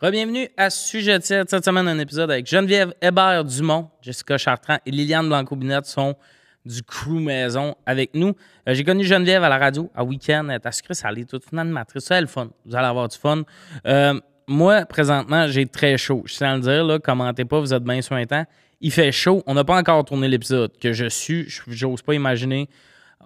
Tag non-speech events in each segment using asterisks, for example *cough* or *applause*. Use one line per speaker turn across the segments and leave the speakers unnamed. Rebienvenue à Sujet de Tiède. Cette semaine, un épisode avec Geneviève Hébert-Dumont, Jessica Chartrand et Liliane Blanco-Binette sont du crew maison avec nous. Euh, J'ai connu Geneviève à la radio, à week-end. Elle est à sucré salé, toute une animatrice. Ça, elle est le fun. Vous allez avoir du fun. Euh, moi, présentement, j'ai très chaud. Je tiens à le dire, là, commentez pas, vous êtes bien sointant. Il fait chaud. On n'a pas encore tourné l'épisode que je suis. je- J'ose pas imaginer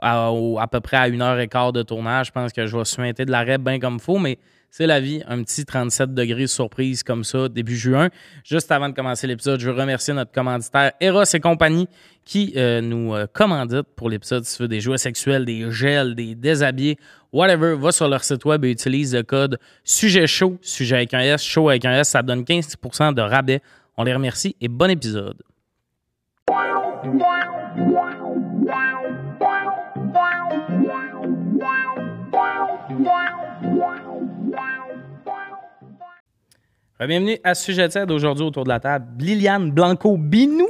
à, au- à peu près à une heure et quart de tournage. Je pense que je vais suinter de la rep bien comme il faut, mais c'est la vie. Un petit 37 degrés surprise comme ça, début juin. Juste avant de commencer l'épisode, je veux remercier notre commanditaire Eros et compagnie qui euh, nous euh, commandite pour l'épisode. Si tu veux des jouets sexuels, des gels, des déshabillés, whatever, va sur leur site web et utilise le code sujet chaud, sujet avec un S, chaud avec un S. Ça donne 15 de rabais. On les remercie et bon épisode. Bienvenue à Sujet de Cède. Aujourd'hui, autour de la table, Liliane Blanco-Binou,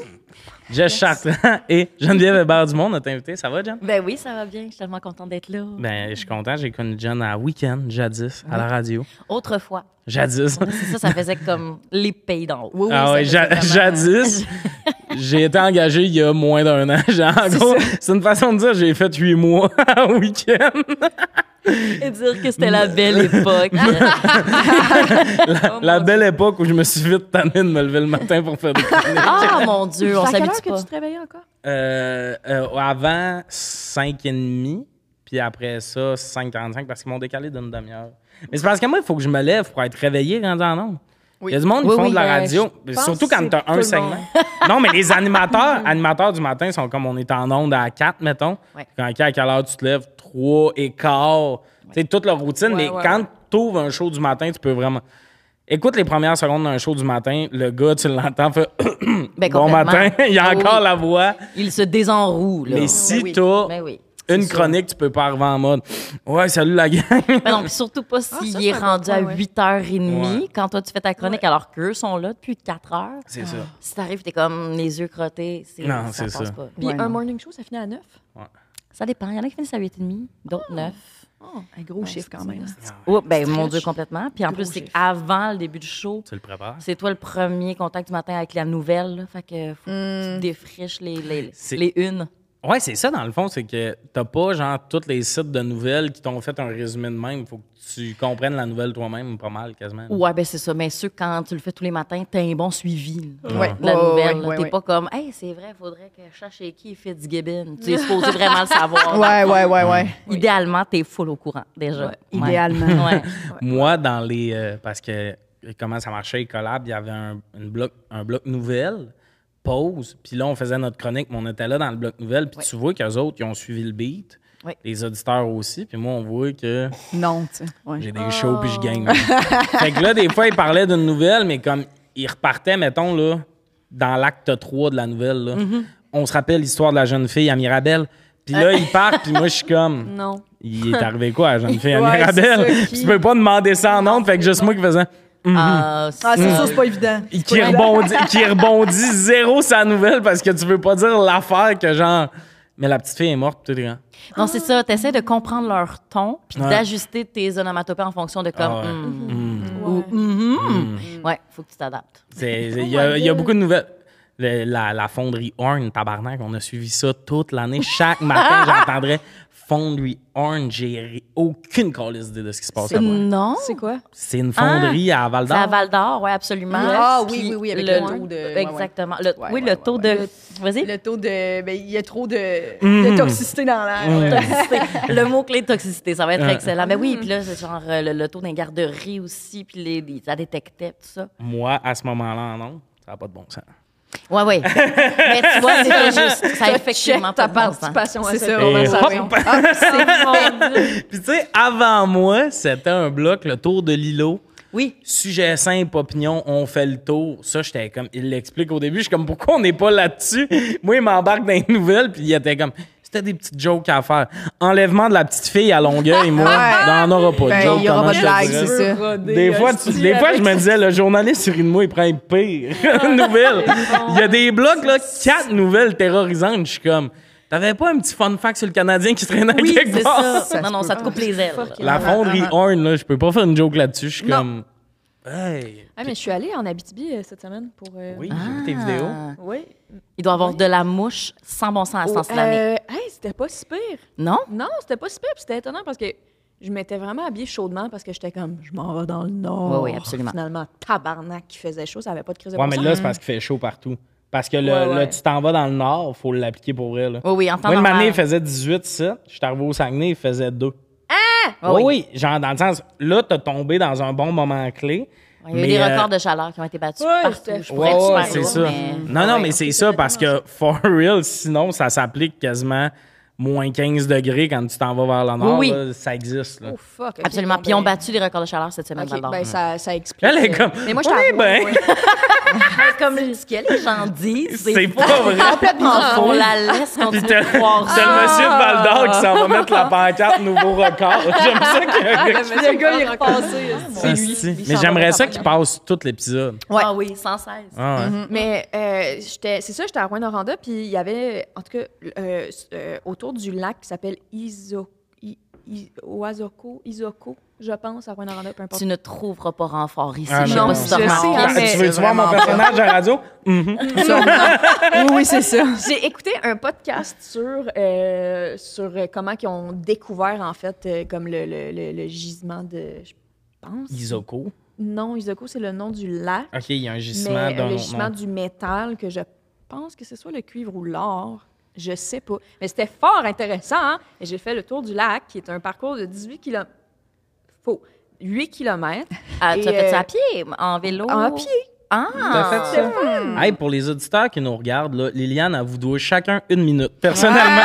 Jess Chartrand et Geneviève Hébert-Dumont, notre invité. Ça va, Jen?
Ben oui, ça va bien. Je suis tellement contente d'être là.
Ben, je suis content. J'ai connu Jen à Weekend, jadis, à la radio.
Autrefois. *laughs*
Jadis.
Ça, ça faisait comme les pays d'en haut. Oui, oui,
Ah
ça
ouais,
faisait
ja-
vraiment- *laughs*
jadis. J'ai été engagé il y a moins d'un an. Genre, en gros, c'est une façon de dire j'ai fait huit mois *laughs* à Weekend.
Et dire que c'était la belle *laughs* époque. Ah, Oh
La, la belle époque où je me suis vite tanné de me lever le matin pour
*laughs*
faire des chroniques.
Ah mon Dieu, on
C'est à quelle heure
s'habitue
que
pas.
tu te réveillais encore?
Euh, euh, avant, 5 et demi. Puis après ça, 5h45 parce qu'ils m'ont décalé d'une demi-heure. Mais c'est parce que moi, il faut que je me lève pour être réveillé quand en ondes. Il y a du monde qui
Oui,
font
oui,
de la
ben,
radio,
je
mais
pense
surtout
que
quand
c'est
t'as
tout
un
le
segment. *laughs* non, mais les animateurs, animateurs du matin sont comme on est en onde à 4, mettons.
Ouais.
Quand à quelle heure tu te lèves? 3 et quart. Tu sais, toute leur routine.
Ouais,
mais
ouais,
quand
ouais.
t'ouvres un show du matin, tu peux vraiment... Écoute les premières secondes d'un show du matin, le gars, tu l'entends, fait
Ben,
*coughs* bon
complètement. Ah
matin, *laughs* il y a
Oui,
encore
oui.
la voix.
Il se désenroule.
Mais si t'as
Ben oui.
une
C'est sûr.
chronique, tu peux pas arriver en mode Ouais, salut la gang. *laughs*
Ben non, puis surtout pas s'il
ça,
est
c'est un bon
rendu à
point, ouais.
8h30
Ouais.
quand toi tu fais ta chronique alors qu'eux sont là depuis 4 heures.
C'est ça.
Si t'arrives, t'es comme les yeux crottés. c'est-
Non,
ça.
c'est
passe
ça.
pas.
Puis
Ouais,
un
non.
morning show, ça finit à 9.
Ça dépend. Il y en a qui finissent à 8h30, d'autres 9.
un gros chiffre quand même.
Oh, ben, mon
Stretch.
Dieu, complètement. Puis en
Gros
plus, c'est
chiffre.
avant le début du show,
Tu le prépares.
c'est toi le premier contact du matin avec la nouvelle. là. Fait que faut que
Hmm.
tu défriches les, les,
C'est-
les unes.
Ouais, c'est ça dans le fond, c'est que t'as pas genre tous les sites de nouvelles qui t'ont fait un résumé de même. Faut que tu comprennes la nouvelle toi-même, pas mal quasiment.
Ouais, ben c'est ça. Mais sûr, quand tu le fais tous les matins, t'as un bon suivi là,
Ouais.
de la
Ouais, ouais,
nouvelle. là.
ouais,
T'es
ouais.
pas comme, hey, c'est vrai, faudrait que je cherche chez qui est Fitzgibbon.
*laughs*
Tu es supposé vraiment le savoir.
Ouais, ouais, ouais, ouais.
Idéalement, t'es full au courant déjà.
Ouais,
Ouais.
idéalement.
Ouais.
Moi, dans les. euh, parce que comment ça marchait, les collabs, il y avait un, une bloc, un bloc nouvelle, pause, puis là, on faisait notre chronique, mais on était là dans le bloc nouvelle, puis tu vois qu'eux autres, ils ont suivi le beat.
Ouais.
Les auditeurs aussi, puis moi, on voit que.
Non, tu sais. Ouais.
J'ai des shows puis je gagne. fait que là, des fois, il parlait d'une nouvelle, mais comme il repartait, mettons, là, dans l'acte 3 de la nouvelle, là,
Mhm.
on se rappelle l'histoire de la jeune fille à Mirabel. Puis là, il part, puis moi, je suis comme.
Non.
Il est arrivé quoi, la jeune fille à
Ouais,
Mirabel?
c'est ça, qui-
Tu peux pas demander ça en honte, fait que juste moi qui faisais.
Ah,
Ah,
Mm.
c'est
ça.
sûr, c'est pas évident. C'est
Qui
pas évident.
rebondit, qui rebondit zéro sa nouvelle parce que tu veux pas dire l'affaire que genre. Mais la petite fille est morte, tout rien.
Non, c'est ça. T'essaies de
Ah.
comprendre leur ton puis
Ouais.
d'ajuster tes onomatopées en fonction de comme.
Ah ouais.
hmm,
Mm-hmm. Ouais.
Mhm. Ouais, faut que tu t'adaptes.
C'est- Il y, a- il y a beaucoup de nouvelles. Le- la, la fonderie Horn, tabarnak, on a suivi ça toute l'année. Chaque matin, j'entendrais fonderie Horn. J'ai ri- aucune calice idée de ce qui se passe
Mm-hmm.
là-bas.
Non.
C'est quoi?
C'est une fonderie à Val
C'est à
d'Or.
Val d'Or, oui, absolument.
Ah oui,
Puis
oui, oui, avec le taux de- ouais, ouais.
Exactement. Le-
Ouais,
oui,
ouais,
le
ouais,
taux
ouais.
de. Vas-y. *laughs*
Le taux de. Ben, il y a trop de,
Mm.
de toxicité dans l'air. là.
Toxicité. Le mot-clé de toxicité, ça va être
Ouais.
excellent. Mais
Mm.
oui, puis là, c'est genre euh, le, le taux d'un garderie aussi, puis les, les- ça détectait, tout ça.
Moi, à ce moment-là, non. Ça n'a pas de bon sens.
Oui,
*laughs*
oui. Mais tu vois, c'est juste. Ça a effectivement
Check ta
pas de bon sens.
participation à
C'est
cette
ça.
Et *laughs*
conversation.
hop!
Ah, c'est bon.
Puis tu sais, avant moi, c'était un bloc, le tour de l'îlot.
Oui.
Sujet simple, opinion, on fait le tour. Ça, j'étais comme, il l'explique au début. Je suis comme, pourquoi on n'est pas là-dessus? *laughs* Moi, il m'embarque dans les nouvelles, puis il était comme, c'était des petites jokes à faire. Enlèvement de la petite fille à Longueuil, moi,
*laughs* Ouais.
on n'en aura pas de
Ben,
joke,
il y aura
comment
pas
je
de
te
blague,
dirais?
c'est ça.
Des fois, tu- des fois je me disais, le journaliste sur une il prend une pire *laughs* nouvelle. Il y a des blocs, là, quatre nouvelles terrorisantes. Je suis comme, t'avais pas un petit fun fact sur le Canadien qui se traînait à
Oui,
quelque
c'est
part?
ça.
Ça
Non,
se
non,
peut
ça te
pas.
coupe les ailes. là.
La fonderie Horn, là, je peux pas faire une joke là-dessus. Je suis
Non.
comme. Hey.
Ah, mais je suis allée en Abitibi euh, cette semaine pour. euh,
Ah.
Oui, j'ai vu tes vidéos.
Oui.
Il doit avoir de la mouche sans bon sens à
Oh,
sens l'année.
euh, hey, c'était pas si pire.
Non?
Non, c'était pas si pire. puis C'était étonnant parce que je m'étais vraiment habillée chaudement parce que j'étais comme, je m'en vais dans le nord.
Oui, oui, absolument.
Finalement, tabarnak qui faisait chaud, ça avait pas de crise de
Ouais,
bon
mais
sens.
là, c'est parce qu'il fait chaud partout. Parce que le-
Ouais, ouais.
là, tu t'en vas dans le nord, il faut l'appliquer pour vrai. Là.
Oui, oui, en temps
Moi, une
normal.
année, il faisait 18, ça. Je suis arrivé au Saguenay, il faisait 2. Ah!
Hein?
Oui,
oui.
oui. Genre, dans le sens, là, t'as tombé dans un bon moment clé.
Il y a eu
mais,
des
euh,
records de chaleur qui ont été battus
Ouais,
partout.
c'était-
Je
ouais,
pourrais
ouais,
être super
c'est
loin,
ça.
mais-
Non, non, mais c'est
ok,
ça,
c'est
parce que for real, sinon, ça s'applique quasiment moins 15 degrés quand tu t'en vas vers le nord.
Oui.
là, ça existe. Là.
Oh, fuck. ok,
Absolument.
bon,
Puis ils ont
ben,
battu les records de chaleur cette semaine
ok,
dans le Nord. *laughs*
ben, ça, ça explique.
Elle est
euh,
comme.
Mais moi, je
on est
suis
bien.
comme ce que les gens disent,
C'est pas vrai.
*laughs* complètement faux. On la laisse
Puis
continuer
t'as
de croire
t'as le monsieur de Val d'Or qui s'en va mettre la pancarte nouveau record. J'aime ça que.
Le gars, il est repassé.
Ah,
c'est lui.
si.
Il
Mais
s'en
j'aimerais
va
ça
dans
qu'il passe tout l'épisode.
Ouais. Ah oui, sans cesse.
Ah,
Mhm.
ouais.
Mais euh, j'étais- c'est ça, j'étais à Rouen-Noranda, puis il y avait, en tout cas, euh, euh, autour du lac qui s'appelle Iso, I- I- Oazoko, Isoko, je pense, à Rouen-Noranda, peu importe.
Tu ne trouveras pas renfort ici.
Ah,
je sais
non,
pas si
je
t'as
sais,
remarqué.
hein.
Ah,
mais
tu veux
c'est
voir mon
vraiment pas-
personnage à radio? Mhm.
Mm-hmm.
*laughs*
Oui, oui, c'est ça.
J'ai écouté un podcast sur, euh, sur euh, comment ils ont découvert, en fait, euh, comme le, le- le- le gisement de, je pense.
Isoko.
Non, Isoko, c'est le nom du lac,
OK, il y a un gisement
mais euh,
d'un
le
autre
gisement
monde.
du métal que je pense que ce soit le cuivre ou l'or. Je sais pas. Mais c'était fort intéressant. hein. Et j'ai fait le tour du lac, qui est un parcours de 18 km. Faux. 8 km.
Ah, tu as
Et,
fait ça
euh,
à pied, en vélo?
Oh.
à pied.
T'as
Ah!
fait ça? Hey, pour les auditeurs qui nous regardent, là, Liliane, elle vous doit chacun une minute. Personnellement,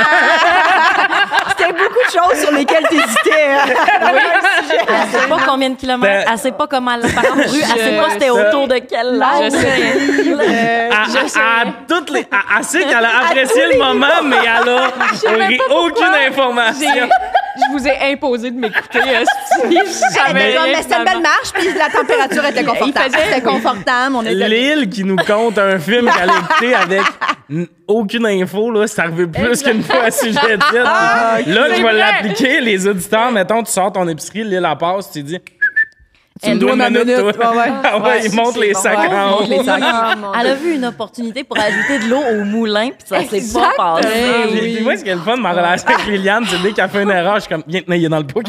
C'était beaucoup de choses sur lesquelles t'hésitais. hein.
Elle sait Ah, pas combien de kilomètres,
Ben-
elle sait pas comment elle a
*laughs*
parcouru, elle sait ah, pas c'était
Je-
autour de quelle
Je
large.
sais.
à, Ah, à- à toutes les, à- elle sait qu'elle a apprécié le moment, mais elle a aucune information.
Je vous ai imposé de m'écouter. *laughs* euh,
*laughs*
Mais comme,
rien,
mais c'était une belle marche, puis la température était confortable. C'était confortable, on était...
Lille qui nous compte un film *laughs* qu'elle a écouté avec n- aucune info, là, c'est arrivé plus qu'une fois à sujet de titre. Là, je vais l'appliquer. Les auditeurs, mettons, tu sors ton épicerie, Lille la passe, tu dis. Tu me dois une
ma
minute,
minute.
toi.
Ouais, ouais.
*laughs* Ah ouais,
Ouais,
ils montent
c'est
les
bon.
sacs
Ouais,
en
ils montent
haut.
les sacs.
Ah, mon
Elle a vu une opportunité pour ajouter de l'eau au moulin, puis ça s'est pas
*laughs*
passé.
Ah
Puis- Puis moi, ce qui est le fun de ma relation avec Liliane, c'est dès qu'elle fait une erreur, je suis comme, viens, tenez, il est dans le pot.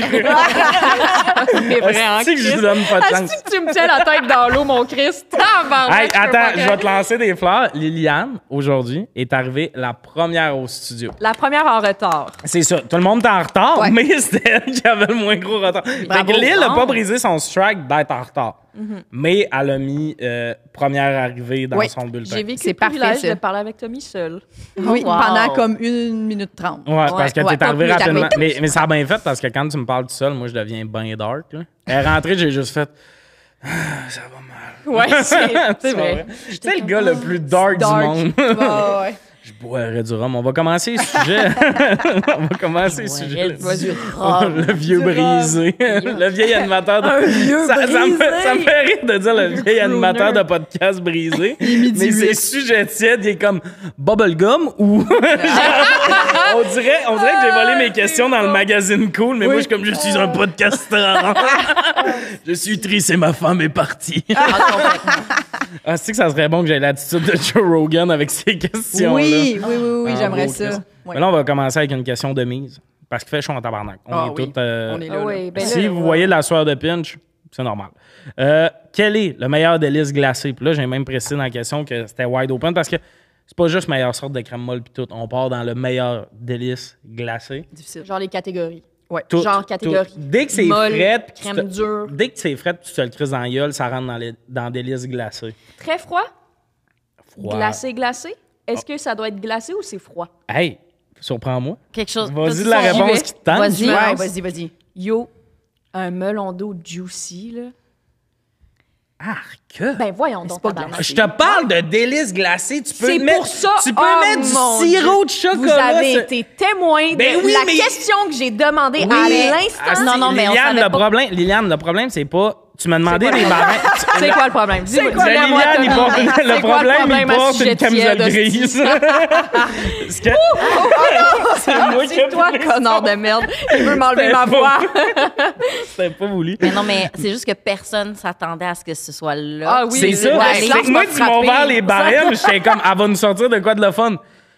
C'est vrai, hein,
Ah, C'est que je
Chris?
lui donne pas de chance.
Est-ce que tu me tiens la tête dans l'eau, mon Christ?
*laughs* Hey, attends, je vais te lancer des fleurs. Liliane, aujourd'hui, est arrivée la première au studio.
La première en retard.
C'est ça. Tout le monde était en retard, mais c'était *laughs* elle qui avait le moins gros retard. Fait que Lille n'a pas brisé son strike d'être en retard. Mais elle a mis euh, première arrivée dans
Oui,
son bulletin.
J'ai vécu
C'est
le privilège
parfait, ça.
de parler avec Tommy seul.
Oui,
Wow.
pendant comme une minute trente.
Ouais, parce que
ouais,
t'es arrivé
t'es arrivé.
rapidement. Mais, mais ça a bien fait parce que quand tu me parles tout seul, moi, je deviens bien dark. Là. Elle est rentrée, j'ai juste fait. Ah, ça va mal. *laughs*
Ouais,
C'est vrai. C'est le gars le plus dark,
Dark.
du monde.
Ouais, ouais.
je boirais du rhum. On va commencer le sujet. On va commencer le sujet.
Ouais, du
Ah,
Oh,
rhum.
*laughs* le vieux
*laughs*
brisé. le vieil animateur de. *laughs* ça, ça me,
brisé.
ça me fait rire de dire le vieil animateur de podcast
*laughs*
brisé. mais c'est sujet tiède, il est comme bubblegum ou. *laughs* Genre, on, dirait, on dirait que j'ai volé
Ah,
mes questions dans le magazine Cool, mais moi, je suis comme je suis un
*laughs*
podcasteur. je suis triste et ma femme est partie. ah, c'est que ça serait bon que j'aie l'attitude de Joe Rogan avec ces questions-là.
Oui, oui, oui, oui,
Ah,
j'aimerais
gros
ça.
Christ.
Ouais.
Mais là, on va commencer avec une question de mise. Parce qu'il fait chaud en tabarnak. On
Ah
est
oui.
tous. euh,
On est là.
Ah
là.
oui, ben
si
là,
vous
ouais.
voyez de la sueur de pinch, c'est normal. Euh, quel est le meilleur délice glacé? Puis là, j'ai même précisé dans la question que c'était wide open parce que c'est pas juste meilleure sorte de crème molle puis tout. On part dans le meilleur délice glacé.
Difficile.
Genre les catégories.
Tout,
Genre catégorie.
tout. Dès que c'est
Molle,
frais, puis tu
crème
te-
dure.
Dès que c'est frais, puis tu te le crises dans la gueule, ça rentre dans, les, dans délice glacé.
Très froid,
Froid. Ah.
glacé, glacé. Est-ce que ça doit être glacé ou c'est froid?
Hey, surprends-moi.
Quelque chose.
Vas-y de la
Son-
réponse qui te tente.
Vas-y.
Ouais, vas-y, vas-y.
Yo, un melon d'eau juicy, là.
Arc!
Ben voyons donc,
pas
tabarnak.
Je te parle de délices glacées. Tu peux
C'est
mettre,
pour ça.
tu peux
oh
mettre
mon
du sirop de
Dieu.
chocolat.
Vous avez
sur-
été témoin
Ben
de
oui,
la
mais-
question que j'ai demandée à
Oui.
l'instant.
Ah,
Non,
si,
non, mais on
Liliane,
savait
le
pas.
problème, Liliane, le problème, c'est pas Tu m'as demandé des marins. *laughs*
C'est quoi le problème? Dis-moi,
C'est quoi
dis-la
Le
moi,
Liliane, il
Thomas.
porte-
C'est
le
quoi
problème, il
à ce
porte
sujet
une
de
camisole
fièvre, hostie? *laughs*
grise. Parce que- *laughs* C'est moi qui ai
*laughs* C'est toi,
voulu
connard de merde. Il veut m'enlever ma
C'était
voix.
ça, C'était pas voulu.
Mais non, mais c'est juste que personne s'attendait à ce que ce soit là.
Ah oui,
C'est ça.
ouais,
c'est
les gens
que moi,
se
du
font
mon verre,
frapper.
les barèmes, j'étais comme, elle va nous sortir de quoi de le fun.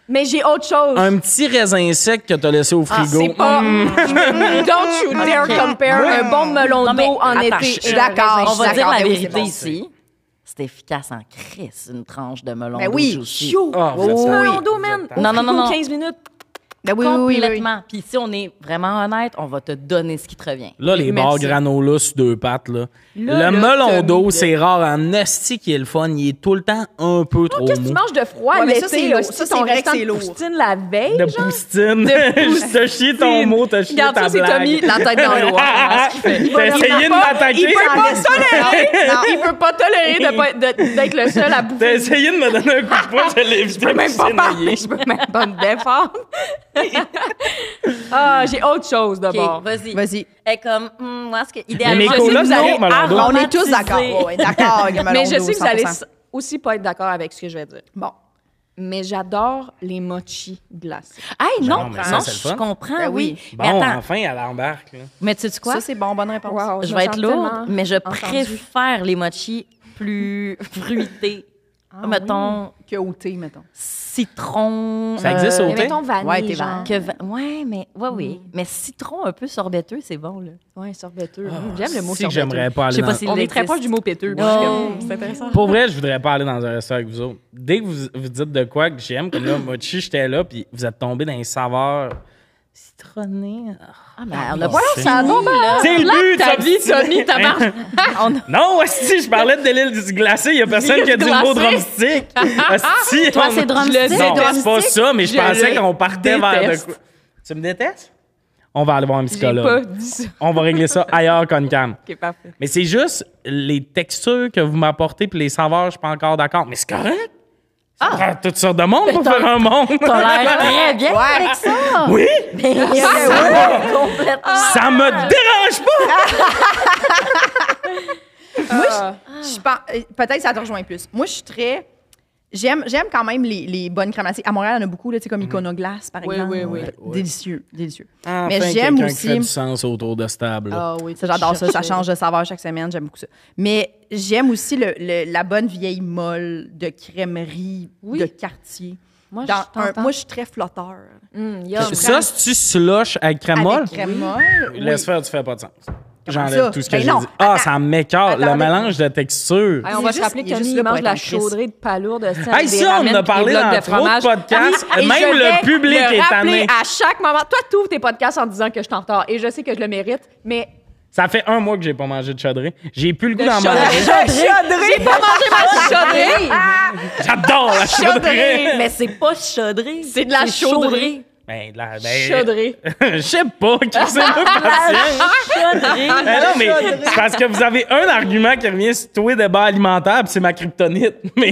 Mais j'ai autre chose.
Un Hmm. petit raisin sec que t'as laissé au frigo.
Ah,
Mm.
C'est pas. *laughs* Don't you dare
Ok.
compare un bon melon
Non, mais
d'eau en
attends,
été.
je- je-
et un
ah,
raisin.
On va dire la vérité
Oui, c'est
ici. C'est efficace en crise, une tranche de melon
Ben
d'eau
oui,
juicy.
bon. Chou.
Ah, vous êtes
Un
ça.
melon d'eau, man.
êtes
Au
Non, non, non,
frigo,
non.
15 minutes.
Ben oui, oui, oui, oui, oui.
complètement. Puis si on est vraiment honnête, on va te donner ce qui te revient.
Là, les
Merci.
bars granola sur deux pattes, là.
Là,
le
là,
melon
Tommy,
d'eau,
là.
c'est rare en esti qui est le fun. Il est tout le temps un peu trop
Oh, Qu'est-ce que
mou.
tu manges de froid
Ouais, mais ça, c'est
l'été? là?
lourd. Ça,
Si
c'est
ton
vrai que
restant
c'est
de
lourd.
poutine la veille,
De
genre?
poustine. *laughs* Je te chie ton mot, t'as chié ta
Regarde ça, c'est
blague.
Tommy, la tête
*laughs*
dans l'eau.
Ah, ah, T'as essayé de
Il
m'attaquer.
peut pas
*laughs*
tolérer.
Non.
Il peut pas tolérer de pas- de- d'être le seul à
T'as
bouffer.
essayé de me donner un coup de poing, je l'ai évité.
peux même pas *laughs* parler, je peux même pas me défendre. ah, j'ai autre chose
OK,
d'abord.
vas-y.
Vas-y.
Elle est comme, Hum, moi, ce que,
Mais mes
idéalement,
sais
colas,
que vous allez
non, melon d'eau.
Ah, on
romantiser.
est tous d'accord. Ouais,
*laughs*
ouais, d'accord. avec le melon
Mais je
d'eau,
sais que vous allez
100%.
aussi pas être d'accord avec ce que je vais dire.
Bon.
Mais j'adore les mochis glacés.
Hey,
Ben Non,
non,
mais
non,
ça, c'est le
je
fun.
comprends,
Ben oui.
oui.
Bon,
Mais attends,
enfin, elle embarque. là.
mais tu sais
Quoi?
quoi?
Ça, c'est bon, bonne réponse.
Wow,
je
me
vais être
sens
lourde,
tellement
mais je
entendue.
préfère les mochis *laughs* plus fruités. Ah mettons,
Que au thé, mettons.
citron... euh,
Ça existe au
Mais
thé?
Euh, mettons vanille,
Ouais, t'es
genre.
vanille.
Que va- ouais, mais ouais, oui. Mais citron un peu sorbeteux, c'est bon, là.
Ouais, sorbeteux. Mm, J'aime le mot
Si que
sorbeteux.
j'aimerais pas aller
Je sais pas
dans-
si-
On
Il
est très
existe.
proche du mot péteux.
Non.
moi, je suis comme, hmm. C'est intéressant.
Pour vrai, je voudrais pas aller dans un restaurant avec vous autres. Dès que vous, vous dites de quoi que j'aime, comme là, Mochi, j'étais là, puis vous êtes tombé dans les saveurs citronnées.
Ah, mais on
oui.
a
Voilà,
fini,
ça
là.
C'est le but,
Ta
ça,
vie,
c'est-
Tommy,
*laughs*
ta marche.
On a-
Non, hostie, je parlais de l'île glacée, il y a personne qui a dit le mot drumstick.
*laughs*
Hostie,
Toi,
on-
c'est
le
drumstick?
sais,
Non, c'est
drumstick,
pas ça, mais je,
je
pensais
le
qu'on partait vers de
déteste.
quoi. Tu me détestes? On va aller voir un
J'ai
psychologue.
pas dit ça.
On va régler ça ailleurs qu'en cam.
OK, parfait.
Mais c'est juste les textures que vous m'apportez puis les saveurs, je suis pas encore d'accord. Mais c'est correct. Ça
Ah.
prend toutes sortes de
Ben,
monde pour faire un monde.
T'as l'air très bien avec ça.
*laughs* Oui,
Mais ça, complètement.
ça me
Ah.
dérange pas.
Ah.
Je pense- euh, Peut-être ça te rejoint plus. Moi, je suis très. J'aime, j'aime quand même les, les bonnes crèmes glacées. À Montréal, il y en a beaucoup, là, tu sais, comme Iconoglace, par
Oui,
exemple.
oui, oui.
Mm-hmm. Ouais.
Délicieux, délicieux.
Enfin,
Mais
quelqu'un
j'aime
qui
aussi-
fait du sens autour de ce table. là.
Ah oui, ça, j'adore ça. Ça change de saveur chaque semaine. J'aime beaucoup ça. Mais j'aime aussi le- le- la bonne vieille molle de crèmerie
Oui.
de quartier.
Moi,
Dans
je
un-
t'entends.
moi, je suis très flotteur.
Mm,
C'est
yum.
Ça, si tu slush avec crème molle,
Oh, Avec crème molle. oui.
laisse faire, tu fais pas de sens.
ça?
J'enlève tout ce que
Ben
j'ai
non,
dit. Ah,
attends.
ça m'écarte. Le
Attendez.
mélange de textures.
Hey, on
Il est
va
juste-
se rappeler
il
que
est juste
Camille
là pour
mange de
être
la
en crise.
chaudrée de palourdes de sel.
Hey,
des
ça, on en
ramen
a
puis des
parlé
blocs
dans
de
trop de
fromage.
podcasts.
Ah oui, et
Même
je
le
vais
public est
rappeler
tanné.
à chaque moment. Toi, tu ouvres tes podcasts en disant que je suis en retard. Et je sais que je le mérite, mais
Ça fait un mois que j'ai pas mangé de chaudrée. J'ai plus le goût
De
d'en
chaudrée.
manger.
j'ai pas mangé ma
*laughs*
chaudrée.
J'adore la chaudrée.
Mais c'est pas chaudrée.
C'est de la chaudrée.
Ben, de la, ben, Ah!
Chaudrée.
*laughs* Je sais pas, qui c'est le
*laughs*
patient.
Chaudrée.
Ben non, mais c'est parce que vous avez un argument qui revient sur tous les débats alimentaires, puis c'est ma kryptonite. *laughs* Mais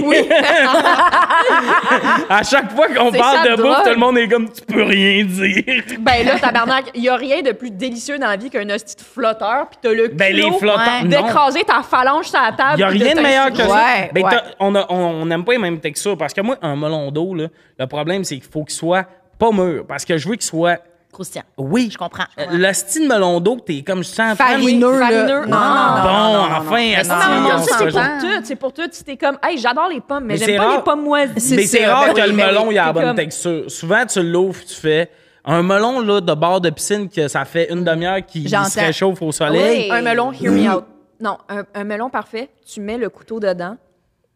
à chaque fois qu'on
C'est
parle
ça,
de
drôle.
bouffe, tout le monde est comme « tu peux rien dire
Ben là, tabarnak, il y a rien de plus délicieux dans la vie qu'un hostie de flotteur, puis t'as le »
Ben les
culot
flottants,
ouais,
non.
d'écraser ta phalange sur la table.
Il n'y a
Ah, puis
rien de meilleur que ça.
Ouais,
Ben,
ouais.
t'as- On a- on- on n'aime pas les mêmes textures. Parce que moi, un melon d'eau, là, le problème, c'est qu'il faut qu'il soit pas mûr. Parce que je veux qu'il soit...
Croustillant.
Oui.
Je comprends.
Euh, Le style melon d'eau, t'es comme je sens...
Farineux, là.
farineux. Ah.
Non,
Bon,
non, non, non, non, non.
enfin,
Mais
asti,
non,
Non, mais
on
mon Dieu,
se
c'est
rejoint.
pour tout. C'est pour tout. Si t'es comme, hey, j'adore les pommes, mais,
Mais c'est
j'aime pas
rare.
les pommes moisies.
Mais c'est rare
Ben
que
oui,
le
ben
melon
oui,
il a la
t'es
bonne
comme-
texture. Souvent, tu l'ouvres, tu fais un melon là, de bord de piscine que ça fait une demi-heure qu'il
J'entends.
se réchauffe au soleil.
Oui. Un melon, hear me out. Non, un, un melon parfait, tu mets le couteau dedans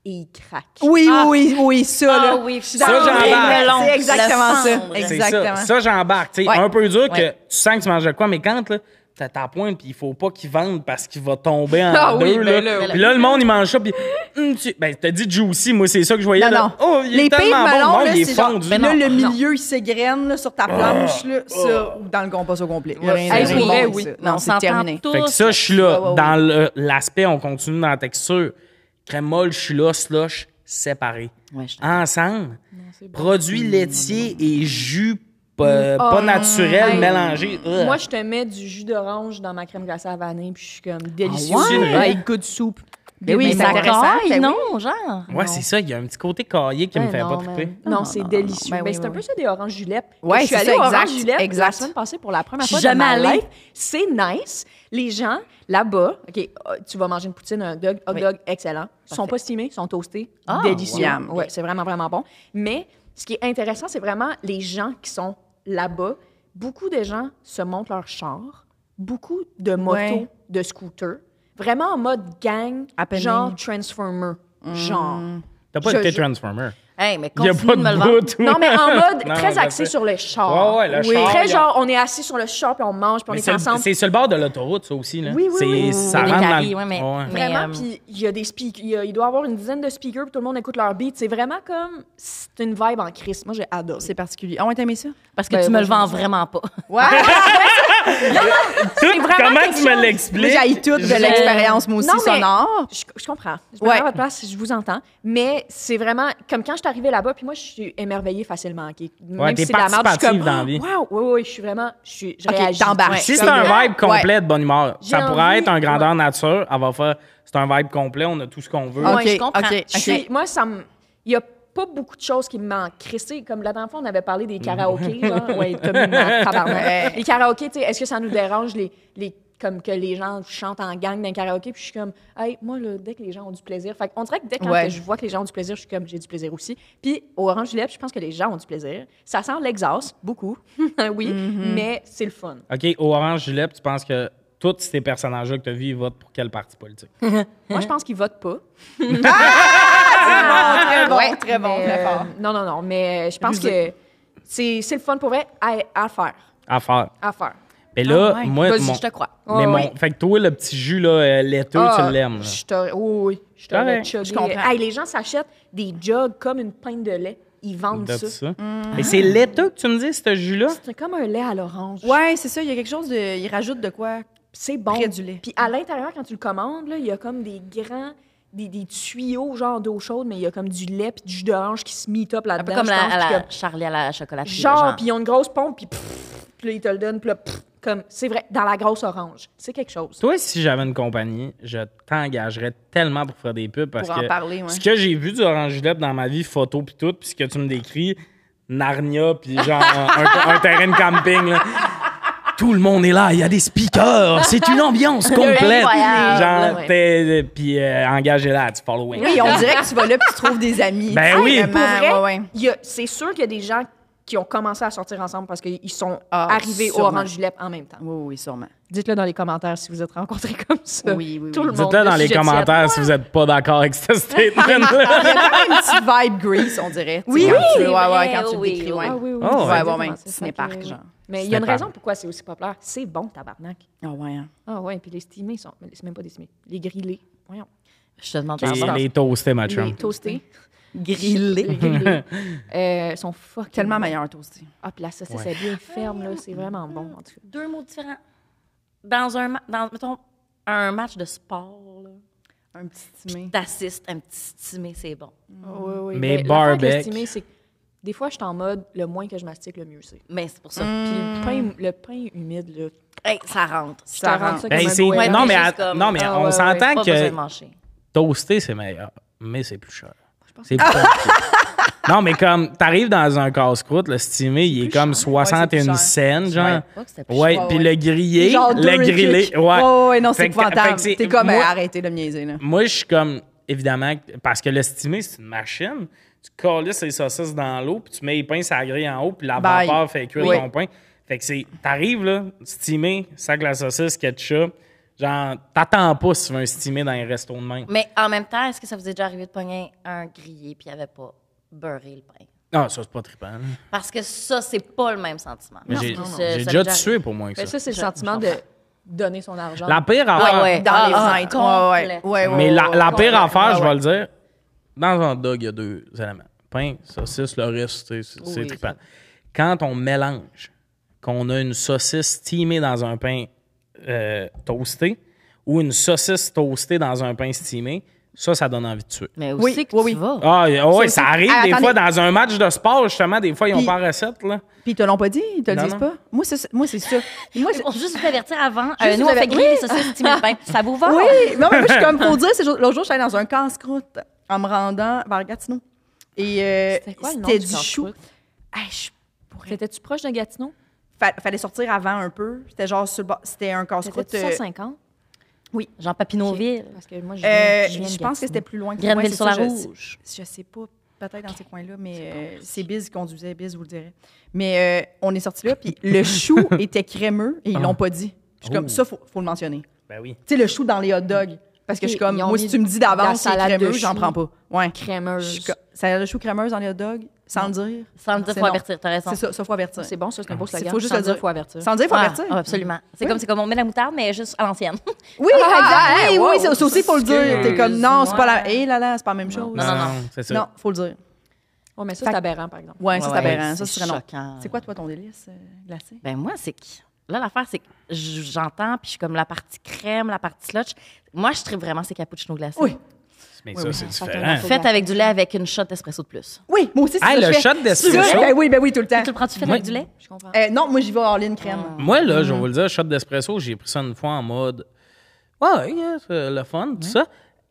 et il craque.
Oui, oui, oui, ça,
Ah
là.
oui, je suis
Ça,
d'accord.
j'embarque.
Le melon,
C'est exactement
le
ça.
cendre.
C'est
Exactement.
Ça, ça j'embarque. tu sais,
Ouais.
Un peu dur que
Ouais.
tu sens que tu manges de quoi, mais quand là, t'as ta pointe puis il faut pas qu'il vende parce qu'il va tomber en
Ah
deux.
oui,
là.
ben là, oui.
Puis là, le monde, il mange ça. Puis, Hum, tu... ben, t'as dit juicy, moi, c'est ça que je voyais.
Non,
là.
non.
Oh, il est
les pires
tellement
melons,
bon. Non,
là,
il est
c'est genre,
fondu.
là,
Non.
le milieu, il s'égrène là, sur ta planche, là, ça, ou dans le compost au complet. Là, rien
Hey, pour
de- rien
vrai,
de-
oui.
ça.
eh On
Non, c'est
s'entend
terminé.
tous.
Fait que ça, je suis là.
Ouais, ouais,
Dans le- l'aspect, on continue dans la texture. Crème molle, je suis là, slush, séparé.
Ouais, je suis
Ensemble, produits laitiers et jus
Mm.
pas, pas
Oh,
naturel,
hey.
mélangé. Ugh.
Moi, je te mets du jus d'orange dans ma crème glacée à vanille, puis je suis comme délicieux.
ouais? C'est vrai.
Hey, goût de soupe.
Ben oui,
Mais
c'est
ça
intéressant.
caille,
Ben oui.
non, genre.
ouais, c'est ça. Il y a un petit côté caillé qui
Ben
me fait
non,
pas triper.
man.
Non, c'est délicieux.
Ben
Ben,
oui,
c'est
oui,
un peu
oui.
ça des oranges julep.
Ouais,
je suis
c'est
allée
ça,
aux oranges
exact,
julep la
exact.
semaine passée pour la première
Je
fois
suis
de
jamais
ma
allée.
life. C'est nice. Les gens, là-bas, OK, euh, tu vas manger une poutine, un dog, hot
Oui.
dog, excellent. Ils sont pas steamés, ils sont toastés.
Ah,
délicieux.
yum.
Ouais, c'est vraiment, vraiment bon. Mais ce qui est intéressant, c'est vraiment les gens qui sont là-bas. Beaucoup de gens se montent leur char, beaucoup de motos,
Ouais.
de scooters, vraiment en mode gang,
Happening. Mm.
genre Transformer, genre.
T'as pas
Je-
été
je-
Transformer.
Hey, mais
Il n'y a
continue
pas
de me le
de
vendre.
bout.
Non, mais en
*laughs*
mode
Non,
très
je
axé
sais.
sur le char.
Ouais, ouais, le char,
Très
il y a-
genre, on est assis sur le char, puis on mange, puis on
Mais
est
c'est le-
ensemble.
c'est sur le bord de l'autoroute, ça aussi. Là.
Oui, oui,
C'est-
oui.
Ça
Les
rentre dans
caries,
le-
ouais, mais- mais-
Vraiment,
euh,
puis il y a des speakers, il, y a- il doit y avoir une dizaine de speakers, puis tout le monde écoute leur beat. C'est vraiment comme, c'est une vibe en crise. Moi, j'ai adoré.
C'est particulier. Ah ouais, t'as aimé ça? Ah,
Parce que
Ben,
tu me
moi,
le
je-
vends vraiment pas.
Ouais!
Tout-
vraiment
Comment tu
quelque
me
chose.
*laughs* Moi,
l'expliques?
j'aille toute de
Je-
l'expérience, moi aussi,
Non, mais-
sonore.
Je, je comprends. Je me
Oh! Ouais.
mets à votre place, je vous entends. Mais c'est vraiment comme quand je suis arrivée là-bas, puis moi, je suis émerveillée facilement. ok? Même
Ouais, t'es
si c'est de la merde, je suis
participative
comme, oh,
dans la vie.
wow, oui, oui, je suis vraiment, je, suis, je
Ok,
réagis.
t'embarques.
Ouais,
Si
je
c'est
suis
un
comme,
vibe
Ouais.
complet de bonne humeur,
J'ai
ça pourrait
envie-
être un grandeur nature. Elle va faire c'est un vibe complet, on a tout ce qu'on veut.
Ah,
Ok,
ouais, je comprends.
ok,
Je
ok.
suis- moi, ça me. Il n'y a pas beaucoup de choses qui me manquent. Christy, comme la dernière fois, on avait parlé des
*laughs*
karaokés, genre. Ouais, Tommy me manque, tabarnak. Les karaokés, tu sais, est-ce que ça nous dérange les. les comme que les gens chantent en gang d'un karaoké, puis je suis comme, hey, moi, là, dès que les gens ont du plaisir, fait on dirait que dès quand
Ouais.
que je vois que les gens ont du plaisir, je suis comme, j'ai du plaisir aussi. Puis au Orange Juliette, je pense que les gens ont du plaisir. Ça sent l'exhaust, beaucoup, *laughs* oui,
Mhm.
mais c'est le fun.
OK, au Orange Julep, tu penses que tous ces personnages-là que tu as vus, ils votent pour quel parti politique?
Hum. Moi, je pense qu'ils votent pas.
très bon,
Ouais,
très bon,
mais,
très
euh,
fort.
non, non, non, mais je pense
Rusé.
que c'est c'est le fun pour vrai à, à faire.
À faire.
À faire.
Mais là,
Ah ouais.
moi.
Vas-y,
mon-
je te crois.
Mais
Ouais,
mon-
Ah ouais.
Fait que toi, le petit jus là, euh, laiteux,
Ah,
tu l'aimes. là.
Je t'aurais- oui, oui, je t'aurais
Correct.
chuggé.
Je comprends.
Hey, les gens s'achètent des jugs comme une pinte de lait. Ils vendent
De
ça.
ça. Mais c'est laiteux que tu me dis, ce jus-là?
C'est comme un lait à l'orange.
Ouais, c'est ça, il y a quelque chose de. Il rajoute de quoi?
C'est bon.
Près du lait.
Puis à l'intérieur, quand tu le commandes, là, il y a comme des grands... Des, des tuyaux genre d'eau chaude, mais il y a comme du lait puis du jus d'orange qui se meet up
Un
là-dedans.
peu comme
je
la,
pense,
à la
puis comme-
Charlie à la chocolaterie.
Genre, puis ils ont une grosse pompe, puis pff, puis là, ils te le donnent, puis là, pff, comme, c'est vrai, dans la grosse orange. C'est quelque chose.
Toi, si j'avais une compagnie, je t'engagerais tellement pour faire des pubs parce
Pour en
que
parler, ouais.
ce que j'ai vu du Orange Julep dans ma vie, photo puis tout, puis ce que tu me décris, Narnia puis genre un, un terrain de camping là. Tout le monde est là, il y a des speakers, c'est une ambiance complète.
Incroyable,
Genre,
ouais.
t'es- puis euh, engagez-la, tu following.
Oui, on dirait que tu vas là puis tu trouves des amis.
Ben
Tu sais,
oui.
Pour vrai,
Vraiment, ouais, ouais.
il y a- c'est sûr qu'il y a des gens qui ont commencé à sortir ensemble parce qu'ils sont
Ah,
arrivés
sûrement.
au Orange Julep en même temps.
Oui, oui, sûrement.
Dites-le dans les commentaires si vous êtes rencontrés *laughs* comme ça.
Oui, oui, oui.
Tout le monde.
Dites-le dans
le
les
sujet de Sierra.
commentaires si vous n'êtes pas d'accord avec ce statement-là.
Ah, Il y a quand même une petite vibe Grease, on dirait. tu
Oui,
sais, quand
oui,
tu-
c'est
ouais, ouais,
vrai,
quand tu le
oui,
décris,
oui.
ouais.
Ah oui, oui.
Ah, ouais.
tu
Ouais,
sais
ouais,
comment
ouais,
c'est.
Cinépark,
Fait que-
genre.
Mais il y a une
Cinépark.
raison pourquoi c'est aussi populaire. C'est bon, tabarnak.
Ah ouais. hein.
Ah ouais, puis les steamés sont. mais C'est même pas des steamés. Les grillés. Voyons.
Je te demande
Les,
pas.
les toastés, ma chum.
Les toastés. Les
Grillé.
grillés. Euh, sont fucking
Tellement
bons.
meilleur toasté.
Ah, puis la saucisse
Ouais.
est bien ferme, là. C'est vraiment bon, en tout cas.
Deux mots différents. Dans un, ma- dans, mettons, un match de sport, là,
Un petit timé.
t'assistes un petit stimé, c'est bon.
Mm.
Oui, oui.
Mais
Ben, l'affaire avec le
barbecue.
stimé, c'est que des fois, je suis en mode, le moins que je mastique, le mieux c'est.
Mais c'est pour ça.
Puis le pain, le pain humide, là,
Hey, ça rentre.
je
Mm. Ça
te rends
rentre.
ça comme
Ben,
un
c'est-
goéland.
non, mais,
Quelque chose
à-
comme-
non, mais
Ah,
on
ouais,
s'entend
Pas besoin
que
de manger.
toasté, c'est meilleur, mais c'est plus cher. C'est plus compliqué. Non, mais comme, t'arrives dans un casse-croûte, le stimé, il est, comme
Ouais,
61
c'est
cents, genre.
pas que c'était plus
Ouais,
cher,
puis
ouais.
le grillé,
Genre deux
le
et
grillé,
quelques.
ouais.
Ouais, ouais, non, c'est
Fait que- fait
épouvantable.
que c'est-
T'es comme,
moi-
euh, arrêtez de me niaiser, là.
Moi, je suis comme, évidemment, parce que le stimé, c'est une machine. Tu calisses les saucisses dans l'eau, puis tu mets les pains sur la grille en haut, puis la
Bye.
vapeur fait cuire
Oui.
ton pain. Fait que c'est, t'arrives, là, stimé, sac la saucisse, ketchup. Genre, t'attends pas si tu veux un stimé dans un resto de même.
Mais en même temps, est-ce que ça vous est déjà arrivé de pogner un grillé puis il n'y avait pas beurré le pain?
Ah, ça, c'est pas trippant. là.
Parce que ça, c'est pas le même sentiment.
Mais
Non,
j'ai,
non, non.
j'ai
Ça- ça
déjà
m'est
tué pour moins que
Mais
ça.
Ben, ça, c'est le sentiment de donner son argent.
La pire
Ah
affaire.
ouais.
Dans
Ah,
les
ah,
fenêtres. Ouais, ouais, ouais, ouais,
Mais
ouais,
la,
Ah ouais,
la
ouais.
pire affaire, je
ouais.
vais le dire, dans un hot dog, il y a deux éléments. Pain, saucisse, le reste, tu sais, c'est c'est trippant. Quand on mélange, qu'on a une saucisse steamée dans un pain euh, toasté ou une saucisse toastée dans un pain steamé, Ça, ça donne envie de tuer.
Mais où
Oui,
c'est que
oui,
tu
oui.
vas?
Ah, et- oh, ouais, ça
Ça aussi.
arrive
Ah,
des
attendez.
fois dans un match de sport, justement, des fois, ils ont
Puis-
pas la recette, là.
Puis ils te l'ont pas dit, ils te le
Non,
disent
non.
pas. Moi, c'est ça. Moi, c'est ça. Puis Moi, c'est-
Pour *laughs* juste vous avertir avant, euh,
Juste
nous, on
vous
fait
aver-
griller
Oui.
les saucisses *laughs* timide pain. Ça vous
Ah.
va?
Oui, non, mais moi, je suis comme
*laughs*
pour dire, c'est l'autre jour, j'étais dans un casse-croûte en me rendant vers Gatineau. Et euh,
C'était quoi le nom
c'était
du
du chou.
casse-croûte?
Hey, je pourrais-
T'étais-tu proche de Gatineau?
Fa- Fallait sortir avant un peu. C'était genre sur le bord- C'était un casse-croûte.
T'étais-tu
euh,
150?
Jean Papineauville,
Parce que moi, je
euh,
viens- je viens de
je pense que c'était
Gatineau.
plus loin que
Grenville
ouais, c'est
sur la
ça, je-
Rouge.
Je sais pas, peut-être dans ces coins-là, mais euh, c'est Biz qui conduisait, Biz vous le dirait. Mais euh, on est sorti là, puis le chou était crémeux et ils l'ont pas dit. Je suis comme,
Oh.
ça, faut, faut le mentionner.
Ben oui.
Tu sais, le chou dans les hot dogs. Parce que je suis
Ok,
comme,
ils ont
moi, si
mis
tu me dis
de la
d'avance, c'est
salade de
crémeux, j'en
chou.
prends pas. Ouais. Je suis
crémeuse.
co- Salade de chou crémeuse dans les hot dogs, sans le dire.
sans le dire,
C'est
faut
non.
avertir, t'as raison.
C'est ça, ça, faut avertir.
C'est bon, ça, c'est un beau
C'est-
slogan.
faut juste
Sans
le dire.
faut avertir.
Sans le dire, faut
Ah,
avertir.
ah, absolument. C'est comme, c'est comme on met la moutarde, mais juste à l'ancienne.
Oui,
Ah,
exact.
ah,
Hey,
wow,
oui, c'est ça aussi, faut le dire. T'es comme, non, c'est pas la. Hé, là, là, c'est pas la même chose.
Non, non, non.
c'est ça.
Non, faut le dire.
Oh, mais ça,
Fait-
c'est aberrant, par exemple.
Ouais, ça, c'est
Ouais,
aberrant. Ça,
c'est
c'est très non.
choquant.
C'est quoi, toi, ton délice euh, glacé?
Ben moi, c'est que là, l'affaire, c'est que j- j'entends, puis je suis comme la partie crème, la partie slotch. Moi, je tripe vraiment ces cappuccinos glacés.
Oui.
Mais
Oui,
ça,
oui.
c'est
Ça
différent.
fait-
Faites avec du lait avec une shot d'espresso de plus.
Oui, moi aussi, c'est
Ah,
ça que
le
je fais.
shot d'espresso.
C'est vrai? Ben oui, ben oui, tout le temps.
Tu le prends-tu fait
Oui.
avec du lait?
Je comprends.
Euh, non, moi, j'y vais hors ligne crème.
Moi, là,
Mm.
je vais vous le dire, shot d'espresso, j'ai pris ça une fois en mode. Ouais, yeah, c'est le fun, tout ça.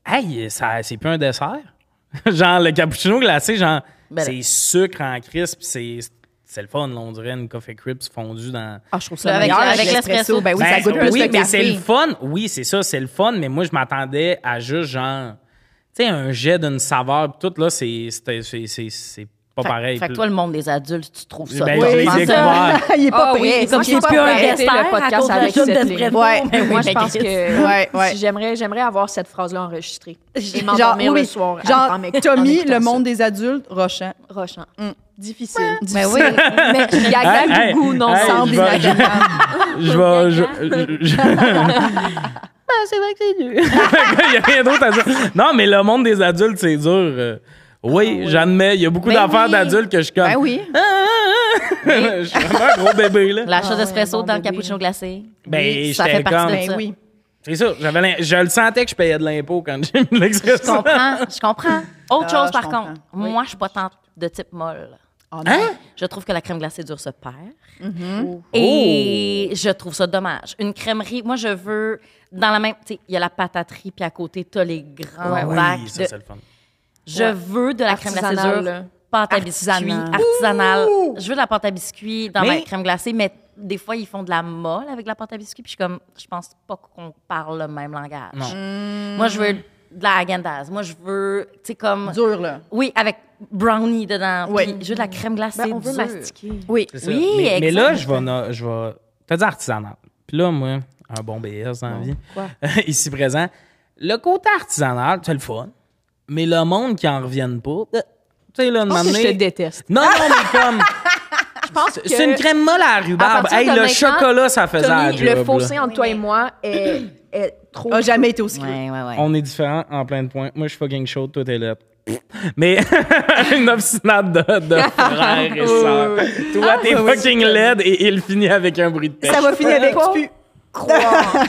Hey, ça, c'est plus un dessert. *laughs* genre, le cappuccino glacé, genre,
Ben là.
c'est sucre en crisp, c'est. C'est le fun, là, on dirait une coffee crisp fondue dans.
Ah, je trouve
ça
*laughs*
meilleur avec l'espresso.
Ben oui, ça
Ben,
goûte plus
oui,
le
mais c'est le
café.
fun. Oui, c'est ça, c'est le fun, mais moi, je m'attendais à juste, genre, tu sais, un jet d'une saveur, pis tout, là, c'est c'était- c'est- c'est- c'est pas
Fait-
pareil.
Fait que
Puis-
toi, le monde des adultes, tu trouves ça.
Ben,
toi,
je
tu
l'ai
penses ça?
découvert. Ouais.
*laughs* Il est pas
Ah oui,
prêt.
comme
Il est
j'ai
pas
plus un
prêt.
dessert. le podcast avec cette ligne.
Ouais, Ben,
Ouais.
moi, je pense que
Ouais, ouais.
j'aimerais, j'aimerais avoir cette phrase-là enregistrée. Et
Genre,
m'endormir
oui,
le soir. en-
genre
en éc- en
Tommy,
écoutant
le monde
ça.
des adultes, Mm. Rochant.
Rochant. Difficile.
Ben
Mais oui, mais
Il y a
Hey,
même
hey,
du goût, non?
hey,
sans
je
des-
vais- Je vais. je- je- je-
c'est vrai que c'est dur.
*laughs* Il n'y a rien d'autre à dire. Non, mais le monde des adultes, c'est dur. Euh, oui, j'admets, il y a beaucoup
Ben
d'affaires
oui.
d'adultes que je suis comme.
Ben oui.
Ah, ah, ah. *laughs* je suis vraiment un gros bébé, là.
Ah
la chose
ouais,
d'espresso
bon
dans le
bébé.
cappuccino glacé.
Ben,
oui, ça
j'étais
fait partie
comme-
de ça.
Ben oui.
C'est ça, j'avais l'im- je le sentais que je payais de l'impôt quand j'ai mis l'expression.
Je comprends, je comprends. Autre
Ah,
chose,
je
par
comprends.
contre, moi, je suis pas tant de type molle.
Oh,
Hein?
Je trouve que la crème glacée dure se perd.
Mm-hmm.
Oh.
Et je trouve ça dommage. Une crèmerie, moi, je veux dans la même. Tu sais, il y a la pataterie, puis à côté, t'as les grands bacs.
Ah oui, ça,
de-
c'est le fun.
je
Ouais.
veux de la crème glacée
Artisanale,
dure,
là.
pâte à biscuits,
Artisanale.
artisanale. Je veux de la pâte à biscuits dans
Mais-
ma crème glacée, mais des fois, ils font de la molle avec la pâte à biscuits, puis je suis comme, je pense pas qu'on parle le même langage. Mmh.
Non.
Moi, je veux de la Haagen-Dazs. Moi, je veux, tu sais, comme...
Dur, là.
Oui, avec brownie dedans.
Oui.
Puis je veux de la crème glacée
Ben, on veut
dure.
mastiquer.
Oui.
C'est ça.
Oui,
mais, mais là,
exactement.
je vais. na- Je vais T'as dit artisanal. Puis là, moi, un bon BS dans la vie,
quoi?
*laughs* ici présent, le côté artisanal, c'est le fun, mais le monde qui en revienne pas, euh, tu sais, là, de
Je pense que je
m'amener-
te déteste.
Non, non, mais
*laughs*
comme.
Je pense que
C'est une crème molle à la rhubarbe.
partir
Hey,
de
le
maintenant,
chocolat, ça faisait la
Tommy,
job,
le fossé
là.
entre toi et moi est, est trop...
A jamais été aussi creux.
Ouais, ouais, ouais.
On est différents en plein de points. Moi, je suis fucking chaude, toi, t'es là. *laughs* Mais *laughs* une obstinate de,
*laughs*
de frère et sœur.
Ah,
Toi, t'es fucking laide et il finit avec un bruit de pêche.
Ça va finir avec
Pas-
pu.
croire.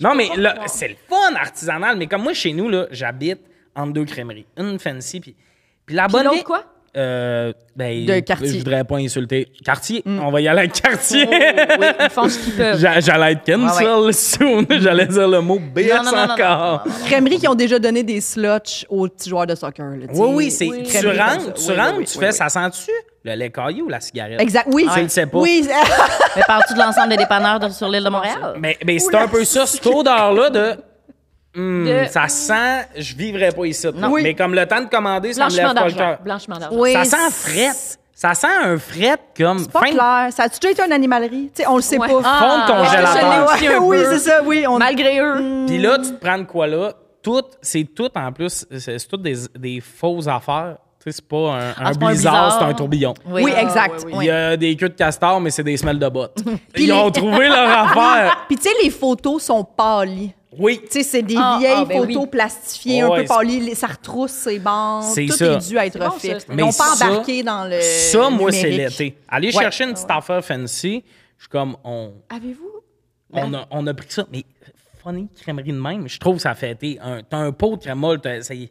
Non, mais là, c'est le fun artisanal. Mais comme moi, chez nous, là, j'habite entre deux crèmeries. Une fancy, puis, puis la bonne.
l'autre
vieille-
quoi?
Euh, ben,
De quartier.
Je voudrais pas insulter. Quartier, on va y aller à quartier.
Oui, ils font ce qu'ils peuvent.
*laughs* J'a- J'allais être cancel
Ah
soon. *laughs* J'allais dire le mot BS
Oh. Non, non, non, non, non,
encore.
non, non, non.
Crèmeries qui ont déjà donné des slots aux petits joueurs de soccer. là, tu sais.
Oui, oui, c'est.
Crèmeries
Tu
comme ça.
rentres, tu,
Oui,
rentres,
oui,
tu
oui,
fais,
oui.
ça sent-tu le lait caillou ou la cigarette?
Exact, oui.
Tu le sais pas.
Oui. *laughs*
Mais parles-tu de l'ensemble des dépanneurs de- sur l'île de Montréal?
Mais, mais c'est un peu ça, cette odeur-là de. Hmm,
De-
Ça sent, je vivrais pas ici.
Oui.
Mais comme le temps de commander, ça me lève
Blanchiment
pas le
d'argent.
cœur.
Blanchiment d'argent.
Oui,
Ça sent fret. Ça sent un fret comme.
Pas
fin de-
clair. Ça a déjà été une animalerie? Tu sais, on le sait
Ouais.
pas.
fond de Ah, congélateur.
je l'ai aussi un
oui,
peu.
c'est ça, oui. On...
Malgré eux.
Puis là, tu te prends de quoi là? Tout, c'est tout en plus, c'est c'est tout des, des fausses affaires. Tu sais, c'est pas un, un
Ah, c'est pas un
blizzard,
blizzard.
c'est un tourbillon.
Oui,
oui,
exact.
oui.
Il
oui.
y a des queues de castor, mais c'est des semelles de
*laughs*
bottes.
Puis
Ils
les-
ont trouvé leur
*laughs*
affaire.
Ah, Puis tu sais, les photos sont pâlies.
Oui.
Tu sais, c'est des
Ah,
vieilles
ah, ben
photos
oui.
plastifiées, un
Ouais,
peu pâlies, les- ça retrousse ses bandes.
C'est
tout
ça.
est dû à être
bon, ça,
fait.
c'est-
Ils
Mais
n'ont pas
ça-
embarqué dans le.
Ça, moi, c'est
numérique.
l'été. Aller
Ouais.
chercher une petite affaire fancy, je suis comme, on,
Avez-vous...
on, a, on a pris ça, mais funny crèmerie de même. Je trouve que ça fait été un, t'as un pot de crème molle, t'as- ça, y-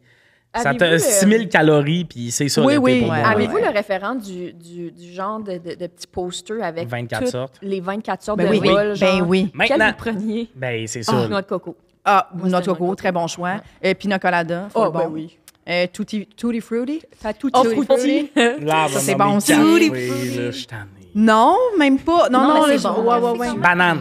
ça
Avez-vous
t'a
le-
6000 calories, puis c'est ça
euh, Oui,
l'été
oui,
pour
ouais.
moi.
Avez-vous
ouais.
le référent du, du, du genre de, de, de petit poster avec
24
toutes
sortes.
les 24 sortes
Ben
de
oui,
bols?
ben
genre,
oui.
Quel
Maintenant.
vous preniez?
Ben, c'est
Ah,
ça.
noix de coco.
Ah,
c'est
notre
tellement
coco, très bon choix. Et Pina Colada, full
Oh,
bon.
ben oui.
Euh, Tutti, Tutti Frutti.
tout
Oh,
*laughs*
fruity.
Ben
Là,
Ça,
on
c'est
a
bon,
mis
ça.
quatre.
Tutti
Oui, là, je suis tanné.
Non, même pas. Non,
Non,
non,
mais
là,
c'est
je-
bon.
ouais, ouais, ouais.
Banane.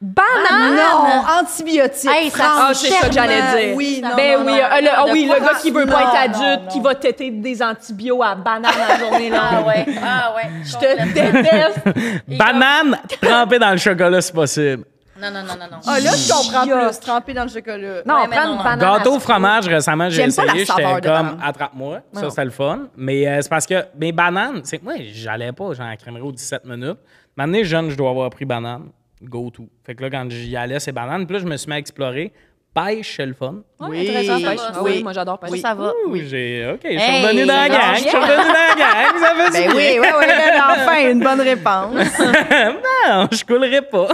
Banane!
Non, antibiotiques.
Hey, ça
Franchement,
Ah, c'est ça que j'allais dire.
Oui, non,
ben
non,
oui,
non.
euh, le, ah
De
oui,
quoi-
le gars qui veut pas
Non,
être
non,
adulte,
non.
qui va têter des antibiotiques à banane la journée *laughs*
Ah
longue.
ouais, ah ouais.
Je te déteste.
Banane trempée dans le chocolat, si possible.
Non, non, non, non, non.
Ah, là, je comprends
Chiotte.
plus. Tremper dans le chocolat.
Non,
Ouais, mais
prendre
non, non.
banane. à
Gâteau
sucre.
au fromage, récemment, j'ai
J'aime pas la
essayé.
saveur
J'étais
de
comme,
banane.
attrape-moi.
Non.
Ça, c'était le fun. Mais euh, c'est parce que mes bananes, c'est que moi, j'allais pas, j'en crèmerais aux 17 minutes. Maintenant, jeune, je dois avoir pris banane. Go to. Fait que là, quand j'y allais, c'est banane. Puis là, je me suis mis à explorer. Pêche, c'est le fun.
Oui, intéressant,
Oui,
pêche. Ah oui,
oui.
moi j'adore pêche.
Ça, ça va.
Ouh, j'ai. OK, je suis
Hey,
revenu dans la
j'adore.
gang. Je suis revenu dans la gang. Ça fait
Ben
du
oui, oui, oui, là, enfin, une bonne réponse.
bien. Je coulerai pas.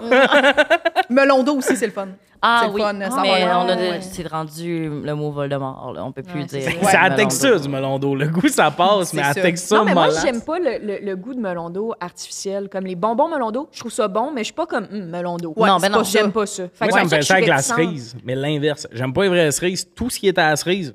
Melon d'eau aussi, c'est le fun.
Ah
C'est le
oui,
fun, ça
mais
va.
on a de-
Ouais.
c'est rendu le mot Voldemort. Là. On peut plus dire.
C'est la
Melon
texture
d'eau.
du melon d'eau. Le goût, ça passe,
C'est
mais la
sûr.
texture,
Non, mais moi,
mollasse.
j'aime pas le, le- le goût de melon d'eau artificiel. Comme les bonbons melon d'eau, je trouve ça bon, mais je suis pas comme hum, melon d'eau.
Ouais,
non,
c'est
ben non,
pas ça.
j'aime pas ça. Fait
Moi,
que
ça
c'est
me
pour
fait
que
ça avec la
je suis réticente.
cerise, mais l'inverse. J'aime pas les vraies cerises. Tout ce qui est à la cerise,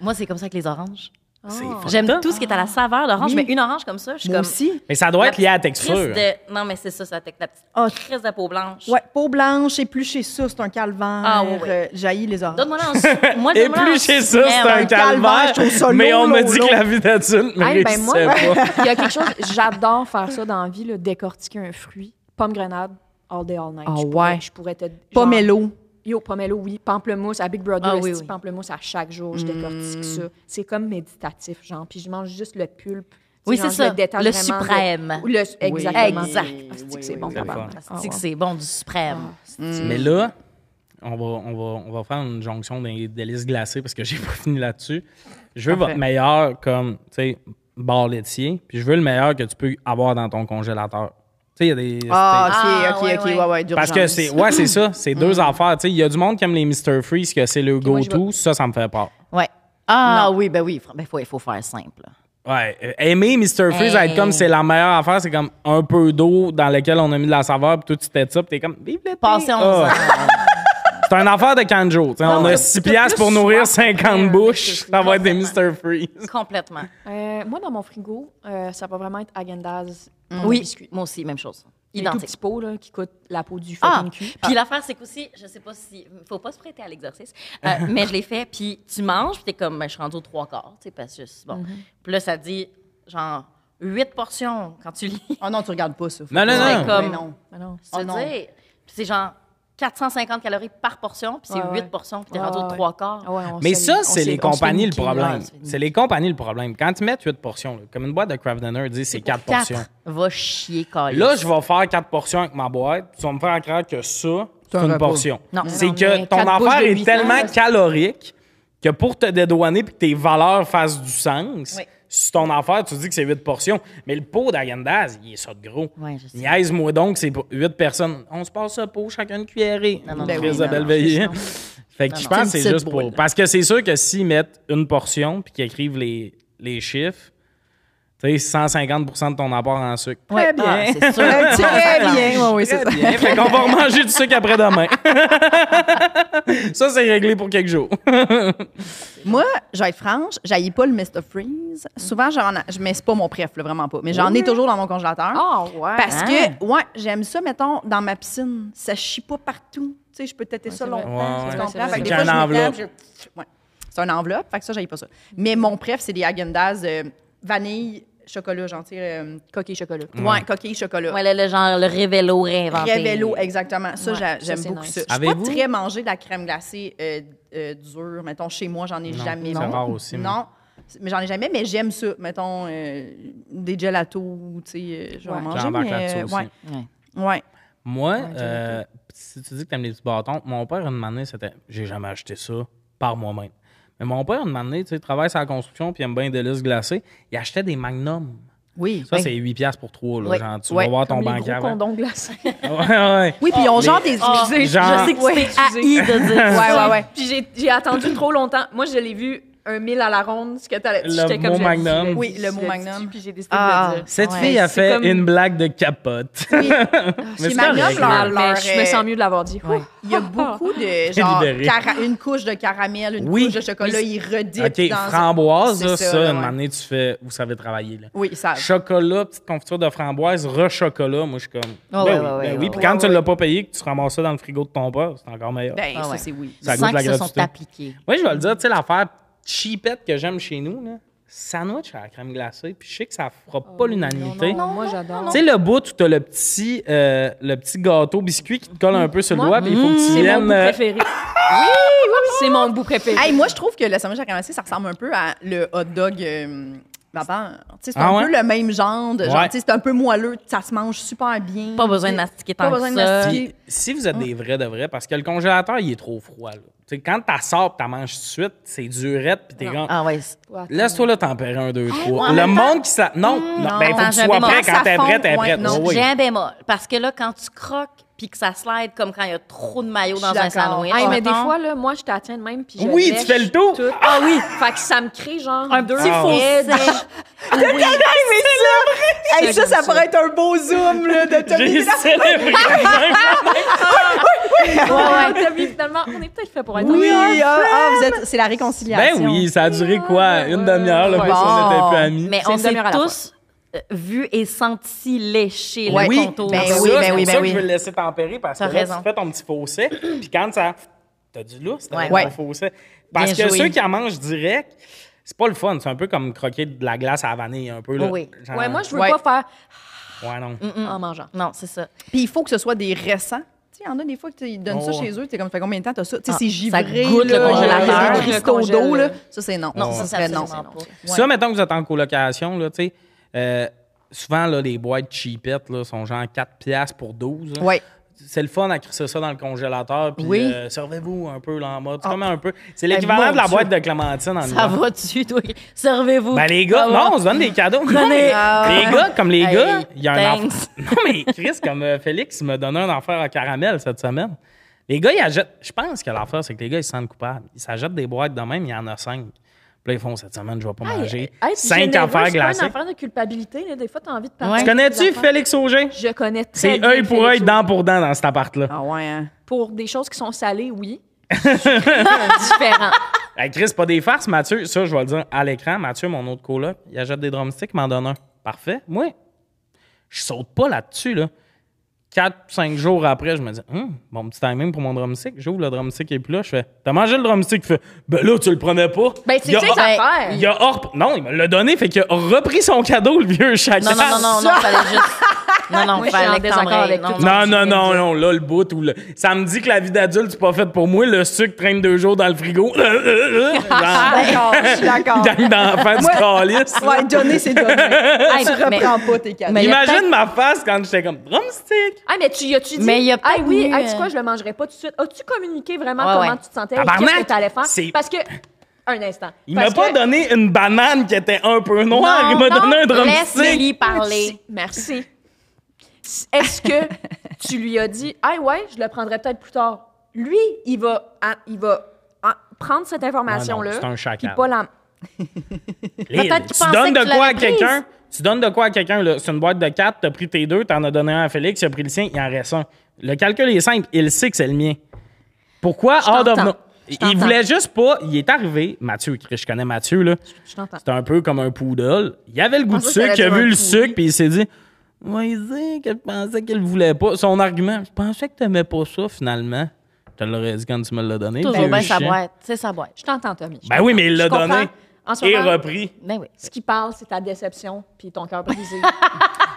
Moi, c'est comme ça avec les oranges.
c'est
Ah.
fucked
J'aime
up.
tout ce qui est à la saveur d'orange,
Oui.
mais une orange comme ça, je suis
Moi
comme.
aussi.
Mais ça doit être lié à la
petite
texture.
crise de- Non, mais c'est ça, ça la petite
Ah.
crise de peau blanche.
Ouais, peau blanche, épluchée ça, c'est un calvaire.
Ah, ouais, ouais.
Euh, Jaillit les oranges.
Donne-moi là en
*laughs*
Moi,
Et
donne-moi Eh, là en
plus chez ça, c'est un
crème.
calvaire.
calvaire, je trouve ça
mais
long,
on me
long,
dit
long.
que la vie d'adulte me
Hey, ben moi,
réussissait pas.
il y a quelque chose, j'adore faire ça dans la vie, là, décortiquer un fruit. Pomme grenade, all day, all night.
Ah
Je pourrais-
ouais.
Je pourrais te.
Pas
genre,
mélo.
Yo, pomelo, oui. Pamplemousse, à Big Brother,
Ah
esti,
oui, Mm. oui.
pamplemousse à chaque jour, je décortique ça. C'est comme méditatif, genre. Puis je mange juste le pulpe.
Oui,
Tu sais,
c'est
genre, je
ça.
détache
Le
vraiment de-
suprême.
Ou le- Exactement.
Exact.
Asti que
Oui,
C'est
oui,
bon,
oui.
tabarnak.
C'est
Ah,
C'est que
ouais.
c'est bon du suprême.
Mais là, on va, on, va, on va faire une jonction des délices glacées parce que j'ai pas fini là-dessus. Je veux votre meilleur comme, tu sais, bar laitier, puis je veux le meilleur que tu peux avoir dans ton congélateur. Tu sais, il y a des...
Ah,
Ah,
ok,
ouais,
ok, ok,
ouais.
ouais, ouais,
Parce que c'est ouais, c'est ça, c'est deux affaires, tu sais, il y a du monde qui aime les Mr Freeze que c'est le
moi, je
go-to, ça ça me fait peur.
Ouais. Ah oui, ben oui. Ben, faut- il faut faire simple.
Ouais, euh, aimer Mr Freeze à être
Hey.
comme c'est la meilleure affaire, c'est comme un peu d'eau dans lequel on a mis de la saveur, puis tout tu t'es ça, puis t'es comme vive le thé.
Passer 11
Ah.
ans.
C'est un affaire de Kanjo. tu sais, on
t'as-
a 6
t'as
piastres
plus
pour nourrir
soif après
50
un
bouches.
Mr.
Ça va être des
Complètement.
Mr. Freeze.
Complètement.
Euh, moi, dans mon frigo, euh, ça va vraiment être Agendaz.
Oui, moi aussi, même chose.
Identique. Mm. Tout
Identique.
petit pot, là, qui coûte la peau du
Ah,
fucking cul.
puis l'affaire, c'est qu'aussi, je sais pas si. faut pas se prêter à l'exercice,
*laughs*
euh, mais je l'ai fait, puis tu manges, puis t'es comme, ben, je suis rendu aux trois quarts, tu sais, parce que c'est bon.
Mm-hmm.
Puis là, ça dit, genre, huit portions quand tu
*laughs*
lis.
Oh non, tu regardes pas ça.
Non, non,
Ouais,
non.
comme-
Mais non.
Ah non.
Ça
Oh non.
dit, puis c'est genre 450 calories par portion, puis c'est
Ouais,
huit
ouais.
portions, puis t'es
Ouais,
rendu aux
ouais.
trois quarts.
Ah ouais, on
Mais
se-
ça,
on
c'est
s'est-
les
on s'est
compagnies le
niqué, là.
problème.
là, c'est fini.
C'est les compagnies le problème. Quand ils mettent 8 portions, là, comme une boîte de Kraft Dinner dit, c'est 4 portions.
Quatre. Va chier, calice.
Là, je vais faire 4 portions avec ma boîte. Tu vas me faire croire que ça, c'est
un
une
repas.
portion.
Non.
C'est
Non,
que
mais
ton
quatre bouches
affaire
de
est
800,
tellement
là, c'est-
calorique que pour te dédouaner puis que tes valeurs fassent du sens,
Oui.
si ton affaire, tu dis que c'est 8 portions. Mais le pot d'Agandaz, il est ça de gros.
Ouais, je sais.
Niaise-moi donc, c'est 8 personnes. On se passe ça pot, chacun une cuillerée.
Non, non,
Ben
non,
oui,
non,
de
non,
belle
non,
veillée.
non.
Fait que
Non,
je
non.
pense que
C'est
c'est
une
juste
petite
pour.
boule.
Parce que c'est sûr que s'ils mettent une portion puis qu'ils écrivent les, les chiffres, tu sais, 150 de ton apport en sucre.
Très
Ah,
bien.
c'est sûr.
Très
Non,
bien. Oui, oui, Eh, c'est
Très
ça.
bien. Fait qu'on va remanger du sucre après-demain. *laughs* ça, c'est réglé pour quelques jours.
Moi, je vais être franche, j'haïs pas le Mr. Freeze. Souvent, j'en, je mets c'est pas mon préf, là, vraiment pas. Mais j'en ai toujours dans mon congélateur.
Ah, ouais.
Parce
Ah.
que, ouais, j'aime ça, mettons, dans ma piscine. Ça chie pas partout. Tu sais, je peux têter
c'est
ça
vrai.
longtemps.
Ouais,
tu
ouais.
comprends?
C'est
Fait que
vrai.
des
C'est un
fois, je me tape,
enveloppe.
je- ouais. C'est un enveloppe, fait que ça, j'aille pas ça. Mais mon préf, c'est des Häagen-Dazs euh, vanille, chocolat, genre, tu sais, euh,
coquille chocolat.
ouais. coquille, chocolat.
Ouais, le, le genre, le révélo réinventé.
Révélo, exactement. Ça,
Ouais,
j'a-
ça,
j'aime
c'est
beaucoup
nice.
ça. Je suis pas
Avez-vous-
très mangée de la crème glacée euh, euh, dure. Mettons, chez moi, j'en ai
Non,
jamais.
c'est
non.
rare aussi, moi.
Non, c'est- mais j'en ai jamais, mais j'aime ça. Mettons, euh, des gelatos, tu sais, euh, je vais en
Ouais.
manger.
J'embarque
mais,
là-dessus
euh,
aussi.
ouais.
Ouais.
ouais.
Moi, euh, si tu dis que t'aimes les petits bâtons, mon père, une année, c'était. J'ai jamais acheté ça par moi-même. Mais mon père, une année, tu sais, travaille sur la construction puis aime bien des délices glacées. Il achetait des magnums.
Oui.
Ça, c'est 8 piastres pour 3. Là,
Ouais.
genre, tu
Ouais.
vas voir ton
Comme les
banquier
gros
avant.
condons glacés.
*laughs* ouais, ouais.
Oui, puis on genre des.
Ah,
excusez,
genre-
Je sais que
*laughs* Ouais.
c'est haï de dire
Ouais,
ça.
ouais, ouais.
*laughs* Puis j'ai- j'ai attendu trop longtemps. Moi, je l'ai vu un mille à la ronde, ce que t'allais.
Le
j'étais comme,
mot
je l'ai dit,
magnum.
je l'ai
Oui,
dit,
le
je
mot
l'ai
magnum.
dit, Puis j'ai décidé
Ah.
de le dire.
Cette
Ouais,
fille a
c'est
fait
comme-
une blague de capote.
Oui.
Mais
Chez
c'est
Magnum,
correct, là.
leur, leur,
Mais je me sens mieux de l'avoir dit.
euh, Il y a
*laughs*
beaucoup de genre
libéré.
cara- une couche de caramel, une
Oui.
couche de chocolat, ils redippent
OK,
dans
framboise,
C'est
là, ça,
ça, là,
une
ouais.
année, tu fais, vous savez travailler. Là.
Oui, ça.
Chocolat, petite confiture de framboise, re-chocolat, moi, je suis comme. ben
ouais,
oui,
ouais,
ben
ouais,
oui.
ouais,
Puis
Ah ouais.
quand tu ne l'as pas payé, que tu ramasses ça dans le frigo de ton père, c'est encore meilleur.
Ben,
Ah
ça,
ouais.
c'est oui.
ça
Sans
goûte la
que se sont
gratuité.
appliqués.
Oui, je vais le dire, tu sais, l'affaire cheapette que j'aime chez nous, là, sandwich à la crème glacée, puis je sais que ça fera pas l'unanimité.
Oh, Non, moi, j'adore.
Tu sais, le bout où t'as le petit, euh, le petit gâteau biscuit qui te colle un peu sur le
Moi,
doigt, puis il faut que tu
C'est mon
viennes.
goût
euh,
préféré. Oui, oui, c'est mon goût préféré.
Hey, moi, je trouve que le sandwich à ramasser, ça ressemble un peu à le hot dog. euh, vapeur. Tu sais, C'est
Ah
un
ouais?
peu le même genre. de genre,
Ouais.
tu sais, C'est un peu moelleux, ça se mange super bien.
Pas besoin de mastiquer tant
Pas
que
besoin de
ça.
mastiquer.
Puis, si vous êtes
Ah.
des vrais de vrais, parce que le congélateur, il est trop froid. Là. Tu sais, quand t'as sors tu manges tout de suite, c'est durette, puis t'es grand.
Ah ouais. c'est-
Laisse-toi là tempérer un, deux, trois.
Eh, en
le
même Mm,
monde qui ça. Non, non, ben, faut
attends,
que tu
j'avais
sois
mon-
prêt.
Quand
Quand
ça
t'es
fond,
prête, t'es
ouais,
prête.
non,
Oh oui.
J'ai un bémol. Parce que là, quand tu croques puis que ça slide comme quand il y a trop de maillot
Je
dans
suis
un
d'accord.
sandwich.
Hey, mais des
mettons.
fois, là, moi, je t'attiens de même. Puis je
Oui,
lèche
tu fais le tour.
tout. Ah oui. Fait que ça me crée genre un deux
petit faux
Hey, mais ça,
j'aime
hey, ça, ça
ça.
pourrait être un beau zoom
*laughs*
là, de Tommy.
J'ai
*laughs*
célébré.
Ouais, ouais, t'as vu, finalement, on est peut-être fait pour être
Oui,
ensemble.
ah, ah, vous êtes, c'est la
Ben
réconciliation.
oui, ça a duré quoi? Une demi-heure, là,
Ouais.
parce qu'on était
Bon.
plus amis.
Mais
C'est
on
une
s'est
demi-heure à la
tous euh, vu et senti lécher
Ouais.
le
Oui,
contour.
ben
C'est
oui,
ça,
ben
c'est
oui,
pour
ben
ça que
oui.
je veux le laisser tempérer parce que
T'as
là, tu
raison.
fais ton petit fossé. Puis quand ça. T'as du lousse, t'as
Ouais.
ton fossé. Parce
Bien
que
joué.
ceux qui en mangent direct, c'est pas le fun. C'est un peu comme croquer de la glace à la vanille, un peu. Là.
Oui.
Genre-
Ouais, moi, je veux
Ouais.
pas faire
Ouais, non.
en mangeant.
Mm, Non, c'est ça.
Ah.
Puis il faut que ce soit des récents. Tu sais, il y en a des fois qu'ils donnent
Oh.
ça chez eux. Tu sais, comme, ça fait combien de temps t'as ça? Tu sais,
Ah,
c'est
ça
givré.
goûte le
là,
congélateur.
il y a des cristaux
Le congèle,
d'eau, là.
là.
Ça, c'est non.
Non,
ça,
ça,
c'est
c'est
non.
absolument pas.
Ben Ça, mettons que vous êtes en colocation, là, tu sais, euh, souvent, là, les boîtes cheapettes, là, sont genre 4 piastres pour 12. là.
Ouais.
C'est le fun à crisser ça dans le congélateur, puis
Oui.
euh, servez-vous un peu là en mode. C'est
Ah.
comme un peu. C'est
Ben,
l'équivalent
mon
de la
Dieu.
boîte de clémentine en
Ça
hiver.
va-tu, toi? Servez-vous.
Ben les gars,
Ça va.
non, on se donne des cadeaux.
Prenez.
Non, mais Les gars, comme les
Hey,
gars, il y a un enfant.
thanks.
Non, mais Chris, comme euh, Félix me donnait un enfer à caramel cette semaine. Les gars, ils achètent. Je pense que l'affaire, c'est que les gars, ils se sentent coupables. Ils s'achètent des boîtes de même, il y en a cinq. Puis là, ils font cette semaine, je vais pas manger.
Hey, puis
cinq
généreux,
affaires
C'est pas
glacées.
une affaire de culpabilité. Là. Des fois, t'as envie de parler.
Ouais.
Tu
avec tes
connais-tu
enfants.
Félix Auger?
Je connais très
C'est
bien
œil pour
Félix
œil, dent pour dent dans cet appart-là.
Ah ouais, hein.
Pour des choses qui sont salées, oui. *laughs* Différent.
Hey, Chris, pas des farces, Mathieu. Ça, je vais le dire à l'écran. Mathieu, mon autre coloc, il achète des drumsticks, il m'en donne un. Parfait. Moi, je saute pas là-dessus, là. Quatre, cinq jours après, je me dis, hum, bon petit timing pour mon drumstick. J'ouvre le drumstick et puis là, je fais, t'as mangé le drumstick? Il fait, ben là, tu le prenais pas.
Ben, c'est
Il a-
ça que ça fait.
Il a hors- Non, il me l'a donné, fait qu'il a repris son cadeau, le vieux chacal.
Non, non, non, non, non, fallait juste. Non, non,
Moi, je suis en
fallait que t'en
désaccord avec
Non,
tout.
non.
Non, non, non, non, là, le bout ou le. Ça me dit que la vie d'adulte, c'est pas faite pour moi. Le sucre traîne deux jours dans le frigo. *laughs* Euh, euh, euh, genre.
*laughs*
D'accord, je suis d'accord.
*laughs* Gang d'enfants du calice.
Ouais, donner, c'est donner.
*laughs* Euh,
Hey,
tu
mais-
reprends pas tes cadeaux.
mais- il y a
Imagine
peut-être-
ma face quand j'étais comme drumstick.
Ah, mais tu y as-tu dit?
Mais il y a
Ah
peut-être
oui,
eu,
ah, tu sais
euh,
quoi, je le mangerai pas tout de suite. As-tu communiqué vraiment
Ouais,
comment
ouais.
tu te sentais?
Tabarnak!
Qu'est-ce que t'allais faire?
C'est-
Parce que. Un instant.
Il
Parce
m'a pas
que-
donné une banane qui était un peu noire.
Non,
il m'a
non,
donné un
Laisse
drumstick.
Lily parler.
Merci. Merci.
*laughs*
Est-ce que tu lui as dit, ah ouais, je le prendrai peut-être plus tard? Lui, il va, ah, il va ah, prendre cette information-là.
Ouais, Ah non, c'est un chacal.
puis pas la-
Lily,
Peut-être qu'il
tu
pensait
donnes
que
de
tu
quoi à
l'avais prise.
quelqu'un? Tu donnes de quoi à quelqu'un? là? C'est une boîte de quatre, t'as pris tes deux, t'en as donné un à Félix, il a pris le sien, il en reste un. Le calcul est simple, il sait que c'est le mien. Pourquoi?
Je
Hard of
t'entends.
no-
Je
Il
t'entends.
voulait juste pas. Il est arrivé, Mathieu, Chris, je connais Mathieu, là.
Je t'entends.
C'était un peu comme un poodle. Il avait le goût de
pensais
sucre,
que
il a
t'allais dire
vu
un
le
poulet.
sucre, puis il s'est dit Ouais, c'est que je pensais qu'elle voulait pas. Son argument, je pensais que t'aimais pas ça finalement. Je te l'aurais dit quand tu me l'as donné.
Toujours
vieux
bien sa
chien.
boîte. C'est sa boîte.
Je t'entends, Tommy. Je
Ben oui, mais il l'a
comprends.
donné.
En ce
Et
moment-
repris.
Ben oui.
Ce qui parle, c'est ta déception puis ton cœur
*laughs*
brisé.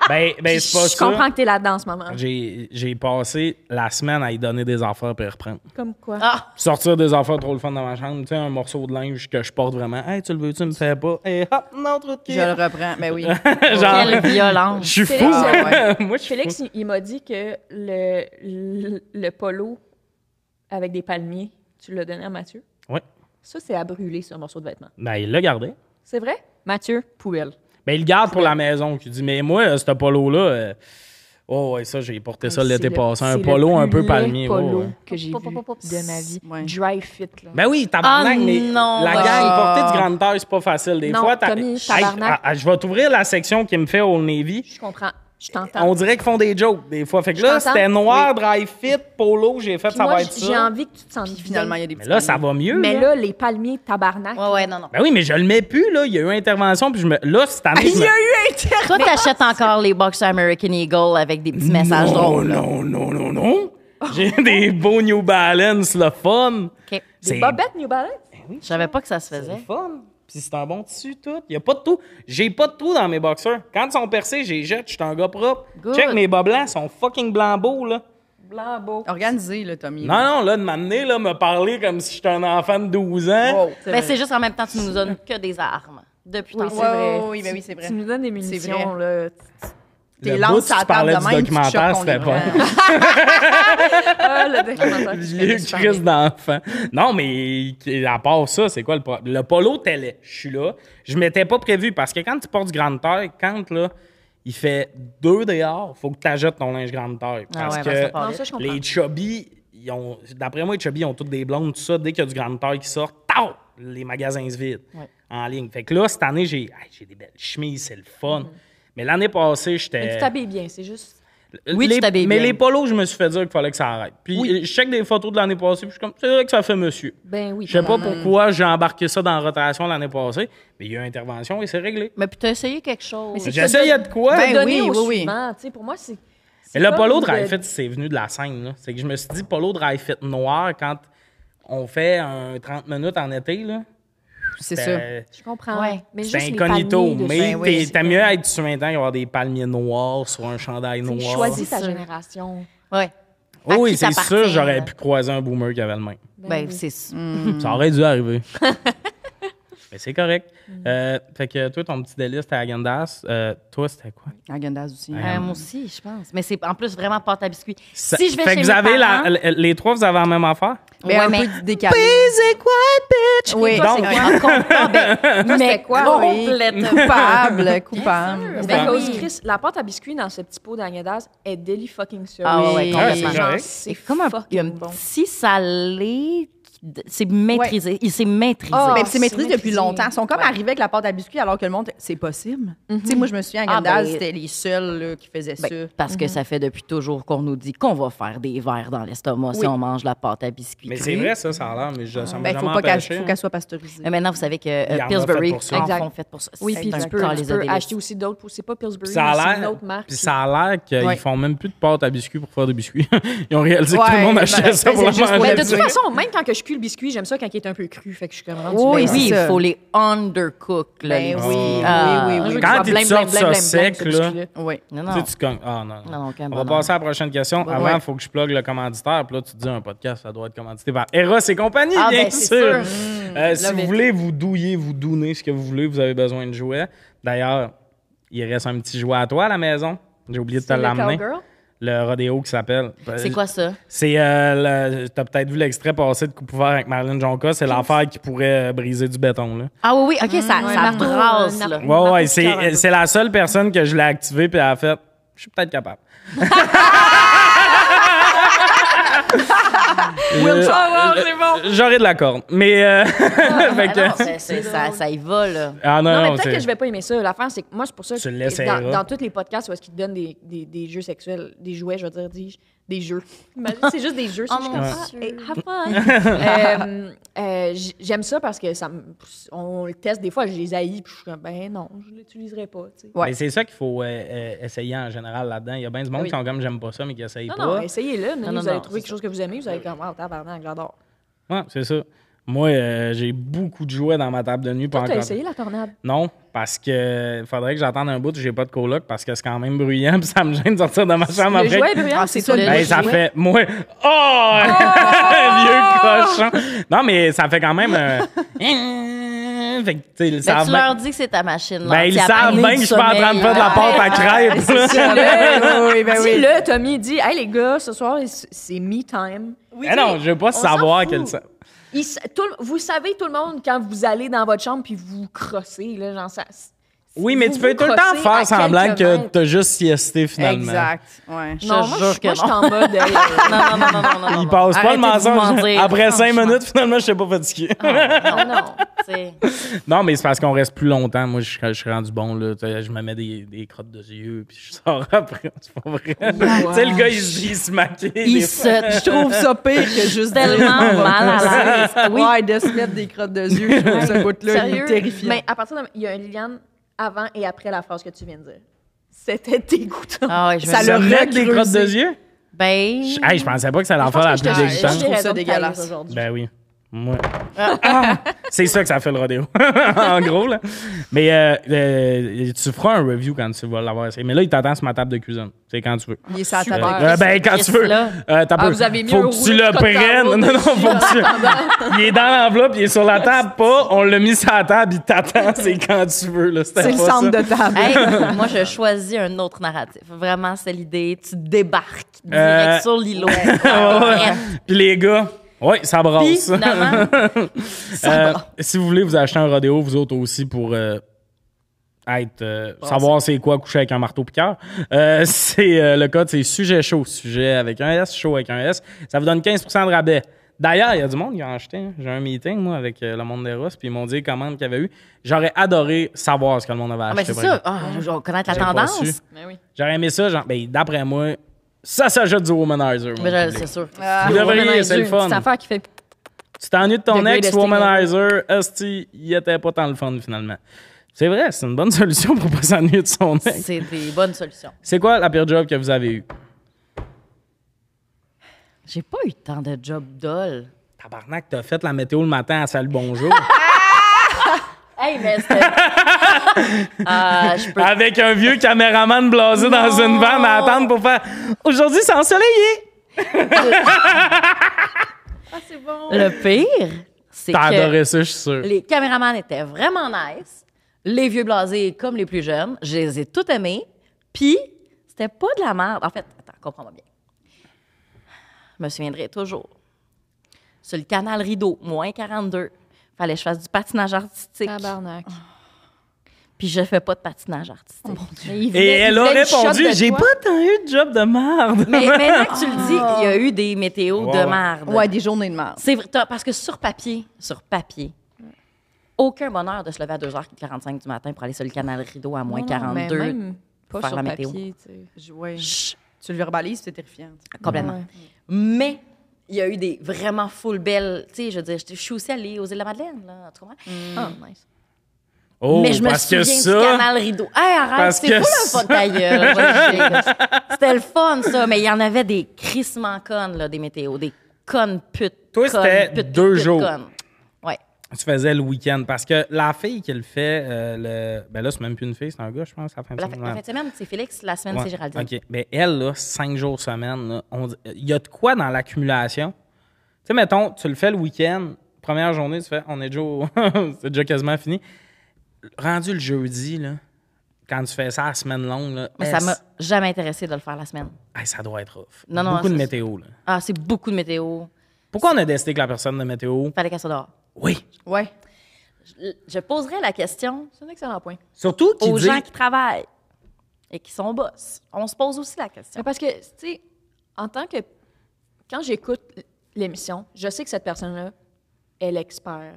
Ben, ben c'est pas
je comprends
ça.
que t'es là-dedans en ce moment.
J'ai j'ai passé la semaine à y donner des affaires puis reprendre.
Comme quoi?
Ah,
Sortir des affaires trop le fun dans ma chambre, tu sais, un morceau de linge que je porte vraiment. Hey, tu le veux, tu me fais pas. Hey, hop, non, truc.
Je le reprends,
*laughs*
mais oui.
Genre,
quelle
je
violence.
suis fou.
Félix,
ouais.
Moi, je suis
Félix,
fou.
il, il m'a dit que le, le, le polo avec des palmiers, tu l'as donné à Mathieu.
Ouais.
Ça, c'est à brûler sur un morceau de vêtement.
Ben, il l'a gardé.
C'est vrai? Mathieu, poubelle.
Ben, il le garde pour la maison. Qui dit, mais moi, euh, ce polo-là, euh, oh, ouais, ça, j'ai porté ça
C'est
l'été
le-
passé.
c'est
Un
le
polo un
plus
peu
laid
palmier. ouais,
polo
ouais.
que j'ai vu
Pop, pop, pop, pop.
de ma vie.
Ouais.
Dry fit, là.
Ben oui, tabarnak,
Ah,
mais
non,
la
ouais.
gang,
Ah.
porter du grande taille, c'est pas facile. Des
Oh bah. Non,
fois, t'as-
Tommy, tabarnak.
ah, ah, je vais t'ouvrir la section qui me fait au Navy.
Je comprends. Je t'entends.
On dirait qu'ils font des jokes, des fois. Fait que
Je
là,
t'entends.
c'était noir, dry fit, polo, j'ai fait,
Puis
ça
moi,
va
j-
être
j'ai
ça.
envie que tu te sentes
Puis finalement, il y a des
Mais
petits
là, ça
palmiers.
va mieux.
Mais
là.
là, les palmiers tabarnak.
Ouais, ouais, non, non.
Ben oui, mais je le mets plus, là. Il y a eu intervention, puis je me. Là, cette année. je
Ah, Il y
me- *laughs*
a eu Internet!
Toi, t'achètes encore les box American Eagle avec des petits messages
non,
drôles. là.
non, non, non, non. J'ai
Oh.
des beaux New Balance, le fun.
OK.
Des bobettes New Balance.
Je savais pas que ça se
C'est le
faisait.
fun. Puis c'est un bon tissu, tout. Il n'y a pas de trou. J'ai pas de trou dans mes boxeurs. Quand ils sont percés, j'ai jette. Je suis un gars propre.
Good.
Check mes bas blancs, ils sont fucking blancs beaux, là.
Blanc beau.
Organisé, là, Tommy.
Non, non, là, de m'amener, là, me parler comme si j'étais un enfant de 12 ans.
Wow.
Mais Ben, c'est juste en même temps, tu nous donnes que des armes. Depuis
Oui,
tantôt.
c'est
Ouais,
vrai.
ouais, oui, ben
Tu-
oui, c'est vrai.
Tu nous donnes des munitions, là.
T'es
Le
lance
bout,
à
tu
la table
parlais du
de même, tu te
documentaire,
choques, on
c'était
les
bon. *laughs*
prend.
Ah, le documentaire.
Vieux Chris d'enfant. Non, mais à part ça, c'est quoi le problème? Le polo télé, je suis là. Je m'étais pas prévu parce que quand tu portes du grande taille, quand là, il fait deux dehors, faut que tu achètes ton linge grande taille.
Ah
Parce
ouais, parce que
que
pas
Non, ça, je comprends.
les chubby, ils ont, d'après moi, les chubby ils ont toutes des blondes, tout ça. Dès qu'il y a du grande taille qui sort, tao, les magasins se vident
Ouais.
en ligne. Fait que là, cette année, j'ai, hey, j'ai des belles chemises, c'est le fun. Mais l'année passée, j'étais.
Mais tu t'habilles bien, c'est juste.
Oui,
Les-
tu t'habilles
Mais
bien.
les polos, je me suis fait dire qu'il fallait que ça arrête. Puis je check des photos de l'année passée, puis je suis comme, c'est vrai que ça fait monsieur.
Ben oui.
Je sais pas pourquoi j'ai embarqué ça dans la rotation l'année passée, mais il y a eu intervention et c'est réglé.
Mais puis t'as essayé quelque chose.
c'est-
J'essayais de quoi?
Ben,
Donner
oui,
au
oui, oui.
suivant, tu sais, pour moi, c'est. c'est
mais le
comme
polo
de-
dry fit, c'est venu de la scène. là. C'est que je me suis dit, polo dry fit noir, quand on fait un 30 minutes en été, là,
C'est ça.
euh,
Je comprends.
Ouais.
Mais
c'est
juste les
incognito.
palmiers de-
Mais
Ben oui,
t'es-
c'est
t'as mieux être sur un temps et avoir des palmiers noirs sur un chandail
Tu
noir.
choisis ta génération.
Ouais.
Oh
À
oui,
qui
c'est
t'appartiens,
sûr, j'aurais
là?
pu croiser un boomer qui avait le même.
Ben,
oui.
c'est sûr.
Ça aurait dû arriver. Mais c'est correct. Euh, fait que toi, ton petit délice, c'était Agendas. euh, toi, c'était quoi?
Agendas aussi. hein.
Euh, moi aussi, je pense. Mais c'est en plus vraiment pâte à biscuits.
Ça-
si je vais
fait
chez
que vous
mes
avez la-
parents,
l- les trois, vous avez la même affaire?
Mais
Ouais,
Ben, un
mais-
peu du décalé.
quiet, bitch!
Oui,
Donc,
c'est
*laughs*
en comptant, ben, mais
C'était quoi? oui?
complètement.
Coupable, coupable.
Ben,
Ben
cause
oui.
Chris, la pâte à biscuits dans ce petit pot d'agnadaz est deli fucking sûr.
Ah ouais,
Oui.
ouais,
Ouais, c'est
complètement.
genre- correct.
c'est
comme un, il y a un
fucking bon.
petit salé, qui d- c'est maîtrisé. Il s'est maîtrisé.
Ah,
Mais c'est
c'est
maîtrisé depuis
maîtrisé.
longtemps. Ils sont comme
Ouais.
arrivés avec la pâte à biscuits alors que le monde, c'est possible. Tu sais, moi, je me souviens, à
Ah,
Gandalf,
ben-
c'était les seuls là, qui faisaient
Ben,
ça.
parce que ça fait depuis toujours qu'on nous dit qu'on va faire des verres dans l'estomac si
Oui.
on mange la pâte à biscuits.
Mais
crue.
c'est vrai, ça, ça a l'air, mais je, ça m'a
Ben, faut
jamais
pas qu'elle
empêché,
faut
hein.
qu'elle soit pasteurisée.
Mais maintenant, vous savez que euh,
Il en a fait
Pillsbury
pour ça.
en
Exact.
font fait pour ça.
Oui,
C'est
puis
un corps,
tu peux, tu
les
peux
Odélis.
acheter aussi d'autres. pour- C'est pas Pillsbury,
Puis ça
mais c'est
a
une
l'air,
autre marque.
puis ça a l'air qu'ils
Ouais.
font même plus de pâte à biscuits pour faire des biscuits. *laughs* Ils ont réalisé que tout le
Ouais,
monde
ben,
achetait ça
ben,
pour
c'est
le
juste pour
manger.
Mais
la
de toute
durée.
façon, même quand que je cuis le biscuit, j'aime ça quand il est un peu cru. Fait que je suis comme rendu-
Oui,
Oui,
c'est
oui, il
ça.
faut les undercook. Là, les
Ben oui,
biscuits.
oui,
Ah.
Moi,
oui,
je
oui,
veux
oui.
Oh.
qu'il
Quand
soit
ils
blême,
sortent
blême, blême,
ça
blême,
sec,
ce
là.
biscuit-là.
*laughs*
Oui.
Non,
Tu
non.
sais, tu con- Ah non.
Non, aucun
On va
bonheur.
passer à la prochaine question. Avant, il
ouais.
faut que je plug le commanditaire. Puis là, tu te dis un podcast, ça doit être commandité par Eros et compagnie,
Ah,
bien
ben, c'est
sûr.
sûr.
Euh, si
love
vous
it.
voulez vous douiller, vous donner ce que vous voulez, vous avez besoin de jouets. D'ailleurs, il reste un petit jouet à toi à la maison. J'ai oublié de te
C'est le
l'amener.
cowgirl?
Le rodéo qui s'appelle.
C'est quoi ça?
C'est. Euh, le- T'as peut-être vu l'extrait passer de Coupe ouvert avec Marlène Jonca. C'est l'affaire qui pourrait euh, briser du béton, là.
Ah oui, oui, OK, ça,
ouais,
ça
Marteau,
brasse.
euh,
là.
Marteau.
Ouais, ouais,
Marteau Picard, un
c'est
peu.
c'est la seule personne que je l'ai activée, puis elle a fait Je suis peut-être
*laughs*
capable. Euh,
Ah, ouais, c'est bon.
J'aurais de la corne. Mais. euh, *laughs* fait
Ah
que-
non, c'est- c'est- ça, ça y va, là.
Ah non,
ben Non,
non,
mais peut-être
c'est-
que je vais pas aimer ça. L'affaire, c'est que moi, c'est pour ça
Tu le
que
laisseras.
dans, dans tous les podcasts où est-ce qu'ils te donnent des, des, des jeux sexuels, des jouets, je veux dire, dis-je, des jeux. *laughs* Imagine, c'est juste des jeux. c'est
Oh,
juste
mon
comme,
Dieu.
ah, hey, have fun. Euh, euh, j- J'aime ça parce que ça, me- on le teste des fois, je les haïs, puis je suis comme, ben non, je l'utiliserai pas. tu sais.
Ouais.
Mais c'est ça qu'il faut euh, euh, essayer en général là-dedans. Il y a bien du monde
Oui.
qui sont comme j'aime pas ça, mais qui essayent
Non,
pas.
non, essayez-le. mais
non,
vous
non,
allez trouver
c'est
quelque chose que vous aimez, vous allez comme, wow, tabarnak, j'adore.
Ouais, c'est ça. Moi, euh, j'ai beaucoup de jouets dans ma table de nuit. pas
Toi, t'as
encore-
essayé la tornade.
Non, parce que faudrait que j'attende un bout, j'ai pas de coloc, parce que c'est quand même bruyant, *laughs* puis ça me gêne de sortir de ma chambre
le
après.
jouet est brillant,
Ah,
c'est
c'est
toi
ça,
le
Ben,
Moi,
ça
jouet. *laughs*
fait moi oh, *laughs* vieux cochon. Non mais ça fait quand même euh, *laughs* fait que, tu sais, ils
Mais
savent
Ben, tu
bien-
leur dis que c'est ta machine.
ben,
là.
ils
Puis après,
savent
ils
bien que je suis pas en train de faire de la
sommeillent.
pâte à
hein.
crêpes. là.
Oui, oui, ben oui.
Dis-le, Tommy, dis, hey les gars, ce soir, c'est me time.
Mais non, je veux pas
s'en
savoir
fout.
quels sont.
Il s- tout le- vous savez, tout le monde, quand vous allez dans votre chambre puis vous crossez, là, genre, ça,
Oui, mais
Vous
tu peux
vous
tout le temps
crossez à
faire semblant
quelques
que
mètres.
t'as juste siesté finalement.
Exact. Ouais.
Je
Non, moi,
jure
je
que
moi, je suis
non.
en
*laughs*
mode. euh,
Non, non, non, non, non, non, non.
Il passe pas le
Arrêtez de vous
mensonge.
mentir,
Après cinq
franchement.
minutes, finalement, je suis pas fatigué.
Non, non, non, tu sais.
*laughs* non, mais c'est parce qu'on reste plus longtemps. Moi, je, je suis rendu bon, là. Tu sais, Je me mets des, des crottes de yeux, puis je sors *laughs* après. C'est pas vrai. Tu sais, le gars, il, se- il se maquille. des
Il
fois.
se
Euh, Je trouve ça pire que juste
tellement mal à l'aise. Oui.
Ouais, de se mettre des crottes de yeux, je trouve ce bout-là, il est
Sérieux?
terrifiant.
Mais à partir de. Il y a un lien avant et après la phrase que tu viens de dire. C'était dégoûtant.
Ah ouais, je me
Ça
suis-
Se
le
mettre des
recreuser.
crottes de yeux?
Ben,
Hey, je pensais pas que ça allait en faire la plus
que je te-
dégoûtante.
dégoûtante.
j'ai
Je trouve ça
raison de
dégueulasse.
caler aujourd'hui.
Ben oui. Moi. Ah! c'est ça que ça fait le rodéo. *laughs* en gros, là. Mais euh, euh, tu feras un review quand tu vas l'avoir essayé. Mais là, il t'attend sur ma table de cuisine. C'est quand tu veux.
Il est sur la
Euh,
table.
euh, ben, quand tu veux.
Là.
Euh, t'as
Ah,
peur.
vous avez mis
faut que
un
tu
rouleau de
le
cocktail
prennes. *laughs* Non,
rouge
non, faut
dessus,
que tu... Il est dans l'enveloppe, il est sur la
*laughs*
table, pas. On l'a mis sur la table, il t'attend, c'est quand tu veux. là. C'était
C'est le
pas
centre
ça.
de table.
Hey, moi, je choisis un autre narratif. Vraiment, c'est l'idée. Tu débarques direct
Euh,
sur l'îlot.
*laughs* *laughs* Ouais, ouais.
Bref.
Puis les gars, oui, ça
Puis,
brasse.
finalement,
*laughs* Euh, si vous voulez vous acheter un rodéo, vous autres aussi, pour euh, être, euh, savoir c'est quoi coucher avec un marteau piqueur, euh, *laughs* c'est euh, le code, c'est sujet chaud. Sujet avec un S, chaud avec un S. Ça vous donne 15 de rabais. D'ailleurs, il y a du monde qui a acheté. hein. J'ai un meeting, moi, avec euh, le monde des Russes, puis ils m'ont dit les commandes qu'il y avait eu. J'aurais adoré savoir ce que le monde avait
ah,
acheté.
ben, c'est
par
ça.
exemple.
Ah, je- je vais connaître la
J'ai pas
tendance.
su.
Ben oui.
J'aurais aimé ça. genre, ben, D'après moi, ça s'ajoute du womanizer. mon
Ben, je-
public.
c'est sûr.
Vous devriez, c'est le fun.
Cette affaire qui fait.
Tu t'ennuies de ton
The
ex,
greatest
hein.
thing
womanizer, esti, il était pas tant le fun finalement. C'est vrai, c'est une bonne *laughs* solution pour pas s'ennuyer de son ex.
C'est des bonnes solutions.
C'est quoi la pire job que vous avez eue?
J'ai pas eu tant de job dol.
Tabarnak, t'as fait la météo le matin à Salut Bonjour.
Hey, mais *laughs* c'était. Ah, je
*laughs*
peux.
avec un vieux caméraman blasé dans une vanne à attendre pour faire Aujourd'hui, c'est ensoleillé!
Ah,
Le pire, c'est que.
T'as adoré ça, je suis sûr.
Les caméramans étaient vraiment nice. Les vieux blasés comme les plus jeunes, je les ai tous aimés. Puis, c'était pas de la merde. En fait, attends, comprends-moi bien. Je me souviendrai toujours. Sur le canal Rideau, moins 42, fallait que je fasse du patinage artistique.
Ah Tabarnak.
Puis je fais pas de patinage artistique.
Et elle a répondu J'ai pas tant eu de job de merde.
mais maintenant que tu le dis, il y a eu des météos
Ouais,
de
ouais.
merde.
Euh, Ouais, des journées de merde.
C'est vrai, t'as- parce que sur papier, sur papier, aucun bonheur de se lever à 2h45 du matin pour aller sur le canal Rideau à moins 42.
Pas
faire
sur
la météo.
papier, tu sais.
Ouais. Tu le verbalises, c'est terrifiant.
Complètement. Mais il y a eu des vraiment full belles. Tu sais, je veux dire, j'étais- je suis aussi allée aux îles de la Madeleine, là, tu comprends? Ah, nice.
*laughs* Oh,
mais je me
parce que
souviens
ça.
du canal rideau. Hey, arrête,
parce
c'est
que
pas le
ça-
fun ta gueule. Moi,
*laughs*
j'ai- C'était le fun, ça, mais il y en avait des crissements connes, là, des météos, des connes putes.
Toi,
connes,
c'était
putes,
deux
putes,
jours.
connes. Ouais.
tu faisais le week-end. Parce que la fille qui le fait, euh, le... ben là, c'est même plus une fille, c'est un gars, je pense, à la fin de
La, fin-
semaine.
la fin de semaine, c'est Félix, la semaine,
Ouais.
c'est Géraldine.
OK. Ben, elle, là, cinq jours semaine, là, on dit- il y a de quoi dans l'accumulation? Tu sais, mettons, tu le fais le week-end, première journée, tu fais, on est déjà, au- *laughs* c'est déjà quasiment fini. Rendu le jeudi, là, quand tu fais ça la semaine longue, là,
Mais ça
est-ce-
m'a jamais intéressé de le faire la semaine.
Hey, ça doit être rough.
Non, non,
Beaucoup de
c'est-
météo, là.
Ah, c'est beaucoup de météo.
Pourquoi on a décidé que la personne de météo,
Fallait qu'elle soit dehors.
oui,
Ouais.
Je, je poserais la question
C'est un excellent point.
surtout qui
aux
dit...
gens qui travaillent et qui sont boss. On se pose aussi la question.
Mais parce que, tu sais, en tant que. Quand j'écoute l'émission, je sais que cette personne-là est l'expert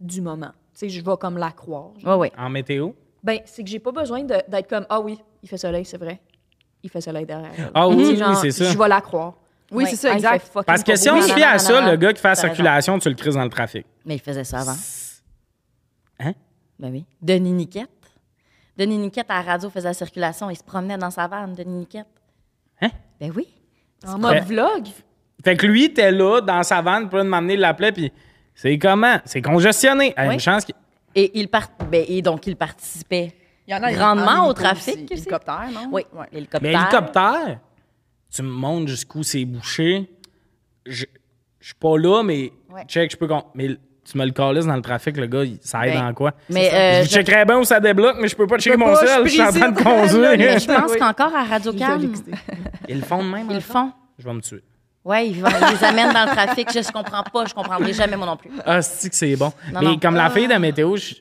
du moment. Tu sais, je vais comme la croire.
Oui, oui.
En météo?
Ben, c'est que j'ai pas besoin de- d'être comme Ah oui, il fait soleil, c'est vrai. Il fait soleil derrière. elle.
Ah oui,
Tu sais,
oui,
genre,
c'est ça.
Je vais la croire.
Oui,
Ouais.
c'est ça,
Ah, il fait
exact.
fucking
Parce que
pas
si
beau.
on
Oui,
se
non,
fie
non,
à
non,
ça,
non,
le
non.
gars qui fait la
T'as raison.
circulation, tu le crises dans le trafic.
Mais il faisait ça avant.
Hein?
Ben oui. Denis Niquette. Denis Niquette à la radio faisait la circulation. Il se promenait dans sa vanne, Denis Niquette.
Hein?
Ben oui.
En mode
Ouais.
vlog.
Fait que lui, était là, dans sa vanne, pour m'amener l'appeler, puis c'est comment? C'est congestionné. Hey,
Oui.
Une chance qu'il-
Et, il part... ben, et donc, il participait
Il y en
grandement
en
au
hélico aussi.
trafic. aussi.
Hélicoptère, non?
Oui,
Ouais.
l'hélicoptère.
Mais l'hélicoptère, tu me montres jusqu'où c'est bouché. Je je suis pas là, mais
Ouais.
check, je peux. con- Mais tu me le calisses dans le trafic, le gars, il- ça aide
Ben,
en quoi?
Mais,
C'est
euh,
ça. je
je-
checkerais bien où ça débloque, mais je peux pas checker mon
pas, je
sel, je
suis
suis en train de
ici.
*laughs*
conduire.
Mais je pense
Oui.
qu'encore à Radio-Can,
*laughs* Ils le font de même,
ils le
encore?
font.
Je vais me tuer.
Oui, ils, vont- ils les amènent dans le trafic. Je ne comprends pas. Je comprendrai jamais, moi non plus.
Ah, c'est que c'est bon.
Non,
mais
non.
comme la fille de météo, je-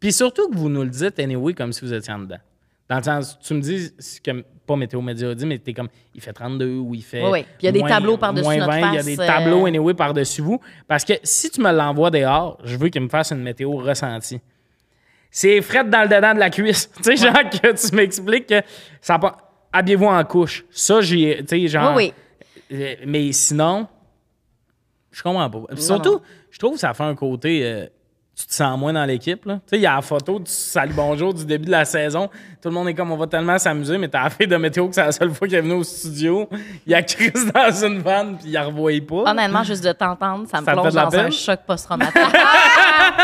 Puis surtout que vous nous le dites, anyway, comme si vous étiez en dedans. Dans le sens, tu me dis, c'est comme, pas Météo Média dit, mais t'es comme, il fait 32 ou il fait.
Oui, oui. Puis il y a des
moins-
tableaux par-dessus
moins
notre
20, Il y a
face,
des
euh.
tableaux, anyway, par-dessus vous. Parce que si tu me l'envoies dehors, je veux qu'il me fasse une météo ressentie. C'est fret dans le dedans de la cuisse. *laughs* Tu sais, genre, que tu m'expliques que ça a pas. Habillez-vous en couche. Ça, j'ai. Tu sais, genre.
Oui,
Euh, Mais sinon, je comprends pas. Puis surtout, je trouve que ça fait un côté. euh, tu te sens moins dans l'équipe. là. Tu sais, il y a la photo du salut bonjour du début de la saison. Tout le monde est comme on va tellement s'amuser, mais t'as *laughs* la fille de météo que c'est la seule fois qu'elle est venue au studio. Il y a Chris *laughs* dans une vanne, puis il la revoyait pas.
Honnêtement, juste de t'entendre, ça
Ça te
me
fait
plonge
de la
dans un
peine?
choc
*laughs*
post-traumatique. Ah!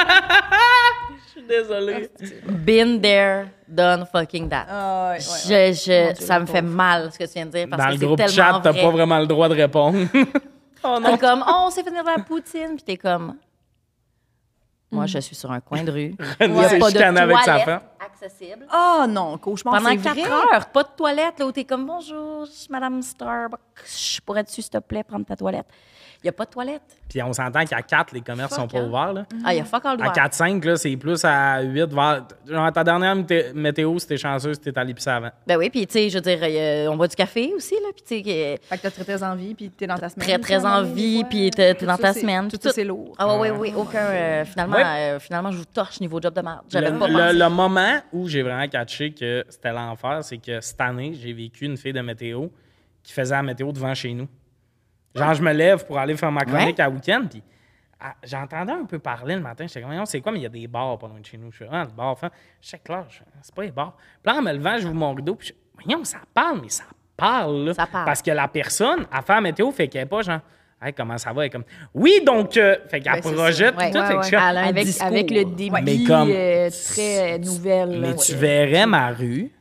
Désolé.
Been there, done fucking that.
Ah, ouais, ouais, ouais.
Je- je-
Mon Dieu,
ça
le
me fait mal ce que tu viens de dire parce
Dans
que
le
c'est
groupe
tellement
chat, t'as
vrai.
pas vraiment le droit de répondre. *laughs* oh non.
T'es comme, oh, on s'est fait venir de la poutine, puis t'es comme, moi, je suis sur un coin de rue. Il n'y a
C'est
pas de
chicane
toilette
avec sa femme.
accessible.
Ah non, cauchemar,
Pendant
c'est
quatre
vrai.
heures, pas de toilette, là, où t'es comme, bonjour, je suis Madame Starbucks, je pourrais dessus, s'il te plaît, prendre ta toilette. Il n'y a pas de toilette.
Puis on s'entend qu'à 4, les commerces sont pas
hein.
ouverts. Là.
Ah, il y a fuck all
À
droit.
4-5, là, c'est plus à 8 vers. Genre, ta dernière mété- météo, c'était chanceux, c'était à l'épicerie avant.
Ben oui, puis tu sais, je veux dire, euh, on boit du café aussi, là, puis tu sais, euh, que-
Fait que t'as très, très envie, puis t'es dans ta semaine.
très, très
finalement, des
envie,
fois,
puis t'es
euh,
t'es
tout
dans
ça,
ta
c'est-
semaine.
Tout
puis
ça, c'est lourd.
Ah ouais, oui, oui, aucun... euh, finalement,
Ouais.
euh, finalement, je vous torche niveau job de merde. J'avais
Le,
pas
le-
pensé.
le moment où j'ai vraiment catché que c'était l'enfer, c'est que cette année, j'ai vécu une fille de météo qui faisait la météo devant chez nous. Genre, je me lève pour aller faire ma chronique à week-end, puis ah, j'entendais un peu parler le matin. J'étais comme, Voyons, c'est quoi, mais il y a des bars pas loin de chez nous. Je suis ah, le bar, fin. Je check là, je fais, Ah, c'est pas les bars. Puis là, en me levant, j'ouvre mon rideau, puis je voyons, ça parle, mais ça parle, là.
Ça parle.
Parce que la personne, à faire la météo, fait qu'elle est pas genre, hey, comment ça va? Elle est comme, oui, donc, euh, fait qu'elle
Ben, c'est ça.
projette,
Ouais,
tout,
Ouais,
fait que
ouais.
je suis comme,
Elle a un
Avec-
discours.
avec le
le
débit,
débit
Mais comme-
très nouvelle.
Mais tu verrais ma rue.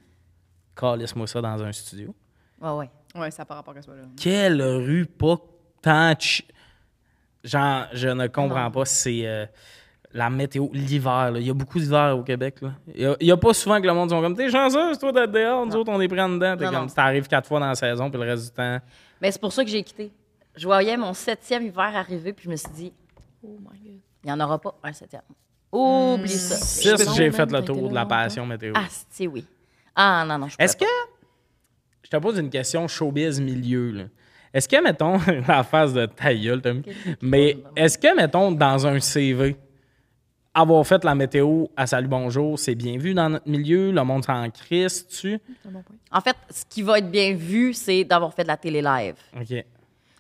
Calisse-moi ça dans un studio.
Ouais, ouais.
Ouais, ça par rapport à ça, là.
Quelle rue pas tant. chi- Genre, je ne comprends pas. C'est euh, la météo, l'hiver. là. Il y a beaucoup d'hiver au Québec. là. Il y a- il y a, pas souvent que le monde sont comme T'es chanceuse, toi, d'être dehors. Nous autres, on est pris en dedans. T'es
Non, non.
comme T'arrives quatre fois dans la saison, puis le reste du temps.
Mais Ben, c'est pour ça que j'ai quitté. Je voyais mon septième hiver arriver, puis je me suis dit,
Oh my God.
il n'y en aura pas un septième. Oublie ça.
C'est
long,
j'ai
man,
fait
t'as
le
été
tour
là
de la
longtemps.
passion météo.
Ah, c'est oui. Ah, non, non, je
Hmm. Est-ce
pourrais
que. Je te pose une question showbiz milieu, là. Est-ce que, mettons, *laughs* la phase de ta gueule, Tommy, mais est-ce que, mettons, dans un CV, avoir fait la météo à Salut Bonjour, c'est bien vu dans notre milieu, le monde s'en crisse, tu.
pas. En fait, ce qui va être bien vu, c'est d'avoir fait de la télé live.
OK.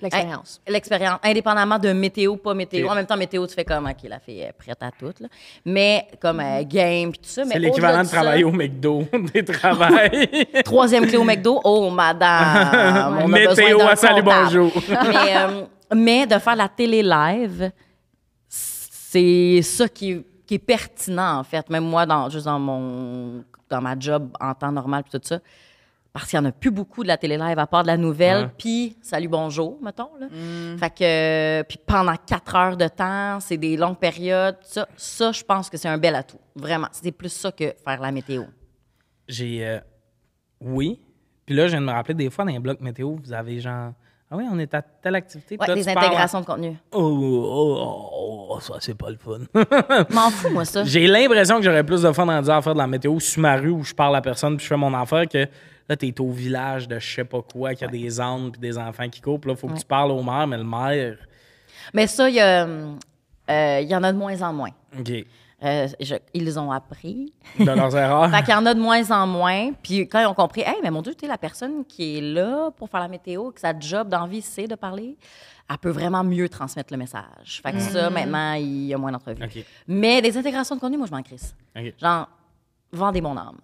L'expérience.
L'expérience, indépendamment de météo, pas météo.
Ok.
En même temps, météo, tu fais comme, OK, la fille est prête à tout. là. Mais comme euh, game, puis tout ça.
C'est l'équivalent de travailler
au...
au McDo, *laughs* des travails.
Troisième clé au McDo.
*laughs*
Oh, *laughs* madame, Ah, on a
Météo
besoin d'un
à Salut
comptable.
Bonjour.
mais, euh, mais de faire la télé live, c'est ça qui, est- qui est pertinent, en fait. Même moi, dans, juste dans, mon, dans ma job en temps normal, puis tout ça. Parce qu'il n'y en a plus beaucoup de la télé live, à part de la nouvelle,
Ouais.
puis salut, bonjour, mettons. Là. Fait que, euh, puis pendant quatre heures de temps, c'est des longues périodes, tout ça. Ça, je pense que c'est un bel atout, vraiment. C'est plus ça que faire la météo.
J'ai. euh, oui. Puis là, je viens de me rappeler, des fois, dans les blocs météo, vous avez genre. Ah oui, on est à telle activité. puis
Ouais,
là,
des
tu parles-
intégrations de contenu.
Oh, oh, oh, oh, ça, c'est pas le fun. *laughs*
M'en fous, moi, ça.
J'ai l'impression que j'aurais plus de fun en disant à faire de la météo sur ma rue où je parle à personne puis je fais mon affaire que là, t'es au village de je sais pas quoi, qu'il y a des ânes puis des enfants qui courent. Puis là, faut que tu parles au maire, mais le maire.
Mais ça, il y, a, euh, euh, il y en a de moins en moins.
OK.
Euh, je- ils ont appris.
De leurs *laughs* erreurs.
Fait qu'il y en a de moins en moins. Puis quand ils ont compris, hey, mais mon Dieu, tu sais, la personne qui est là pour faire la météo, que sa job d'envie, c'est de parler, elle peut vraiment mieux transmettre le message. Fait que ça, maintenant, il y a moins d'entrevues.
OK.
Mais des intégrations de contenu, moi, je m'en crisse.
OK.
Genre, vendez mon âme.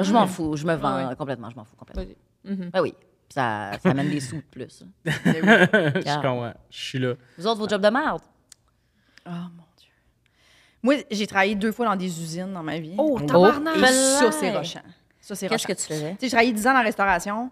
Je m'en fous, je me vends complètement, je m'en fous complètement. Ben oui, ça, ça amène des sous de plus. Ben
Ah.
je comprends. Je suis là.
Vous autres, vos jobs de merde?
Oh mon Dieu. Moi, j'ai travaillé deux fois dans des usines dans ma vie.
Oh,
tabarnak!
Et ça, c'est rochant. Ça, c'est
Qu'est-ce que
rochant.
tu faisais?
Tu sais, j'ai travaillé 10 ans dans la restauration.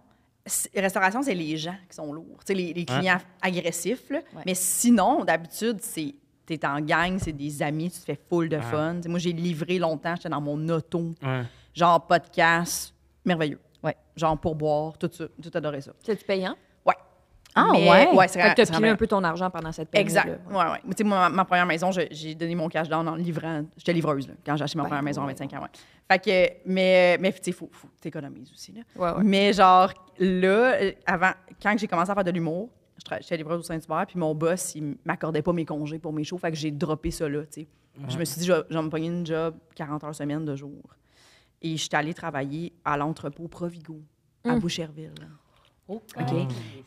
C'est- Restauration, c'est les gens qui sont lourds. Tu sais, les, les clients agressifs. là.
Ouais.
Mais sinon, d'habitude, c'est t'es en gang, c'est des amis, tu te fais full de fun. Tu sais, moi, j'ai livré longtemps, j'étais dans mon auto.
Ouais.
Genre podcast, merveilleux.
Ouais.
Genre pour boire, tout ça. Tout adorait ça.
C'est du payant.
Ouais.
Ah,
Mais-
ouais?
ouais c'est
Fait que t'as
c'est
pilé un peu ton argent pendant cette période
Exact. Ouais, ouais. Tu sais, moi, ma, ma première maison, je- j'ai donné mon cash down en livrant. J'étais livreuse là, quand j'ai acheté ma première maison à 25 ans. Ouais. Fait que, mais, mais tu sais, faut, faut t'économises aussi. Là.
Ouais, ouais.
Mais genre, là, euh, avant, quand j'ai commencé à faire de l'humour, je tra- j'étais livreuse au Saint-Hubert, puis mon boss, il m'accordait pas mes congés pour mes shows. Fait que j'ai droppé ça là, tu sais. Je me suis dit, je vais- je vais me pogner une job 40 heures semaine de jour. Et je suis allée travailler à l'entrepôt Provigo, à Boucherville.
OK.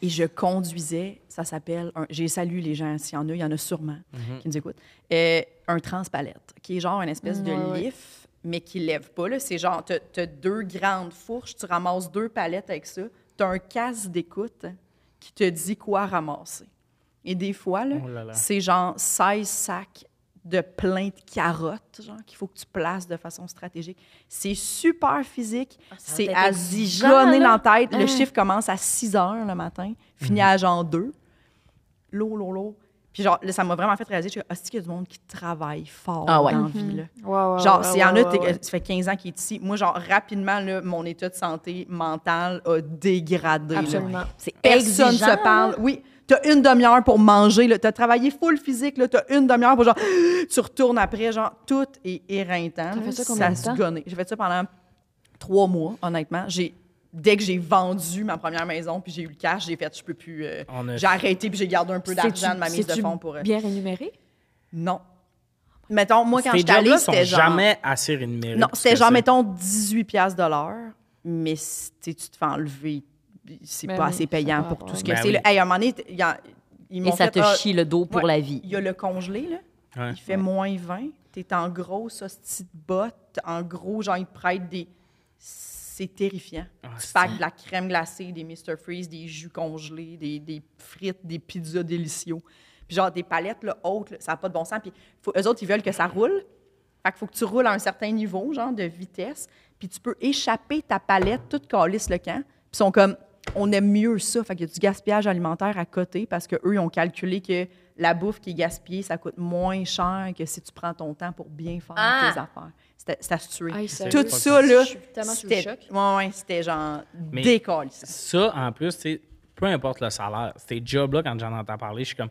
Et je conduisais, ça s'appelle, un- j'ai salué les gens, s'il y en a, il y en a sûrement
Mhm.
qui nous écoutent, Euh, un transpalette, qui est genre une espèce de lift, mais qui lève pas. là. C'est genre, t'as as deux grandes fourches, tu ramasses deux palettes avec ça, t'as un casque d'écoute qui te dit quoi ramasser. Et des fois, là,
Oh là là.
c'est genre 16 sacs de plein de carottes, genre, qu'il faut que tu places de façon stratégique. C'est super physique,
Ah, ça doit
c'est
être
à
exigeant,
zigonner
là.
dans la
hein.
tête. Le chiffre commence à 6 heures le matin, finit à genre 2. L'eau, l'eau, l'eau. Puis genre, là, ça m'a vraiment fait réaliser, je suis qu'il y a du monde qui travaille fort
Ah ouais.
dans la vie, là.
Mhm. Ouais, ouais,
Genre,
ouais,
s'il y en
ouais,
a,
ouais,
t'es-
ouais.
ça fait 15 ans qu'il est ici. Moi, genre, rapidement, là, mon état de santé mentale a dégradé. là.
Absolument.
C'est
Personne ne
exigeant,
se parle. Oui, t'as une demi-heure pour manger. là. T'as travaillé full physique. là. T'as une demi-heure pour genre... *gasps* Tu retournes après, genre, tout est éreintant.
T'as fait ça
Ça
combien de
se
temps?
gonnait. J'ai fait ça pendant trois mois, honnêtement. J'ai... Dès que j'ai vendu ma première maison puis j'ai eu le cash, j'ai fait, je peux plus... euh,
On a-
J'ai arrêté puis j'ai gardé un peu d'argent
C'est-tu-
de ma mise de
c'est-tu
fonds pour... euh,
Bien rémunéré?
Non. Mettons, moi, quand
Ces
j'étais allée,
jobs-là sont
c'était genre...
jamais assez rémunérés.
Non,
pour ce
c'était
que
genre,
c'est.
mettons, 18 pièces de l'heure, mais si tu sais, tu te fais enlever, c'est
Ben
pas
oui,
assez
ça
payant
va
pour
avoir.
tout ce que
Ben
c'est.
oui.
là. Hey, à un moment donné, t- il y a- ils
Et
m'ont
ça
fait,
te
ah,
chie le dos pour
ouais,
la vie.
Il y a le congelé, là.
Ouais.
Il fait moins 20. T'es en gros, ça, petite botte. En gros, genre, ils te prêtent des... C'est terrifiant.
Ah,
tu
c'est
packs de la crème glacée, des Mr. Freeze, des jus congelés, des, des frites, des pizzas délicieux. Puis genre, des palettes là, hautes, là, ça n'a pas de bon sens. Puis faut, eux autres, ils veulent que ça roule. Fait qu'il faut que tu roules à un certain niveau, genre, de vitesse. Puis tu peux échapper ta palette, toute calisse le camp. Puis ils sont comme, on aime mieux ça. Fait qu'il y a du gaspillage alimentaire à côté parce qu'eux, ils ont calculé que la bouffe qui est gaspillée, ça coûte moins cher que si tu prends ton temps pour bien faire
Ah!
tes affaires. C'était c'était à se tuer.
Aïe, sérieux?
Tout ça, là,
Je suis tellement sous le
c'était
choc.
ouais, ouais, c'était genre
Mais-
décalissant.
Ça, en plus, tu sais, peu importe le salaire, ces jobs-là, quand j'en entends parler, je suis comme.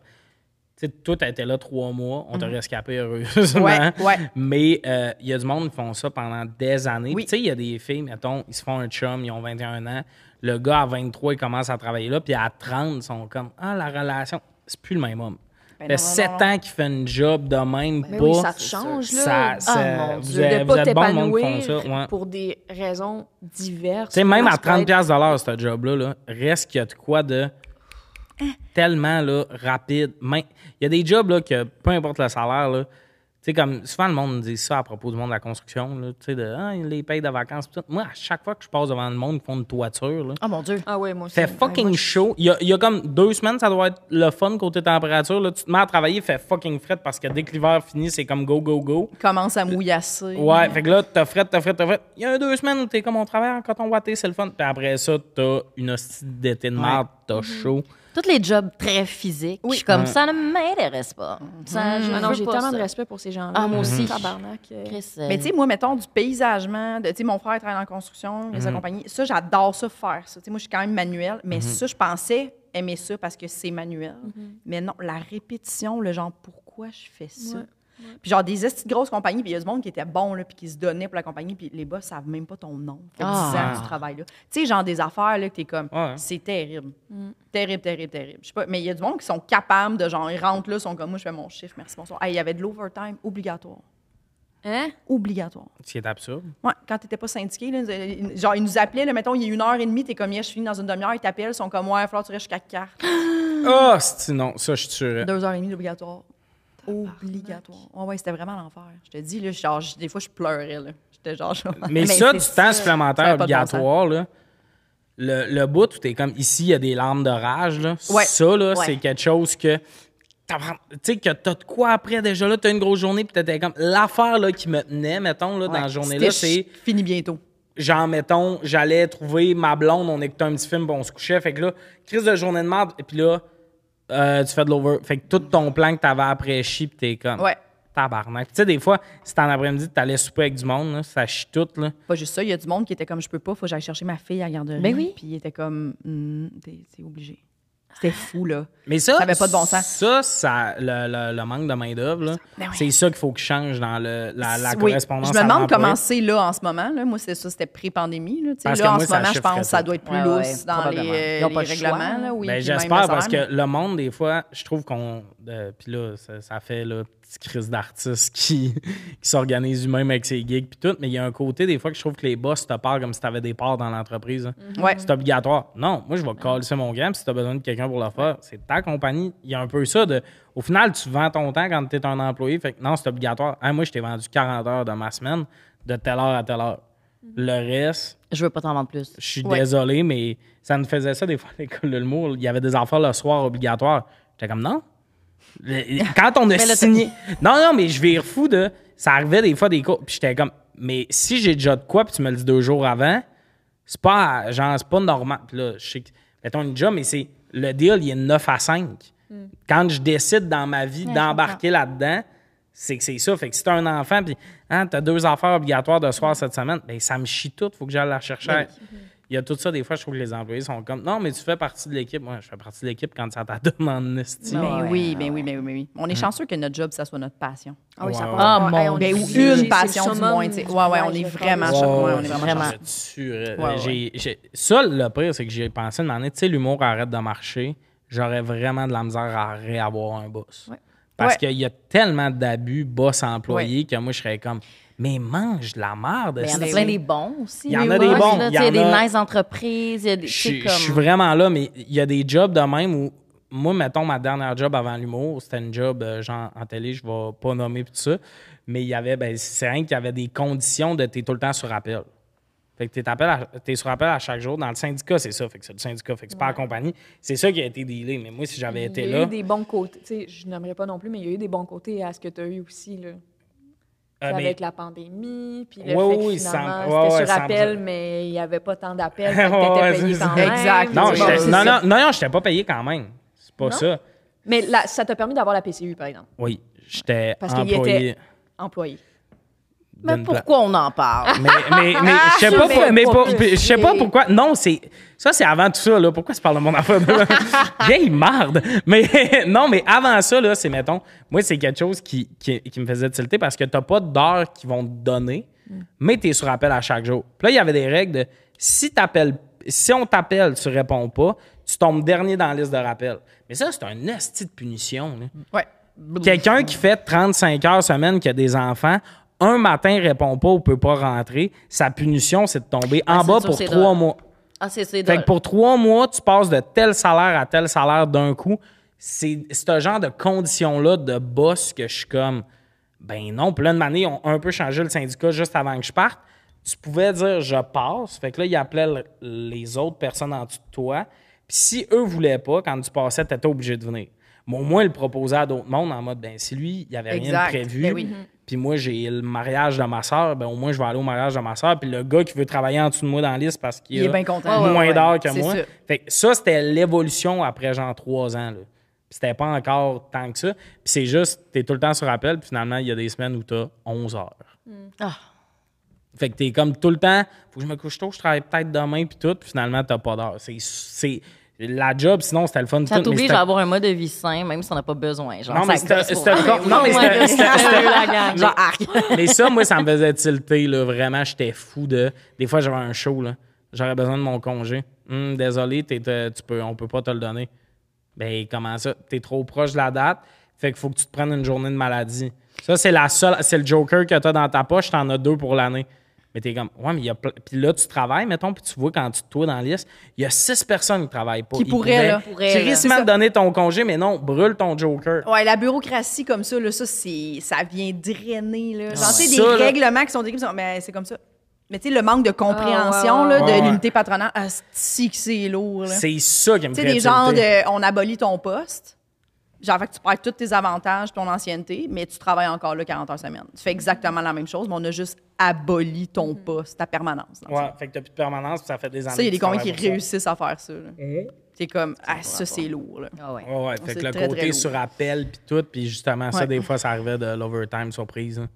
Tu sais, toi, t'as été là trois mois, on t'a
Mm.
rescapé heureusement.
Ouais, ouais.
Mais euh, il y a du monde qui font ça pendant des années. Puis,
Oui.
Tu sais, il y a des filles, mettons, ils se font un chum, ils ont 21 ans. Le gars, à 23, il commence à travailler là. Puis à 30, ils sont comme Ah, la relation, c'est plus le même homme.
Ben
fait
non, non,
7
non.
ans qu'il fait une job de même. pas,
Mais Ben oui, ça te change, là.
ça- ça-
ah, mon
vous
Dieu.
êtes-
de
vous
pas
êtes bon monde qui font ça,
t'épanouir
ouais.
pour des raisons diverses.
Tu sais, même
Moi,
à
ça peut
30$
être-
piastres de l'heure, ce job-là, là, reste qu'il y a de quoi de tellement là, rapide. Mais Il y a des jobs là, que, peu importe le salaire, là, tu sais, comme souvent le monde dit ça à propos du monde de la construction, là, tu sais, de ah, ils les payent de vacances. pis tout. Moi, à chaque fois que je passe devant le monde qui font une toiture, là,
Ah, mon Dieu.
Ah ouais, moi aussi.
fait
Ouais,
fucking
moi,
chaud. Il y, a, il y a comme deux semaines, ça doit être le fun côté température. Là, tu te mets à travailler, fait fucking fret parce que dès que l'hiver finit, c'est comme go, go, go.
commence à mouillasser.
Ouais, fait que là, t'as fret, t'as fret, t'as fret. Il y a deux semaines où t'es comme on travaille en coton watté, c'est le fun. Puis après ça, t'as une hostie d'été de merde,
Mhm.
t'as chaud.
Tous les jobs très physiques. Je suis
Mm.
comme, ça ne m'intéresse pas. Ça, je
Ah non,
veux
j'ai
pas
tellement
ça.
de respect pour ces gens-là.
Ah, moi
Mhm.
aussi.
Tabarnak. euh,
Chris, euh,
Mais tu sais, moi, mettons, du paysagement, de- tu sais, mon frère travaille en construction, il a sa compagnie. Ça, j'adore ça faire, ça. Tu sais, moi, je suis quand même manuel, mais ça, je pensais aimer ça parce que c'est manuel. Mais non, la répétition, le genre, pourquoi je fais ça? Puis genre, des estis de grosses compagnies, puis il y a du monde qui était bon, là, puis qui se donnait pour la compagnie, puis les boss savent même pas ton nom. Ça fait 10 ans
Ah.
que tu travailles là. Tu sais, genre, des affaires, là, que t'es comme,
Ouais.
c'est terrible. Terrible, terrible, terrible. Je sais pas, mais il y a du monde qui sont capables de genre, ils rentrent là, sont comme, moi, je fais mon chiffre, merci, bonsoir. Hey, Il y avait de l'overtime obligatoire.
Hein?
Obligatoire.
Ce qui est absurde.
Ouais, quand t'étais pas syndiqué, là, euh, genre, ils nous appelaient, là, mettons, il est une heure et demie, t'es comme, yeah, je finis dans une demi-heure, ils t'appellent, ils sont comme, ouais, il va falloir que tu restes jusqu'à 4.
Ah, c'est non, ça, je suis sûr.
Deux heures et demie obligatoire. Obligatoire. Ouais, ouais, c'était vraiment l'enfer. Je te dis, là, genre, je- des fois, je pleurais, là. J'étais genre, genre-
Mais, ça,
c'est-
du temps
Ça
supplémentaire
a pas de bon
obligatoire, là, le, le bout où t'es comme ici, il y a des larmes de rage, là.
Ouais.
Ça, là,
Ouais.
c'est quelque chose que. t'as- Tu sais, que t'as de quoi après déjà, là, t'as une grosse journée, puis t'étais comme. L'affaire, là, qui me tenait, mettons, là, dans la journée-là, c'est.
C'était ch- Fini bientôt.
genre, mettons, j'allais trouver ma blonde, on écoutait un petit film, puis on se couchait. Fait que là, crise de journée de merde, et puis là, euh, tu fais de l'over. Fait que tout ton plan que t'avais apprécié, puis t'es comme.
Ouais.
Tabarnak. Tu sais, des fois, si t'es en après-midi, t'allais souper avec du monde, là, ça chie tout, là.
Pas juste ça, il y a du monde qui était comme, je peux pas, faut que j'aille chercher ma fille à la garderie.
Ben oui.
Puis il était comme, Hmm, t'es t'es obligé. C'était fou, là.
Mais ça,
Ça avait pas de bon sens.
Ça, ça- le, le- le manque de main-d'œuvre, là,
Ben oui.
c'est ça qu'il faut que change dans le, la, la
Oui.
correspondance.
Je me
à
demande
l'employé.
comment c'est là en ce moment. Là. Moi, c'est ça, c'était pré-pandémie. Là, tu sais.
Parce
Là,
que
en
moi,
ce
ça
moment, je
chiffrerait
pense que ça
tout.
doit être plus
Ouais,
lousse
ouais,
dans les,
probablement.
euh,
Ils ont pas
les
le choix,
règlements. Là, oui,
Ben,
puis même
J'espère
le
parce
salaire.
que le monde, des fois, je trouve qu'on. euh, Puis là, ça, ça fait la petite crise d'artistes qui, *laughs* qui s'organise lui-même avec ses gigs puis tout. Mais il y a un côté, des fois, que je trouve que les boss te parlent comme si tu avais des parts dans l'entreprise. hein.
Mhm. Ouais.
C'est obligatoire. Non, moi, je vais coller ça mon gamme si tu as besoin de quelqu'un pour le faire. C'est ta compagnie. Il y a un peu ça de. Au final, tu vends ton temps quand tu es un employé. Fait que non, c'est obligatoire. Hein, moi, je t'ai vendu 40 heures de ma semaine, de telle heure à telle heure.
Mhm.
Le reste,
Je veux pas t'en vendre plus.
je suis
Ouais.
désolé, mais ça nous faisait ça des fois à l'école de l'humour. Il y avait des affaires le soir obligatoires. J'étais comme non. Le- Quand on a
là, t'as-
signé. Non, non, mais je vire fou de. Ça arrivait des fois des cours. Puis j'étais comme, mais si j'ai déjà de quoi, puis tu me le dis deux jours avant, c'est pas, genre, c'est pas normal. Puis là, je sais que, mettons une job, mais c'est, le deal, il est 9 à 5. Quand je décide dans ma vie d'embarquer là-dedans, c'est que c'est ça. Fait que si t'as un enfant, puis, hein, t'as deux affaires obligatoires de soir cette semaine, ben ça me chie tout, faut que j'aille la chercher. Il y a tout ça, des fois, je trouve que les employés sont comme, non, mais tu fais partie de l'équipe. Moi, je fais partie de l'équipe quand ça t'a en esti.
Ben
Ouais.
oui, ben oui, ben oui, ben oui.
Hein?
On est chanceux que notre job, ça soit notre passion.
Ah oui, ça
Ouais,
part.
ouais.
Ah,
Ouais,
mon
hey, on
Dieu.
est
Ben, ou
obligé,
une
c'est le
passion du
summum
moins, tu sais.
du
Ouais, ouais, on
voyage,
est
le
vraiment
voyage.
chanceux. Ouais, on est
je-
vraiment
je
chanceux.
suis, euh,
Ouais, ouais.
j'ai- j'ai- Ça, le pire, c'est que j'ai pensé une année, tu sais, l'humour arrête de marcher. J'aurais vraiment de la misère à réavoir un boss. Parce
Ouais.
qu'il y a tellement d'abus boss-employé que moi, je serais comme, mais mange de la
Ben,
merde.
Mais il y en a
esti.
plein des bons aussi.
Il y en
Oui,
a
oui,
des
oui,
bons,
là,
il y
tu sais, Il y
en
a
a-
des nice entreprises. il y a des-
Je
tu sais,
suis-
comme-
je suis vraiment là, mais il y a des jobs de même où, moi, mettons, ma dernière job avant l'humour, c'était une job, euh, genre, en télé, je vais pas nommer pis tout ça, mais il y avait, ben, c'est rien qu'il y avait des conditions de t'es tout le temps sur appel. Fait que t'es, appel à- t'es sur appel à chaque jour. Dans le syndicat, c'est ça. Fait que c'est le syndicat, fait que c'est pas la compagnie. C'est ça qui a été dealé. Mais moi, si j'avais été
Il y a
là.
eu des bons côtés. Tu sais, je n'aimerais pas non plus, mais il y a eu des bons côtés à ce que tu as eu aussi. Là.
euh, mais-
avec la pandémie, puis le
Ouais,
fait
oui,
que finalement,
ça-
c'était
ouais, ouais,
sur
ça-
appel, mais il n'y avait pas
*laughs*
tant d'appels,
Ouais,
fait que t'étais
ouais,
payé
c'est
quand
ça.
même.
Exact.
Non,
Tu sais,
Bon,
j'étais-
c'est
non,
ça.
non, non, non, j'étais pas payé quand même. C'est pas
Non?
ça.
Mais là, ça t'a permis d'avoir la PCU, par exemple.
Oui, j'étais
Parce qu'il
employé.
était-
employé.
Mais
d'une pla-
pourquoi on en parle?
Mais, mais, mais je sais pas,
mais
pour- mais
pas
pour-
plus.
je sais pas pourquoi. Non, c'est ça, c'est avant tout ça. Là. Pourquoi tu parles de mon affaire? Vieille marde! Mais *laughs* non, mais avant ça, là, c'est, mettons, moi, c'est quelque chose qui, qui, qui me faisait tilter parce que t'as pas d'heures qu'ils vont te donner, mais t'es sur appel à chaque jour. Puis là, il y avait des règles de si t'appelles, si on t'appelle, tu réponds pas, tu tombes dernier dans la liste de rappel. Mais ça, c'est un esti de punition. là.
Ouais.
Quelqu'un qui fait 35 heures semaine, qui a des enfants, un matin répond pas ou peut pas rentrer, sa punition, c'est de tomber en
c'est
bas
sûr,
pour
c'est
trois
drôle.
mois.
Ah, c'est c'est
Fait
drôle.
que pour trois mois, tu passes de tel salaire à tel salaire d'un coup. C'est c'est ce genre de conditions-là de boss que je suis comme, ben non. Puis là, une année, on a un peu changé le syndicat juste avant que je parte. Tu pouvais dire, je passe. Fait que là, ils appelaient le- les autres personnes en dessous de toi. Puis si eux voulaient pas, quand tu passais, tu étais obligé de venir. Mais au moins, ils le proposaient à d'autres mondes en mode, ben si lui, il avait rien de
Exact.
prévu.
Ben oui.
Puis moi, j'ai le mariage de ma soeur, ben au moins, je vais aller au mariage de ma soeur. Puis le gars qui veut travailler en dessous de moi dans la liste parce qu'il
Il est
a
bien content. Ouais,
moins
ouais, ouais.
d'heures que
C'est
moi.
sûr.
Fait que ça, c'était l'évolution après genre trois ans. là. Puis C'était pas encore tant que ça. Puis c'est juste, t'es tout le temps sur appel, puis finalement, il y a des semaines où t'as 11 heures.
Ah.
Fait que t'es comme tout le temps, faut que je me couche tôt, je travaille peut-être demain, puis tout, puis finalement, t'as pas d'heure. C'est- C'est la job, sinon, c'était le fun.
Ça
tout, mais
t'oblige
c'était-
à avoir un mode de vie sain, même si on n'a pas besoin. Genre,
Non, mais
ça
c'était-
gosse
c'était
pour
con-
vrai.
non, mais
Ouais,
c'était-
ouais,
c'était-
c'était- *laughs* la gang.
Genre, arc.
Mais ça, moi, ça me faisait tilter, là. Vraiment, j'étais fou de. Des fois, j'avais un show, là. J'aurais besoin de mon congé. Hum, désolé, t'es, euh, tu peux, on peut pas te le donner. Ben, comment ça? T'es trop proche de la date. Fait qu'il faut que tu te prennes une journée de maladie. Ça, c'est la seule. C'est le joker que t'as dans ta poche. T'en as deux pour l'année. Mais t'es comme, ouais, mais il y a. ple- Puis là, tu travailles, mettons, puis tu vois quand tu te toi dans la liste, il y a six personnes qui travaillent pas.
Qui
Ils
pourraient, là.
Pourraient,
Tu
là.
risques de donner ton congé, mais non, brûle ton joker.
Ouais, la bureaucratie comme ça, là, ça, c'est, ça vient drainer. Là. Genre, tu sais,
ouais. Ah,
des
Ça, là-
règlements qui sont décrits, mais c'est comme ça. Mais tu sais, le manque de compréhension
Ah, ouais,
là,
ouais.
de l'unité patronale, asti que c'est lourd. là.
C'est
Tu
ça qui me
sais,
ferait
des genres
tilter.
de on abolit ton poste, genre fait que tu perds tous tes avantages, ton ancienneté, mais tu travailles encore là 40 heures semaine. Tu fais exactement la même chose, mais on a juste aboli ton poste, ta permanence. dans le
Ouais, fait que t'as plus de permanence, puis ça fait des années.
Ça, il y a
que
des
tu
compagnies qui
travailles pour ça.
réussissent à faire ça. là. C'est comme, ah, ça, c'est lourd. là.
Ah ouais.
Ouais, ouais, fait
C'est
que le
très, très
côté
lourd.
sur appel, puis tout, puis justement, ça,
Ouais.
des fois, ça arrivait de l'overtime surprise. hein.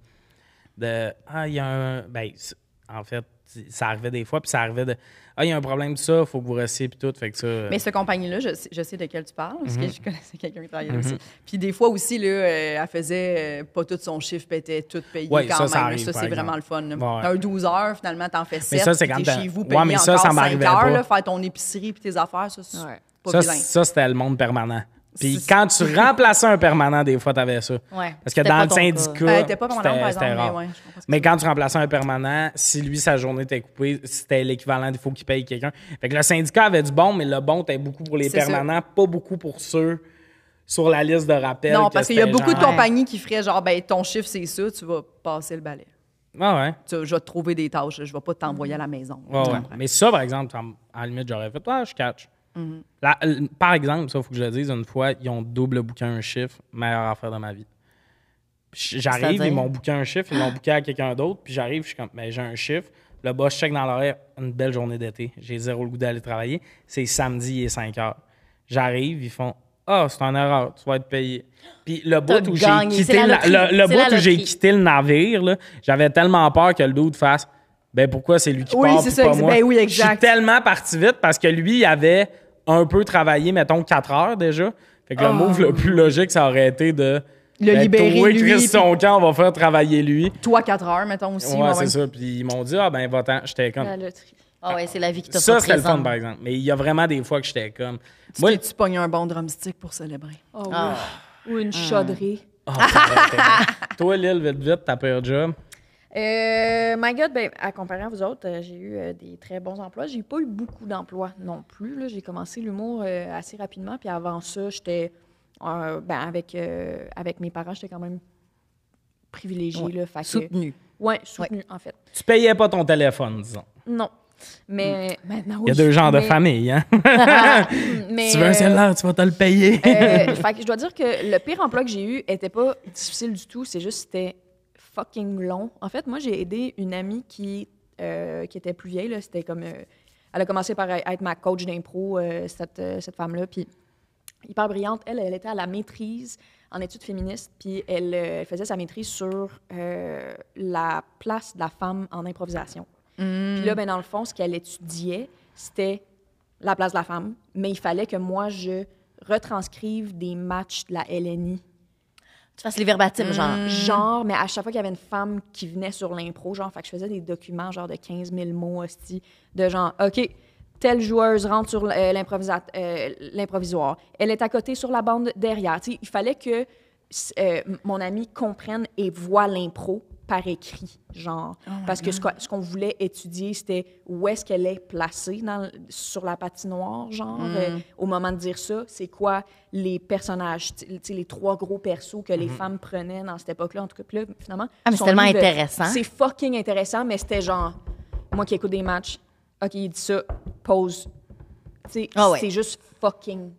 De, ah, il y a un. Ben, c- en fait, ça arrivait des fois, puis ça arrivait de Ah, il y a un problème de ça, faut que vous restiez, puis tout. Fait que ça. euh,
Mais cette compagnie-là, je, sais- je sais de quelle tu parles, parce
Mhm.
que je connaissais quelqu'un qui travaillait là aussi. Puis des fois aussi, là, euh, elle faisait euh, pas tout son chiffre, puis elle était tout payé
Ouais,
quand
ça,
même.
ça arrive,
ça,
par
c'est
exemple.
vraiment le fun. là.
Ouais.
T'as un 12 heures, finalement, t'en fais 7.
ça, c'est quand t'as-
chez vous,
Ouais,
payé
mais ça,
encore
ça
5
m'arrivait
heures,
pas.
là, faire ton épicerie, puis tes affaires, ça, c'est
Ouais.
pas
ça,
bilingue.
ça, c'était le monde permanent. Puis
C'est-
quand tu
*laughs*
remplaçais un permanent, des fois, t'avais ça.
Ouais.
Parce que dans
C'était pas
le
ton cas.
syndicat.
Euh, t'es pas permanent, par
c'était-
exemple,
c'était
mais
rare.
ouais, je comprends ce que
Mais quand tu remplaçais un permanent, si lui, sa journée était coupée, c'était l'équivalent, il faut qu'il paye quelqu'un. Fait que le syndicat avait du bon, mais le bon, t'avais beaucoup pour les
C'est ça.
permanents, pas beaucoup pour ceux sur la liste de rappel.
Non, parce qu'il y a beaucoup de
ton
compagnies qui feraient genre, ben ton chiffre, c'est ça, tu vas passer le balai.
Ah ouais.
Tu, je vais te trouver des tâches, je vais pas t'envoyer à la maison.
Ouais,
Tu
ouais.
comprends?
Mais ça, par exemple, en, en limite, j'aurais fait, ah, je catch.
Mm-hmm.
La- l- par exemple, ça, il faut que je le dise, une fois, ils ont double booké un chiffre, meilleure affaire de ma vie. Puis J'arrive,
C'est-à-dire?
ils m'ont booké un chiffre, ils m'ont booké à quelqu'un d'autre, puis j'arrive, je suis comme, ben, j'ai un chiffre. Le boss check dans l'horaire, une belle journée d'été. J'ai zéro le goût d'aller travailler. C'est samedi, il est 5 heures. J'arrive, ils font, ah, c'est une erreur, tu vas être payé. Puis le
T'as
bout où j'ai
gagné, c'est
quitté,
la
le- le,
loterie,
le
c'est la
bout où j'ai
loterie.
quitté le navire, là, j'avais tellement peur que le dude fasse, ben pourquoi c'est lui qui
Oui,
part,
c'est
puis
ça,
pas
ex-
moi.
ben oui,
Je suis
exact.
tellement parti vite parce que lui, il avait un peu travaillé, mettons, 4 heures déjà. Fait que le move le plus logique, ça aurait été de...
Ah.
ben,
Le libérer,
toi,
lui,
Chris, ton camp, on va faire travailler lui.
Toi, 4 heures, mettons aussi.
ouais,
moi,
c'est
même.
ça. Puis ils m'ont dit, ah ben, va-t'en. J'étais comme...
La loterie.
Ah ouais, c'est la vie qui t'a
Ça,
fait
c'était le fun,
présente.
par exemple. Mais il y a vraiment des fois que j'étais comme...
Tu
Moi,
t'es-tu pogné un bon drumstick pour célébrer?
Oh,
Ah.
oui. Ou une chaudrée.
*laughs* Ah, ça aurait été bon. toi, Lille, vite, vite, t'as peur job.
Euh, my God, ben, à comparer à vous autres, euh, j'ai eu euh, des très bons emplois. J'ai pas eu beaucoup d'emplois non plus. là. J'ai commencé l'humour euh, assez rapidement. Puis avant ça, j'étais euh, ben, avec, euh, avec mes parents, j'étais quand même privilégiée. Là, fait que-
Soutenu.
Ouais, soutenue, en fait.
Tu payais pas ton téléphone, disons.
Non. Mais maintenant,
Mm. Il y a deux genres de
*laughs*
familles, hein? tu veux un cellulaire, tu vas te le payer.
*laughs* Euh, fait que je dois dire que le pire emploi que j'ai eu était pas difficile du tout, c'est juste c'était fucking long. En fait, moi, j'ai aidé une amie qui, euh, qui était plus vieille, là, c'était comme... euh, elle a commencé par être ma coach d'impro, euh, cette, euh, cette femme-là, puis hyper brillante. Elle, elle était à la maîtrise en études féministes, puis elle, euh, elle faisait sa maîtrise sur euh, la place de la femme en improvisation. Puis là, ben, dans le fond, ce qu'elle étudiait, c'était la place de la femme, mais il fallait que moi, je retranscrive des matchs de la LNI.
Tu fasses les verbatims, genre.
Genre, mais à chaque fois qu'il y avait une femme qui venait sur l'impro, genre, fait que je faisais des documents, genre, de 15 000 mots, hostie, de genre, OK, telle joueuse rentre sur euh, l'improvisa- euh, l'improvisoire, elle est à côté sur la bande derrière. Tu sais, il fallait que s- euh, m- mon ami comprenne et voit l'impro par écrit, genre,
Oh
parce que ce qu'on- ce qu'on voulait étudier, c'était où est-ce qu'elle est placée dans, le- sur la patinoire, genre,
Mm.
euh, au moment de dire ça, c'est quoi les personnages, tu sais, les trois gros persos que les femmes prenaient dans cette époque-là, en tout cas, puis là, finalement...
Ah, mais c'est
son
tellement
livre,
intéressant.
C'est fucking intéressant, mais c'était genre, moi qui écoute des matchs, OK, il dit ça, pause. Tu sais,
Ah ouais.
c'est juste fucking,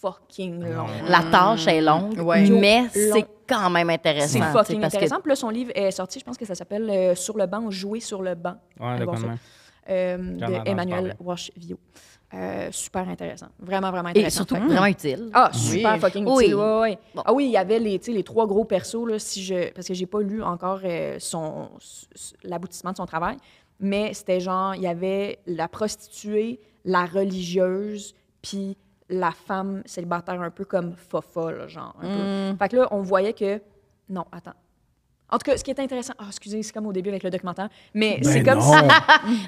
fucking long.
La tâche est longue,
Ouais.
mais
Long.
c'est quand même intéressant.
Mm.
tu
C'est
sais,
fucking
parce que-
intéressant. Puis là, son livre est sorti, je pense que ça s'appelle euh, Sur le banc, jouer sur le banc.
Ouais,
Un
le
bon
comment.
film. Euh,
J'en ai
de
entendu
Emmanuel
parler.
Wash-Vio. Euh, super intéressant. Vraiment, vraiment
Et
intéressant.
surtout,
Fait-
vraiment utile.
Ah, super
Oui.
fucking
Oui.
utile, ouais, ouais.
Bon.
Ah oui, il y avait les, tu sais, les trois gros persos, là, si je, parce que j'ai pas lu encore euh, son, s- s- l'aboutissement de son travail, mais c'était genre, il y avait la prostituée, la religieuse, puis la femme célibataire un peu comme fofa, là, genre. un
Hmm.
peu. Fait que là, on voyait que, non, attends. En tout cas, ce qui est intéressant, ah, excusez, c'est comme au début avec le documentaire, mais
Ben
c'est comme si...
non, non,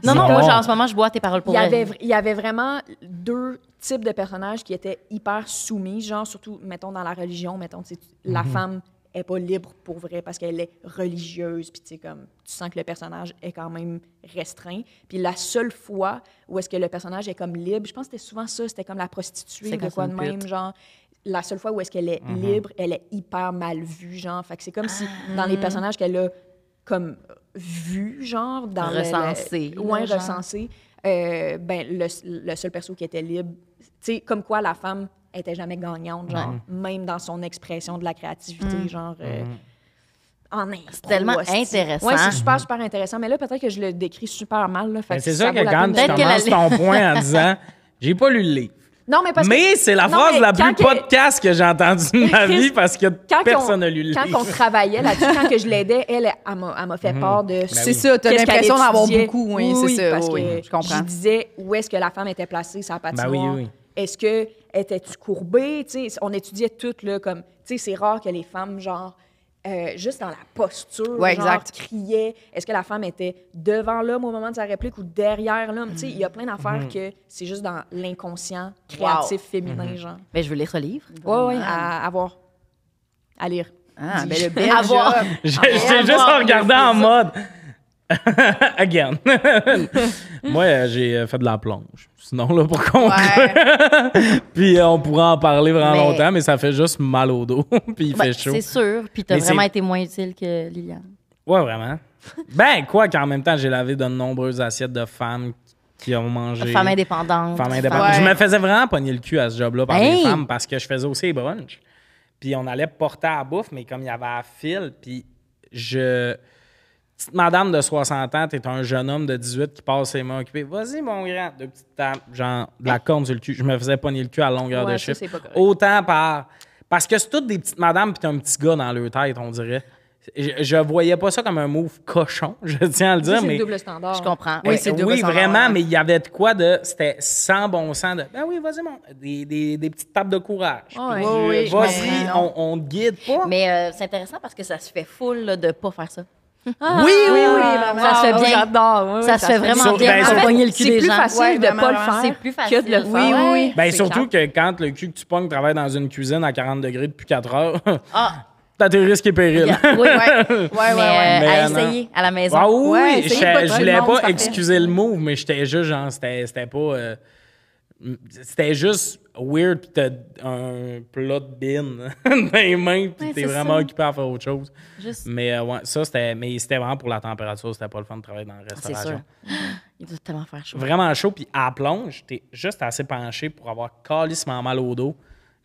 C'est
moi,
bon.
genre, en ce moment, je bois tes paroles pour
Il y,
elle.
avait, vr- il y avait vraiment deux types de personnages qui étaient hyper soumis, genre surtout, mettons, dans la religion, mettons, tu sais, tu-
Mhm.
la femme est pas libre pour vrai parce qu'elle est religieuse, puis tu sais, comme, tu sens que le personnage est quand même restreint. Puis la seule fois où est-ce que le personnage est comme libre, je pense que c'était souvent ça, c'était comme la prostituée
C'est
ou de
quand
quoi
c'est
de
une
même,
pute. Mhm.
genre, la seule fois où est-ce qu'elle est libre, elle est hyper mal vue, genre, fait que c'est comme si, dans
Ah.
les personnages qu'elle a comme vu, genre, dans le- le-
Recensé,
ouais,
là, genre.
recensé. Euh, ben, le, le seul perso qui était libre, tu sais, comme quoi la femme était jamais gagnante, genre,
Mhm.
même dans son expression de la créativité, genre. euh, En impro,
Mhm. C'est tellement
hostie.
intéressant.
Mhm.
Ouais, c'est super, super intéressant. Mais là, peut-être que je le décris super mal. Là, fait
Ben,
que
c'est sûr
vaut
que
la
quand
peine de-
tu
Peut-être que la-
*laughs*
commences ton point en disant j'ai pas lu le livre,
Non, mais parce que-
Mais c'est la
Non,
phrase
mais
la
quand
plus
que-
podcast que j'ai entendue de
*laughs*
ma vie parce que
quand
personne
qu'on-
n'a lu le
Quand
*laughs*
on
livre.
travaillait là-dessus, quand que je l'aidais, elle, elle m'a elle m'a fait part de...
Ben
ce
c'est
oui.
ça, t'as
qu'est-ce qu'elle
l'impression d'en avoir
étudiait.
beaucoup, oui,
Oui,
c'est ça.
parce
oui,
que
oui, je comprends.
Je disais où est-ce que la femme était placée sa patinoire.
Ben oui, oui.
Est-ce que était-tu courbée? Tu sais, on étudiait tout là, comme, tu sais, c'est rare que les femmes genre euh, juste dans la posture,
Ouais,
genre,
exact.
criaient. Est-ce que la femme était devant l'homme au moment de sa réplique ou derrière l'homme? Tu sais, il y a plein d'affaires
Mhm.
que c'est juste dans l'inconscient créatif féminin,
Mhm.
genre.
Mais Ben, je veux lire ce livre.
Oui, oui, à, à voir, à lire.
Ah,
Dis-
ben le bel
À voir.
job.
Je- J'étais juste en regardant en mode. *laughs* Again. *laughs* Moi, euh, j'ai euh, fait de la plonge. Sinon, là, pour qu'on. *laughs* Puis euh, on pourra en parler vraiment
Mais-
longtemps, mais ça fait juste mal au dos. *laughs* Puis il
Ouais,
fait chaud.
Ben, c'est sûr. Puis t'as
Mais c'est-
vraiment été moins utile que Liliane.
Ouais, vraiment. Ben, quoi qu'en même temps, j'ai lavé de nombreuses assiettes de femmes qui ont mangé.
Femme indépendante.
Femme indépendante.
Ouais.
Je me faisais vraiment pogner le cul à ce job-là par
Hey!
les femmes parce que je faisais aussi les brunchs. Puis on allait porter à la bouffe, mais comme il y avait à fil, puis je. Petite madame de 60 ans, t'es un jeune homme de 18 qui passe ses mains occupées. Vas-y, mon grand. Deux petites tables, genre de la corne sur le cul. Je me faisais pogner le cul à longueur
Ouais,
de
ça,
chiffre.
c'est pas correct.
Autant par. Parce que c'est toutes des petites madames, puis t'as un petit gars dans leur tête, on dirait. Je, je voyais pas ça comme un move cochon, *laughs* je tiens à le
Ça,
dire,
c'est
mais.
le double standard.
Je comprends.
Oui,
Ouais.
c'est double
Oui,
standard,
vraiment,
ouais.
mais il y avait de quoi de. C'était sans bon sens de. Ben oui, vas-y, mon. Des, des, des petites tables de courage.
Ouais.
Puis,
Oui, oui, je
vas-y,
comprends.
on, on te guide pas.
Mais euh, c'est intéressant parce que ça se fait full là, de pas faire ça.
oui, oui, oui.
Ça se fait bien.
Ah,
Ah,
J'adore.
Ça se fait vraiment
Sur-
bien.
ben,
de
sur-
pogner le cul
c'est
des
plus
gens.
facile
Ouais,
de
vraiment,
pas le
vraiment.
faire
C'est plus facile.
que de le faire.
Oui, oui, oui.
Ben
C'est
surtout que quand le cul que tu pognes travaille dans une cuisine à 40 degrés depuis 4 heures, *laughs*
Ah,
t'as tes risques et *laughs* périls.
yeah. oui, oui.
Ouais, ouais,
Mais,
ouais.
Mais,
euh, à
euh, non.
essayer à la maison.
Ah oui,
Ouais,
je,
essayez pas de
je
tout
voulais
le monde,
pas
c'est parfait.
excuser le move, mais j'étais juste genre, c'était c'était pas. euh, c'était juste weird, pis t'as un plat de bin *laughs* dans les mains, pis
Ouais,
t'es
c'est
vraiment
ça.
occupé à faire autre chose.
Juste-
Mais euh, ouais, ça, c'était mais c'était vraiment pour la température, c'était pas le fun de travailler dans la
Ah, C'est sûr. *gasps*
restauration.
Il doit tellement faire chaud.
Vraiment chaud, puis à la plonge, t'es juste assez penché pour avoir calissement mal au dos.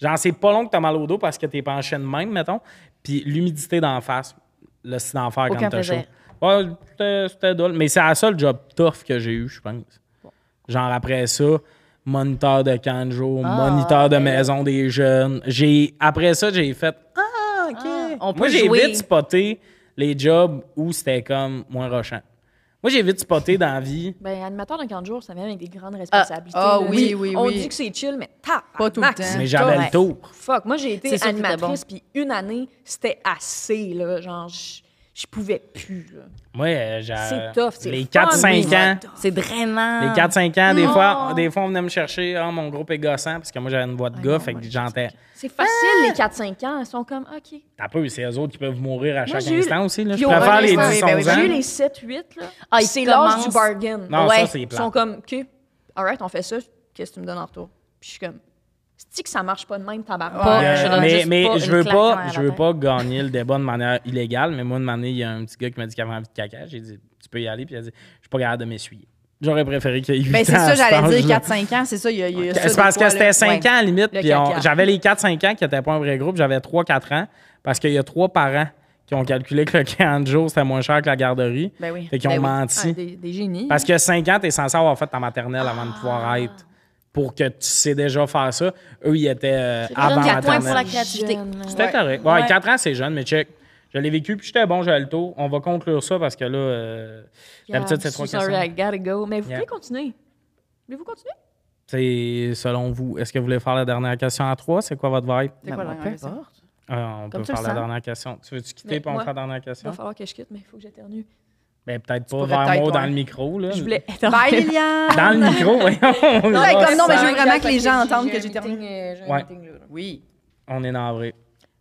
Genre, c'est pas long que t'as mal au dos parce que t'es penché de même, mettons, puis l'humidité d'en face, le si d'en faire
Aucun
quand t'as chaud.
plaisir.
Ouais, c'était- c'était drôle, mais c'est la seule job tough que j'ai eu, je pense. Genre, après ça, moniteur de canjo,
Ah,
moniteur de maison des jeunes. J'ai Après ça, j'ai fait Ah, OK.
on peut
Moi, j'ai
jouer.
vite spoté les jobs où c'était comme moins rochant. Moi, j'ai vite spoté dans la vie.
Ben, animateur de 40 jours, ça vient avec des grandes responsabilités.
Ah,
là.
oui, oui,
On
oui.
dit que c'est chill, mais tap!
Pas tout le temps.
Mais j'avais le tour.
Fuck, moi, j'ai été
C'est sûr que t'étais
animatrice, puis une année, c'était assez, là. Genre, je je pouvais plus, là.
Moi, euh, j'ai.
C'est tough, c'est
Les
fun,
4-5
mais
ans.
c'est tough.
C'est drainant.
Les 4-5 ans, des fois, des fois, on venait me chercher. Ah, mon groupe est gossant, parce que moi, j'avais une voix de gars, fait que j'entends.
C'est facile, les 4-5 ans, ils sont comme, OK.
T'as peu, c'est eux autres qui peuvent mourir à
Moi,
chaque
j'ai eu-
instant aussi. Là. Je
Puis au
préfère
relais,
les 10-11
ouais,
ben oui,
ans.
J'ai eu les 7-8, là.
Ah, ils
c'est l'âge
commencent.
du bargain.
Non, ça, c'est
Ils
plate.
sont comme, OK, all right, on fait ça, qu'est-ce que tu me donnes en retour? Puis je suis comme, cest que ça marche pas de même, tabarnak?
Pas-
Euh,
je donne
mais
juste
mais
pas
je
une
veux
claque dans
pas,
la
je veux
tête.
pas gagner le débat de manière illégale, mais moi, une année, il y a un petit gars qui m'a dit qu'il avait envie de caca. J'ai dit, tu peux y aller, puis il a dit, je suis pas capable de m'essuyer. J'aurais préféré qu'il y ait 8
Ben, c'est
ans à
ça,
cet
j'allais
âge-là.
dire 4-5 ans, c'est ça. il y a- il y a ça
C'est
des
parce que
fois,
c'était
là.
5
Ouais.
ans à la limite.
Le
puis on-
caca.
J'avais les 4-5 ans qui n'étaient pas un vrai groupe. J'avais 3-4 ans parce qu'il y a trois parents qui ont calculé que le *laughs* 40 jours, c'était moins cher que la garderie.
Ben oui.
Fait qu'ils ont
Ben oui.
menti.
Ah, des, des génies.
Parce que 5 ans, t'es censé avoir fait ta maternelle avant de pouvoir
Ah.
être. Pour que tu sais déjà faire ça. Eux, ils étaient euh,
Je
avant
donne 4 points pour la
maternelle.
créativité.
Jeune.
C'était
Ouais.
correct. Ouais,
Ouais.
4 ans, c'est jeune, mais check. Je l'ai vécu, puis j'étais bon, j'avais le tour. On va conclure ça parce que là, euh, d'habitude, c'est
I'm
trois
so Sorry,
questions.
I gotta go. Mais vous
Yeah.
pouvez continuer. Voulez-vous continuer?
C'est selon vous, est-ce que vous voulez faire la dernière question à 3? C'est quoi votre vibe?
C'est quoi la
Ben,
raison?
peu importe.
Ah, on
Comme
peut
tu le
faire la
sens.
dernière question. Tu veux-tu quitter
Mais
pour on
moi,
fait la dernière
Il va
question?
falloir que je quitte, mais il faut que j'éternue.
Ben, peut-être pas
pourrais
vers
peut-être,
moi dans
ouais.
le micro. Là.
Je voulais
Bye, Liliane!
Dans le micro, voyons.
*laughs* Non, mais comme non, mais je veux
Ouais,
vraiment
j'ai
que les gens
j'ai-
entendent
j'ai
que
un
j'ai terminé.
meeting, euh, j'ai un
Ouais.
meeting, là, là.
Oui.
On est navré.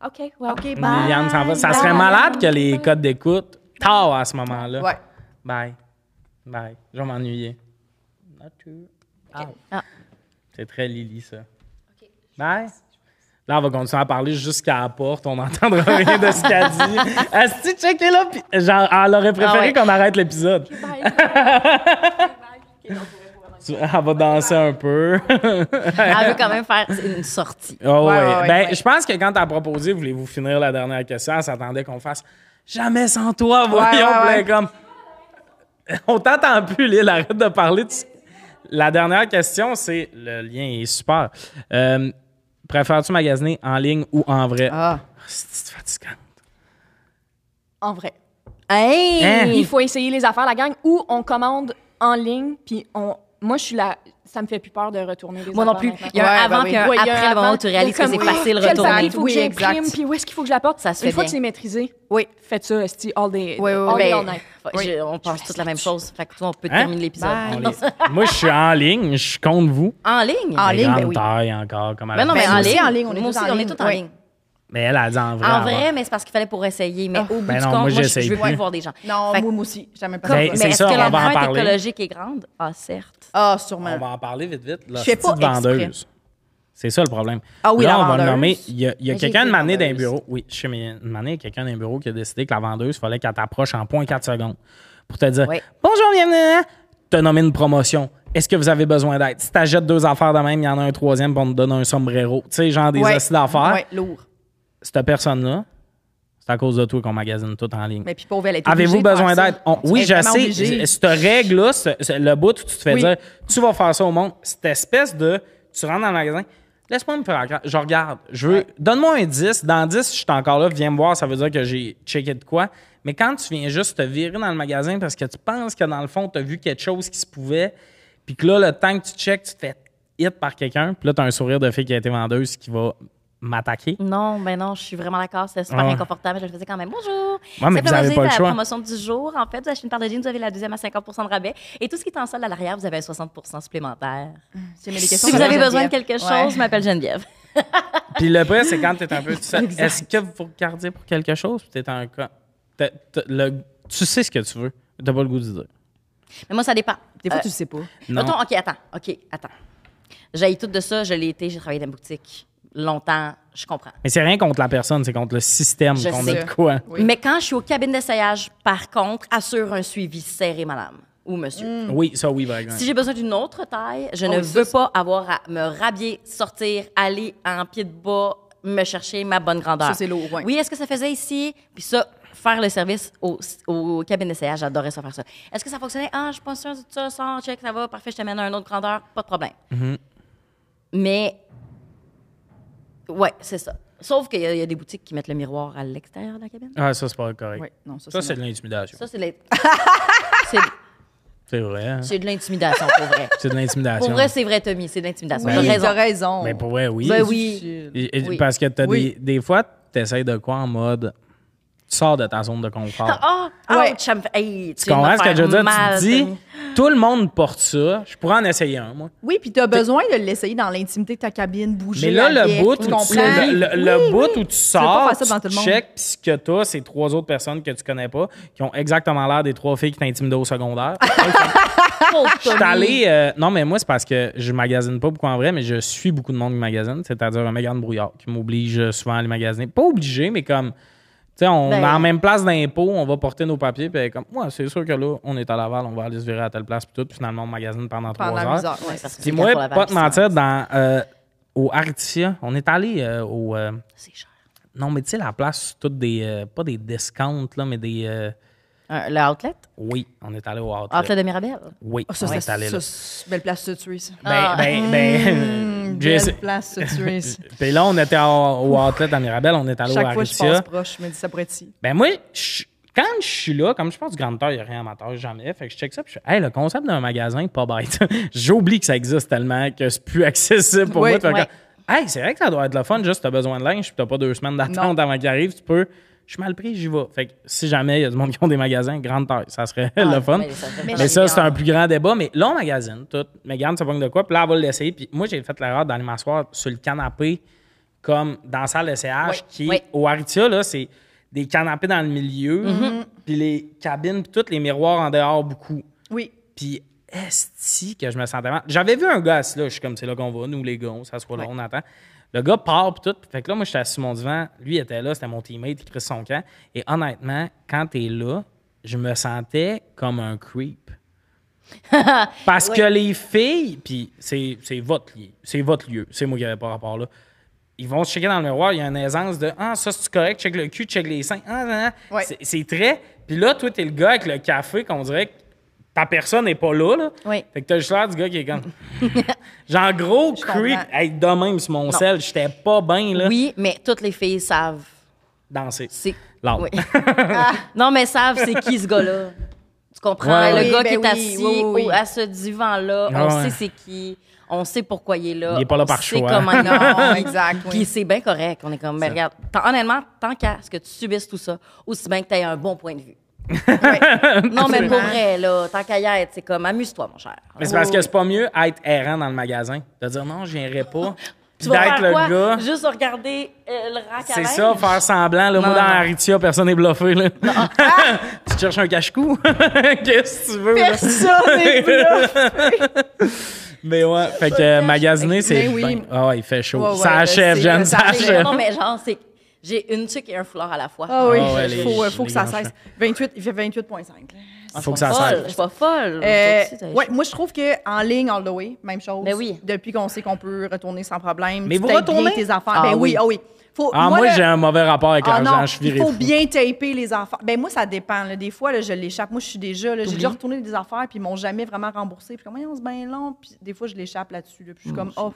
OK, well.
OK, bye.
Liliane s'en va. Ça serait malade que les codes d'écoute tard à ce moment-là.
Ouais.
Bye. Bye. Je vais m'ennuyer. Not too. Out.
Ah.
C'est très Lily, ça. Bye. Là, on va continuer à parler jusqu'à la porte. On n'entendra rien de ce qu'elle a dit.
*laughs*
Asti, checker là. puis Genre, elle aurait préféré
Ah ouais.
qu'on arrête l'épisode. *laughs* Tu- Elle va danser un peu.
Elle veut quand même faire une sortie.
Ah ouais.
Ouais, ouais, ouais,
ben,
ouais.
je pense que quand t'as proposé, voulez-vous finir la dernière question, elle s'attendait qu'on fasse jamais sans toi, voyons,
ouais,
plein
ouais.
comme. On t'entend plus, Lille, arrête de parler. tu- la dernière question, c'est le lien est super. Euh, Préfères-tu magasiner en ligne ou en vrai?
Ah.
C'est fatigant.
En vrai.
Hey!
Hein?
Il faut essayer les affaires, la gang, ou on commande en ligne, puis on. Moi, je suis là. Ça me fait plus peur de retourner les
Moi non
affaires
plus. Il y a un
Ouais,
avant
ben
puis
oui.
un
maintenant. Ouais, il y a un
après le moment
avant,
où tu réalises que
comme,
c'est
oui,
facile de
quel papier
retourner.
il faut
Oui,
que j'imprime,
exact.
puis où est-ce qu'il faut que je l'apporte?
Ça se
Une
fait
fois
bien.
que c'est maîtrisé,
Oui.
faites ça, esti, all day,
Oui, oui,
all day, all
Ben,
night.
je- on pense toutes la même chose. Fait que toi, on peut
Hein?
terminer l'épisode.
Bye.
On les- *laughs* Moi, je suis en ligne, je suis contre vous.
En ligne?
En
La
ligne,
grande
ben oui.
taille encore, comme à la
Ben non, mais
base.
Ben,
en
nous aussi,
ligne.
en ligne, on est
Moi
tous
aussi, on
en
est
ligne.
tous en
Ouais.
ligne.
Mais elle a dit en vrai.
En
elle va-
vrai, mais c'est parce qu'il fallait pour essayer. Mais au bout
Ben
du
non, moi,
compte, moi, je
j'essaye
je veux
plus.
plus voir des gens.
Non,
Fait que-
moi, moi aussi. Jamais pas.
Ben,
ça.
c'est
Mais est-ce
ça,
que
on va en
l'empreinte
parler.
écologique est grande? Ah, certes.
Ah,
On
sûrement.
va en parler vite, vite. La
Je fais pas
petite
exprès.
vendeuse. C'est ça le problème.
Ah oui,
Là,
la
on va le
vendeuse.
nommer. Il y a, il y a
Mais j'ai
quelqu'un
été
de mané d'un
vendeuse.
bureau. Oui, je sais, mais une mané, quelqu'un d'un bureau qui a décidé que la vendeuse, il fallait qu'elle t'approche en 0.4 secondes pour te dire
Oui.
Bonjour, bienvenue. T'as nommé une promotion. Est-ce que vous avez besoin d'aide? Si t'achètes deux affaires de même, il y en a un troisième pour te donner un sombrero. Tu sais, genre des
Ouais.
assis d'affaires.
Ouais, lourd.
Cette personne-là, c'est à cause de toi qu'on magasine tout en ligne.
Mais puis pauvre, elle est
Avez-vous
obligée de
besoin
faire ça.
d'aide? On-
Elle
Oui,
est
je
vraiment
sais.
obligée.
je- Cette règle-là, ce- ce- le bout où tu te fais
Oui.
dire, tu vas faire ça au monde, cette espèce de, tu rentres dans le magasin, laisse-moi me faire encore. Je regarde. Je veux, donne-moi un 10. Dans 10, je suis encore là, viens me voir, ça veut dire que j'ai checké de quoi. Mais quand tu viens juste te virer dans le magasin parce que tu penses que dans le fond, tu as vu quelque chose qui se pouvait, puis que là, le temps que tu checkes, tu te fais hit par quelqu'un, puis là, tu as un sourire de fille qui a été vendeuse qui va m'attaquer.
Non, ben non, je suis vraiment d'accord. C'était super
Ah Ouais.
inconfortable. Je le faisais quand même. Bonjour.
Ouais, mais vous
Simplement,
avez pas le
la
choix.
promotion du jour. En fait, vous achetez une paire de jeans, vous avez la deuxième à 50 de rabais. Et tout ce qui est en solde à l'arrière, vous avez un 60 supplémentaire.
C'est- mais les questions
Si vous
de
avez besoin de
Geneviève.
quelque chose, ben,
Ouais.
je m'appelle Geneviève.
Puis le pire, c'est quand t'es un peu tout seul. Est-ce que vous regardez pour quelque chose? Puis t'es en cas. t'as- t'as- le- tu sais ce que tu veux. T'as pas le goût de dire.
Mais moi, ça dépend.
Des fois,
Euh,
tu le sais pas.
Non.
Mettons, OK, attends, OK, attends. J'ai tout de ça, je l'ai été, j'ai travaillé dans une boutique longtemps, je comprends.
Mais c'est rien contre la personne, c'est contre le système
Je
qu'on a
sais.
de quoi.
Oui.
Mais quand je suis aux cabines d'essayage, par contre, assure un suivi serré, madame ou monsieur.
Mm. Oui, ça oui, par exemple.
Si j'ai besoin d'une autre taille, je
Oh,
ne
ça,
veux pas avoir à me rhabiller, sortir, aller en pied de bas, me chercher ma bonne grandeur.
Ça, c'est lourd, ouais.
Oui, est-ce que ça faisait ici? Puis ça, faire le service aux au cabines d'essayage, j'adorais ça faire ça. Est-ce que ça fonctionnait? Ah, je suis pas sûre de ça, ça, check, ça va, parfait, je t'amène à une autre grandeur, pas de problème.
Mm-hmm.
Mais, ouais, c'est ça. Sauf qu'il y, a- il y a des boutiques qui mettent le miroir à l'extérieur de la cabine.
Ah, ça, c'est pas correct.
Ouais, non, ça,
Ça,
c'est
c'est de l'intimidation.
Ça, c'est de l'int-
*laughs*
c'est-
C'est vrai. hein?
c'est de l'intimidation, pour vrai.
C'est de
Pour
l'intimidation.
vrai, c'est vrai, Tommy, c'est de l'intimidation.
Oui,
T'as raison.
t'as raison.
Ben Mais pour vrai, oui.
Ben
C'est
oui.
difficile.
Et- et-
Oui.
Parce que t'as
Oui.
des, des fois, t'essayes de quoi en mode. Tu sors de ta zone de confort.
*laughs* Ah, ah,
Ouais.
ouch, ça me fait- hey, tu
tu comprends
viens de
ce
me
que je veux dire?
faire mal,
tu te dis,
Tommy.
tout le monde porte ça. Je pourrais en essayer un, moi.
Oui, puis t'as besoin de l'essayer dans l'intimité de ta cabine, bouger.
Mais là, le
avec,
bout, où
tu
tu,
comprends?
le, le- le bout où tu sors,
faire
tu,
ça devant tout le monde.
check, puis ce que t'as, c'est trois autres personnes que tu connais pas, qui ont exactement l'air des trois filles qui t'intimidaient au
*laughs*
secondaire.
Pauvre
Je suis
Tommy.
allé... euh, non, mais moi, c'est parce que je magasine pas beaucoup en vrai, mais je suis beaucoup de monde qui magasine, c'est-à-dire un méga de brouillard qui m'oblige souvent à aller magasiner. Pas obligé, mais comme... Tu sais, on
Ben-
est en même place d'impôt, on va porter nos papiers, puis elle est comme, ouais, c'est sûr que là, on est à Laval, on va aller se virer à telle place, puis tout, puis finalement, on magasine pendant trois
Pendant
heures.
les heures, ouais.
Parce que
Puis
c'est
moi,
quatre pour la
pas te
vague,
mentir, dans, euh, au Articia, on est allé euh, au. euh,
C'est cher.
non, mais tu sais, la place, c'est toutes des. euh, pas des discounts, là, mais des. euh,
Euh, le outlet?
oui, on est allé au Outlet.
Outlet de Mirabel.
Oui,
Ah, ça,
on
c'est-
est allé là.
ça, Ah, c'est- belle place de se tuer, ça.
Ben, ben, *laughs* ben.
Hum,
j'ai-
belle place de se
*laughs*
tuer, ça.
Puis là, on était au, au Outlet à Mirabel, on est allé au
Chaque fois que je passe
Aritia.
proche, je me dis, ça pourrait être ici.
Ben moi, je- quand je suis là, comme je pense du grand temps, il n'y a rien amateur, jamais. Fait que je check ça, puis je fais, hey, le concept d'un magasin, pas bête. *laughs* J'oublie que ça existe tellement que c'est plus accessible pour
Oui,
moi. de faire
ouais.
comme, hey, c'est vrai que ça doit être le fun, juste t'as besoin de linge, puis t'as pas deux semaines d'attente avant qu'il arrive, tu peux. Je suis mal pris, j'y vais. Fait que si jamais il y a du monde qui ont des magasins, grande taille, ça serait *laughs* le fun.
mais ça serait
Mais,
pas
ça, c'est un
évident.
plus grand débat. Mais là, on magasine tout. Mais garde, ça pogne de quoi. Puis là, elle va l'essayer. Puis moi, j'ai fait l'erreur d'aller m'asseoir sur le canapé, comme dans la salle d'essayage,
Oui,
qui,
oui.
au Aritia, là, c'est des canapés dans le milieu, puis les cabines, puis tous les miroirs en dehors, beaucoup. *laughs*
Oui.
Puis, esti que je me sentais mal. J'avais vu un gars assis là, je suis comme, c'est là qu'on va, nous les gars, on s'assoit là, on attend. Le gars part, puis tout. Fait que là, moi, j'étais assis sur mon divan. Lui, il était là, c'était mon teammate, il crée son camp. Et honnêtement, quand t'es là, je me sentais comme un creep. Parce que les filles, puis c'est c'est votre lieu, c'est votre lieu, c'est moi qui n'avais pas rapport là. Ils vont se checker dans le miroir, il y a une aisance de Ah, ça, c'est correct, check le cul, check les seins. Ah, ah, ah.
Ouais.
C'est- C'est très. Puis là, toi, t'es le gars avec le café qu'on dirait que ta personne n'est pas là, là.
Oui.
Fait que t'as juste l'air du gars qui est comme. *laughs* Genre, gros
comprends.
creep. Hey, de même sur mon sel, j'étais pas bien, là.
Oui, mais toutes les filles savent.
Danser.
C'est...
Lâche.
Oui. Ah, non, mais savent c'est qui ce gars-là. Tu comprends?
Ouais,
le
ouais.
gars
Oui,
qui
ben
est
oui,
assis
oui, oui,
au-
oui.
à ce divan-là,
Ah
on
ouais.
sait c'est qui, on sait pourquoi il est là.
Il est pas là
on
par
sait
choix.
Comment il
Non,
est.
exact, oui.
Puis c'est bien correct. On est comme, mais regarde, tant- honnêtement, tant qu'à ce que tu subisses tout ça, aussi bien que tu aies un bon point de vue. non, mais pour vrai, là, tant qu'à y être, c'est comme, amuse-toi, mon cher.
Mais c'est parce que c'est pas mieux être errant dans le magasin. De dire non, je viendrai pas. Puis
*laughs* Tu vas
d'être
faire
le
quoi?
gars.
Juste regarder euh, le rack à
C'est
linge? *laughs*
ça, faire semblant. Là, moi,
Non,
dans
non.
Aritia, personne n'est bluffé. Là. *laughs*
Ah!
tu te cherches un cache-cou? *laughs* Qu'est-ce que tu veux? là? *laughs*
Personne n'est
Mais ouais, fait que euh, magasiner, c'est.
Mais oui.
ben- Ah ouais, il fait chaud.
Ouais, ouais,
ça
là,
achève,
c'est-
Jeanne,
ça
ça
arrive.
achève.
Non, mais genre, c'est. J'ai une tuque et un foulard à la fois.
Ah oui,
Ah ouais,
il
les-
faut, euh, faut
les
que ça
grands
cesse.
chats.
28, il fait 28,5. là.
Ah, je
Faut que
suis
ça
folle,
s'arrête.
Je suis pas folle.
Euh,
Toi aussi, t'as-
ouais, moi, je trouve qu'en ligne, all the way, même chose.
Ben oui.
Depuis qu'on sait qu'on peut retourner sans problème.
Mais
tu
vous
tapes
retournez?
bien tes affaires.
Ah
ben
oui.
oui, ah oui. Faut,
Ah, moi,
là-
j'ai un mauvais rapport avec
Ah
l'argent,
non,
je suis viré.
Il faut
fou.
bien taper les affaires. Ben moi, ça dépend. là. Des fois, là, je l'échappe. Moi, je suis déjà. là, J'ai déjà retourné des affaires, puis ils m'ont jamais vraiment remboursé. Puis comme, voyons, c'est bien long. Puis des fois, je l'échappe là-dessus. là. Puis je suis comme, oh,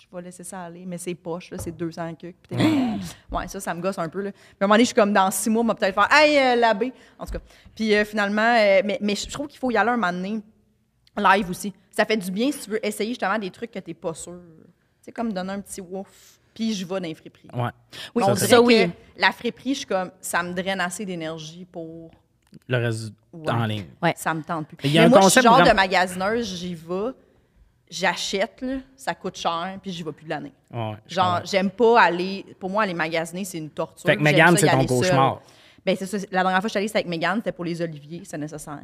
je vais laisser ça aller. Mais c'est poche, là, c'est 200 cucs. Puis t'es
Hein?
comme, oh. ouais, ça, ça me gosse un peu. Là. Puis à un moment donné, je suis comme, dans six mois, on va peut-être faire, hey, euh, l'abbé. En tout cas. Puis euh, finalement, euh, mais, mais je trouve qu'il faut y aller un moment donné live aussi. Ça fait du bien si tu veux essayer justement des trucs que t'es pas sûr. C'est comme donner un petit ouf, puis je vais dans les friperies.
Ouais.
Oui,
Ça,
on
c'est-
dirait
ça,
que
oui.
la friperie, je suis comme, ça me draine assez d'énergie pour...
Le reste
Ouais.
en ligne.
Ouais.
Ça me tente plus.
Mais il y a
Mais
un
moi, je suis
concept
genre
vraiment-
de magasineuse, j'y vais, j'achète, là, ça coûte cher, puis j'y vais plus de l'année.
Ouais, je
Genre,
comprends.
j'amme pas aller... Pour moi, aller magasiner, c'est une torture.
Fait que
J'aime
Mégane,
ça y
c'est ton
aller seule.
cauchemar.
Ben, c'est ça. La dernière fois que je suis allée, c'était avec Mégane, c'était pour les oliviers, c'est nécessaire.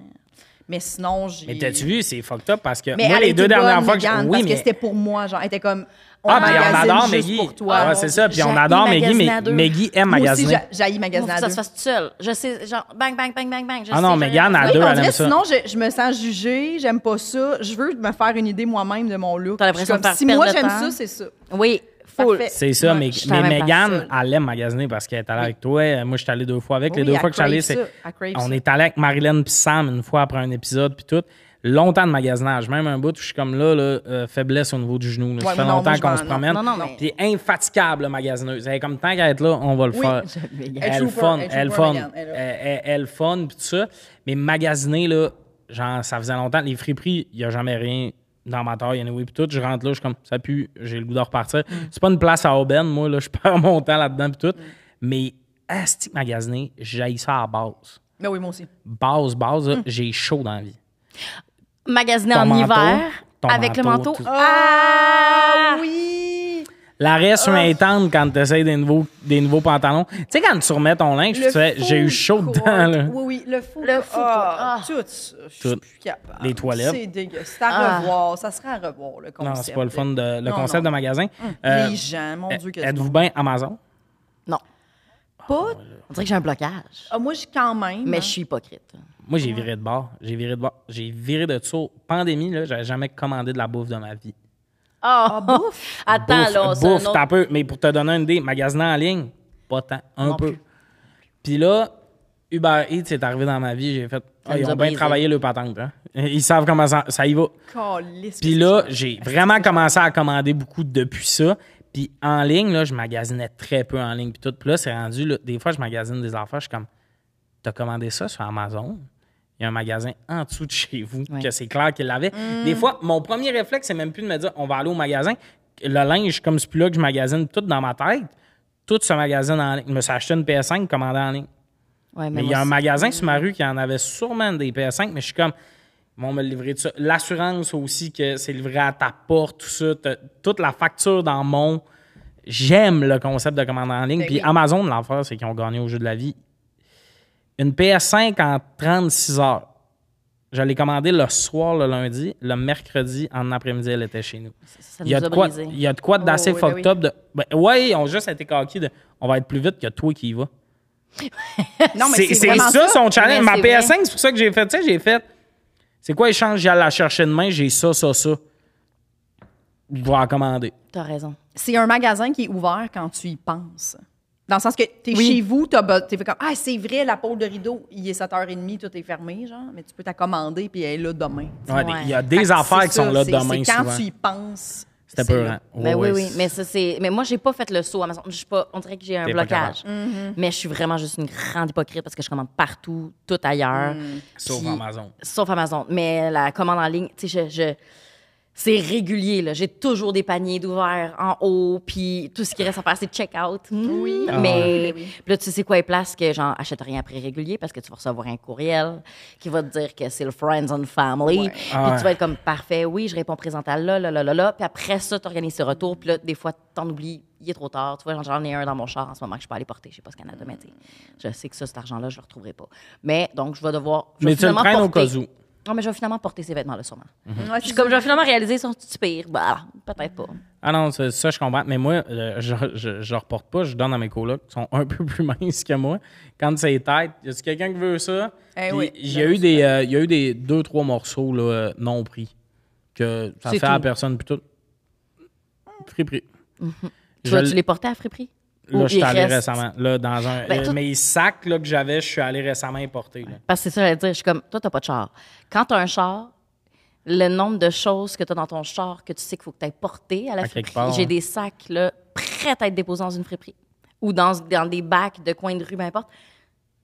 Mais sinon, j'ai...
Mais t'as-tu vu, c'est fucked up parce que
Mais
moi,
elle
les
était
deux dernières
bonne,
fois que
Mégane,
je.
parce
Oui,
que
mais.
c'était pour moi, genre, elle était comme... On
Ah, puis on
magasine
adore
juste
Maggie.
pour toi.
Ah, ouais, c'est ça. Puis on
J'ai
adore
appris
Maggie,
magasiner
mais
à deux.
Maggie aime
Moi aussi,
magasiner.
j'a- j'haillis
Moi, faut
magasiner à
que ça
deux.
se fasse tout seul. Je sais, genre, bang, bang, bang, bang, bang. je
Ah non,
sais,
mais
je-
Yann, à
Oui,
deux,
on
elle
dirait,
aime ça.
sinon, je, je me sens jugée, j'aime pas ça. Je veux me faire une idée moi-même de mon look.
T'as l'impression
Je suis comme,
de
Si
faire
moi,
perdre
j'aime
le
ça,
temps.
c'est ça.
Oui, full.
Parfait.
C'est ça,
Ouais,
mais,
je suis
mais
en même
Megan,
personne.
elle aime magasiner parce qu'elle est allée avec toi. Moi, je suis allé deux fois avec. Les
Oui,
deux
elle
fois que je suis allé,
crave
c'est.
ça, elle crave
On
ça.
est allé avec Marilyn puis Sam une fois après un épisode puis tout. Longtemps de magasinage, même un bout où je suis comme là, là euh, faiblesse au niveau du genou. là.
Ouais,
ça fait
moi, non,
longtemps
moi, je
qu'on
m'en-
se promène.
non, non, mais-
Puis infatigable, la magasineuse. Elle est comme tant qu'à être là, on va le
Oui, *laughs*
faire.
Megan.
Elle
Elle
est
trooper,
fun,
elle
elle
trooper,
fun.
Megan, elle
Elle
est là.
elle- elle fun puis tout ça. Mais magasiner, là, genre, ça faisait longtemps. Les friperies, il n'y a jamais rien dans ma taille, anyway, puis tout. Je rentre là, je suis comme, ça pue, j'ai le goût de repartir.
Mm.
C'est pas une place à aubaine, moi, là, je perds mon temps là-dedans puis tout. Mais, asti que magasiner, j'aille ça à base.
Mais Ben oui, moi aussi.
Base, base, là,
Mm.
j'ai chaud dans la vie.
Magasiner
Ton
en
manteau,
hiver,
ton
avec le
manteau,
manteau.
tout.
Ah!
Oui!
L'arrêt sur
Ah.
un tente quand tu essaies des nouveaux, des nouveaux pantalons. Tu sais, quand tu remets ton linge, puis tu fais, j'ai eu chaud
food
dedans, là.
court. Oui, oui, le fou.
Le food
Ah,
court.
Tout ça. Je suis
Tout.
plus capable.
Les toilettes.
C'est dégueu. C'est à
Ah.
revoir. Ça serait à revoir, le concept.
Non, c'est pas le fun, de, le
Non,
concept
non. Mm.
de magasin. Euh,
Les gens, mon Dieu, que
Êtes-vous bien Amazon?
Non.
pas.
On dirait que j'ai un blocage.
Ah, moi, je quand même.
Mais
hein.
je suis hypocrite.
Moi, j'ai viré de bord. J'ai viré de bord. J'ai viré de dessous. Pandémie, là, j'avais jamais commandé de la bouffe de ma vie.
Ah,
bouffe?
Attends,
bouffe,
là, c'est un
bouffe,
autre-
t'as peu. Mais pour te donner une idée, magasin en ligne, pas tant, un
Non
peu.
plus.
Puis là, Uber Eats est arrivé dans ma vie. J'ai fait, ah,
nous
ils
a
ont bien
brisé.
travaillé le patente. hein. Ils savent comment ça, ça y va.
Calisse.
Puis là, j'ai vraiment commencé à commander beaucoup depuis ça. Puis en ligne, là, je magasinais très peu en ligne. Puis tout. Puis là, c'est rendu, là, des fois, je magasine des affaires. Je suis comme, t'as commandé ça sur Amazon? Il y a un magasin en dessous de chez vous,
Ouais.
que c'est clair qu'il l'avait. Des fois, mon premier réflexe, c'est même plus de me dire, on va aller au magasin. Le linge, comme c'est plus là que je magasine tout dans ma tête, tout se magasine en ligne. Je me suis acheté une PS5 commandée en ligne.
Ouais,
Mais il y
moi,
a un
c'est-
magasin sur ma rue qui en avait sûrement des PS5, mais je suis comme, ils vont me le livrer de ça. L'assurance aussi, que c'est livré à ta porte, tout ça, t'as- toute la facture dans mon. J'aime le concept de commande en ligne.
Ben
Puis
oui.
Amazon, l'enfer, c'est qu'ils ont gagné au jeu de la vie. Une PS5 en 36 heures. Je l'ai commandée le soir, le lundi. Le mercredi, en après-midi, elle était chez nous.
ça
Il y, a
nous
de
a
quoi,
brisés.
il y a de quoi d'assez
Oh, oui, ben
fucked up. De, ben, ouais, ils ont juste été coquilles de on va être plus vite que toi qui y vas.
Non, mais
C'est
c'est
c'est ça,
vraiment ça.
son challenge.
Ouais,
Ma
c'est vrai.
PS5, c'est pour ça que j'ai fait ça. J'ai fait. C'est quoi échange? J'allais la chercher demain, j'ai ça, ça, ça. Je vais en commander.
T'as raison.
C'est un magasin qui est ouvert quand tu y penses. Dans le sens que t'es
Oui.
chez vous, t'as be- t'es fait comme Ah, c'est vrai, la pôle de rideau, il est 7h30, tout est fermé, genre, mais tu peux ta commander puis elle est là demain.
Ouais,
Ouais.
Il y a des affaires qui sont là demain
C'est quand
souvent.
tu y penses.
C'était
c'est
peu
là.
Ben oui, oui, mais ça, c'est. Mais moi, j'ai pas fait le saut à Amazon. Je suis pas. On dirait que j'ai un
T'es pas
blocage. Mais je suis vraiment juste une grande hypocrite parce que je commande partout, tout ailleurs.
Sauf
Puis-
Amazon.
Sauf Amazon. Mais la commande en ligne, tu sais, je. je- c'est régulier, là. J'ai toujours des paniers d'ouvert en haut, puis tout ce qui reste à faire, c'est check-out. Oui. Mais
Ah oui.
puis là, tu sais quoi les places que, genre, achète rien après régulier parce que tu vas recevoir un courriel qui va te dire que c'est le Friends and Family. Puis
Ah ouais.
tu vas être comme, parfait, oui, je réponds présent à là, là, là, là, là. Puis après ça, tu organises tes retours. Puis là, des fois, t'en oublies, il est trop tard. Tu vois, genre, j'en ai un dans mon char en ce moment que je peux aller porter. Je sais pas ce Canada, mais tu sais, je sais que ça, cet argent-là, je le retrouverai pas. Mais donc, je vais devoir. je vais
Mais tu le
finalement
traînes au
porter-
cas où.
Non, mais je vais finalement porter ces vêtements-là, sûrement.
Ouais,
Puis
c'est
comme
comme
je vais finalement réaliser, ils sont pires. Bah, peut-être pas.
Ah non, ça, ça, je comprends. Mais moi, euh, je, je, je reporte pas, je donne à mes colocs qui sont un peu *laughs* plus minces que moi. Quand c'est tête, y a quelqu'un qui veut ça?
Eh
Puis
oui.
Il y a eu des, euh, il y a eu des deux, trois morceaux là, euh, non pris que ça fait
C'est
à la
tout. Mhm.
personne, puis tout. Friperie.
Tu
Je
vas-tu
l-
les porter à friperie?
Là,
Ou
je suis
ils
allé
restent?
récemment. Là, dans un,
Ben,
euh,
tout-
Mes sacs là, que j'avais, je suis allé récemment importer. là.
Parce que c'est ça, j'allais dire, je suis comme, toi, t'as pas de char. Quand t'as un char, le nombre de choses que t'as dans ton char que tu sais qu'il faut que t'aies porté à la
À quelque
friperie,
part,
j'ai
hein.
des sacs là, prêts à être déposés dans une friperie ou dans, dans des bacs de coin de rue, peu importe.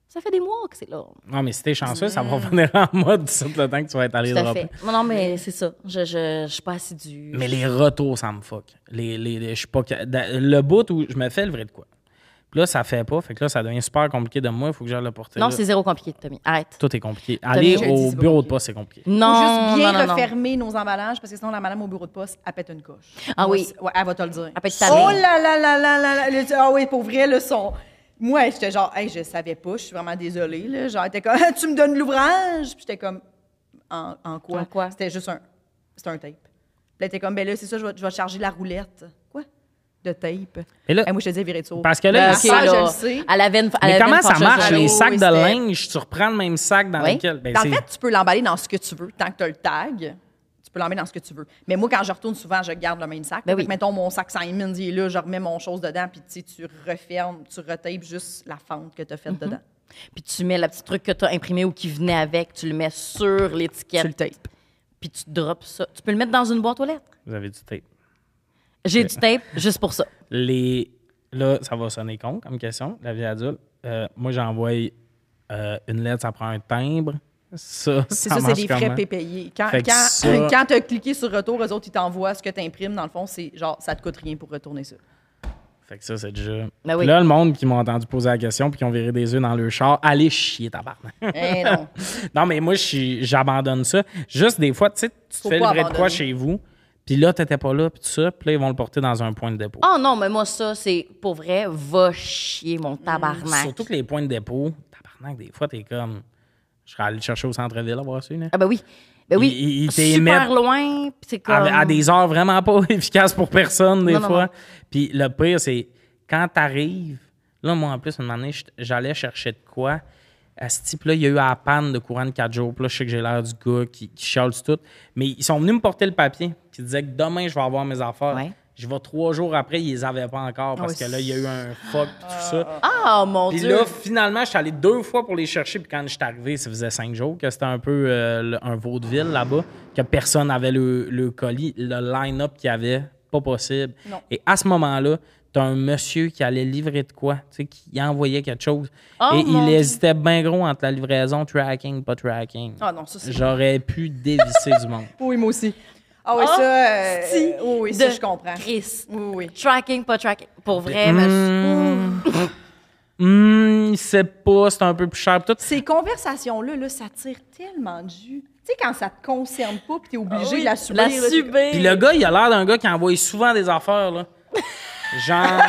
Ça fait des mois que c'est là.
Non, mais si t'es chanceux, ça va revenir en mode d'ici le temps que tu vas être allé
Mm. Tout à
dropper.
fait. Non, non, mais c'est ça. Je, je, je suis pas assidue.
Mais les retours, ça me fuck. Les, les, les- je suis pas, ca- da- le bout où je me fais le vrai de quoi. Puis là, ça fait pas. Fait que là, ça devient super compliqué de moi. Il faut que j'aille le porter.
non,
là.
c'est zéro compliqué, Tommy. Arrête.
Tout est compliqué. Aller
mis-
au
Je dis,
bureau de poste, c'est compliqué.
Non,
juste bien
non, non, non.
refermer nos emballages parce que sinon la madame au bureau de poste, elle pète une coche.
Ah
Moi,
oui.
c'est- Ouais, elle va te le dire.
Elle pète ta
oh
ligne.
là là là là là là. le- Ah oui, pour vrai, le son. Moi, j'étais genre, hey, je savais pas, je suis vraiment désolée. Là. Genre, elle était comme, *laughs* tu me donnes l'ouvrage. Puis j'étais comme, en, en quoi?
En quoi?
C'était juste un, c'était un tape. Puis elle était comme, ben là, c'est ça, je vais, je vais te charger la roulette. Quoi? De tape.
Et là-
Eh, moi, je te dis, virer de sourd.
Parce que là,
Ben,
il-
ok,
ça, je
là.
le sais.
Elle avait une- elle
Mais
avait
comment
une
ça
fâcheuse
marche,
allure.
les sacs
oui,
de
c'était-
linge? Tu reprends le même sac dans
Oui.
lequel. Ben,
En
c'est-
fait, tu peux l'emballer dans ce que tu veux. Tant que tu as le tag, tu peux l'emballer dans ce que tu veux. Mais moi, quand je retourne, souvent, je garde le même sac.
Ben
Fait que,
oui.
mettons, mon sac Simons, il est là, je remets mon chose dedans, puis tu sais, tu refermes, tu retapes juste la fente que tu as faite dedans.
Puis tu mets le petit truc que t'as imprimé ou qui venait avec, tu le mets sur
Tu le
l'étiquette,
tapes.
puis tu drops ça. Tu peux le mettre dans une boîte aux lettres.
Vous avez du tape.
J'ai du tape juste pour ça.
Les... Là, ça va sonner con comme question, la vie adulte. Euh, moi, j'envoie euh, une lettre, ça prend un timbre. Ça,
C'est
ça
ça, c'est
marche
des frais
comment?
payés. Quand,
Fait que
quand,
ça-
*laughs* quand tu as cliqué sur retour, eux autres, ils t'envoient ce que tu imprimes. Dans le fond, c'est genre, ça te coûte rien pour retourner ça.
Fait que ça, c'est déjà...
Ben oui.
Puis Là, le monde qui m'a entendu poser la question puis qui ont viré des yeux dans le char, allez chier,
*laughs*
tabarnak.
Eh non.
Non, mais moi, je suis- j'abandonne ça. Juste des fois, tu sais, tu te
Faut
fais le
pas
vrai de quoi
abandonner.
chez vous, puis là, t'étais pas là, puis tout ça, puis là, ils vont le porter dans un point de dépôt.
Oh non, mais moi, ça, c'est pour vrai, va chier
Mm,
mon
Oh,
tabarnak.
Surtout que les points de dépôt, tabarnak, des fois, t'es comme... Je serais allé le chercher au centre-ville à voir ça, là.
Ah ben oui. Ben oui.
Ils- ils
Super
t'émettent-
loin, puis c'est comme.
à, à des heures vraiment pas *laughs* efficaces pour personne, des
Non, non,
fois.
non.
Puis le pire, c'est quand t'arrives, là, moi, en plus, une année, j'allais chercher de quoi. À ce type-là, il y a eu la panne de courant de 4 jours. Puis là, je sais que j'ai l'air du gars qui, qui chiale sur tout. Mais ils sont venus me porter le papier. Puis ils disaient que demain, je vais avoir mes affaires.
Ouais. Oh,
Je vais trois jours après, ils les avaient pas encore parce
oui.
que là, il y a eu un fuck puis tout ça.
Ah mon
Puis
Dieu.
là, finalement, je suis allé deux fois pour les chercher. Puis quand je suis arrivé, ça faisait cinq jours que c'était un peu euh, le- un vaudeville là-bas, que personne n'avait le, le colis, le line-up qu'il y avait, pas possible.
Non.
Et à ce moment-là, t'as un monsieur qui allait livrer de quoi, tu sais, qui envoyait quelque chose.
Oh,
et
mon
il
Dieu.
hésitait bien gros entre la livraison, tracking, pas tracking.
Ah non, ça, c'est.
J'aurais pu dévisser du monde.
Oui, moi aussi. Ah oui,
Ah,
ça. euh,
si,
oui, oui, ça,
de
je comprends.
Chris.
Oui, oui.
Tracking, pas tracking. Pour
Eh
vrai,
Mm.
mais
ben,
Hum, Mmh. c'est pas, c'est un peu plus cher. pis tout.
Ces conversations-là, là, ça tire tellement de jus. Tu sais, quand ça te concerne pas,
Ah
puis t'es obligé de la subir.
la
là, t'es
subir.
Puis le gars, il a l'air d'un gars qui envoie souvent des affaires, là.
*laughs*
Genre.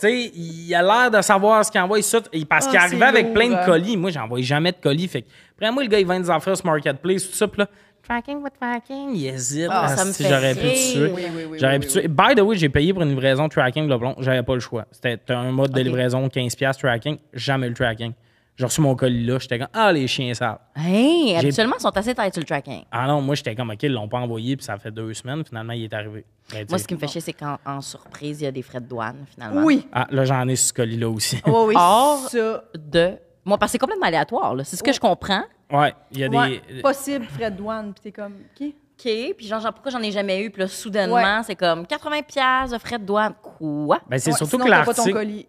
Tu sais, il a l'air de savoir ce qu'il envoie ça. Et Parce
Ah,
qu'il
c'est
arrivait avec
lourd,
plein de
hein.
colis. Moi, j'envoie jamais de colis. Fait que, après, moi, le gars, il vend des affaires sur Marketplace, tout ça. Puis là, tracking, what tracking? Il hésite.
Ah,
Ah,
ça me
si,
fait
J'aurais pu te
rire.
tuer.
Oui, oui, oui,
J'aurais
oui,
pu te
oui,
tuer. By the way, j'ai payé pour une livraison tracking, le blond. J'avais pas le choix. C'était t'as un mode de livraison, 15$ tracking. Jamais eu le tracking. J'ai reçu mon colis là, j'étais comme Ah, les chiens sales.
Hey, habituellement, ils sont assez tight sur le tracking.
Ah non, moi, j'étais comme OK, ils l'ont pas envoyé, puis ça fait deux semaines, finalement, il est arrivé. Ben, tu
Moi,
sais.
ce qui me fait chier, c'est qu'en en surprise, il y a des frais de douane, finalement.
Oui.
Ah, là, j'en ai sur ce colis-là aussi.
Oui, oui.
Or-
ça.
De. Moi, parce que c'est complètement aléatoire, là. C'est ce que je comprends.
*laughs* Ouais, il y a
Ouais,
des.
Possible, frais de douane. Puis t'es comme, qui?
OK, puis genre, genre, pourquoi j'en ai jamais eu? Puis là, soudainement, c'est comme 80$ piastres de frais de douane. Quoi?
Ben, c'est
Ouais,
surtout
sinon,
que
t'as pas ton
l'article.
colis.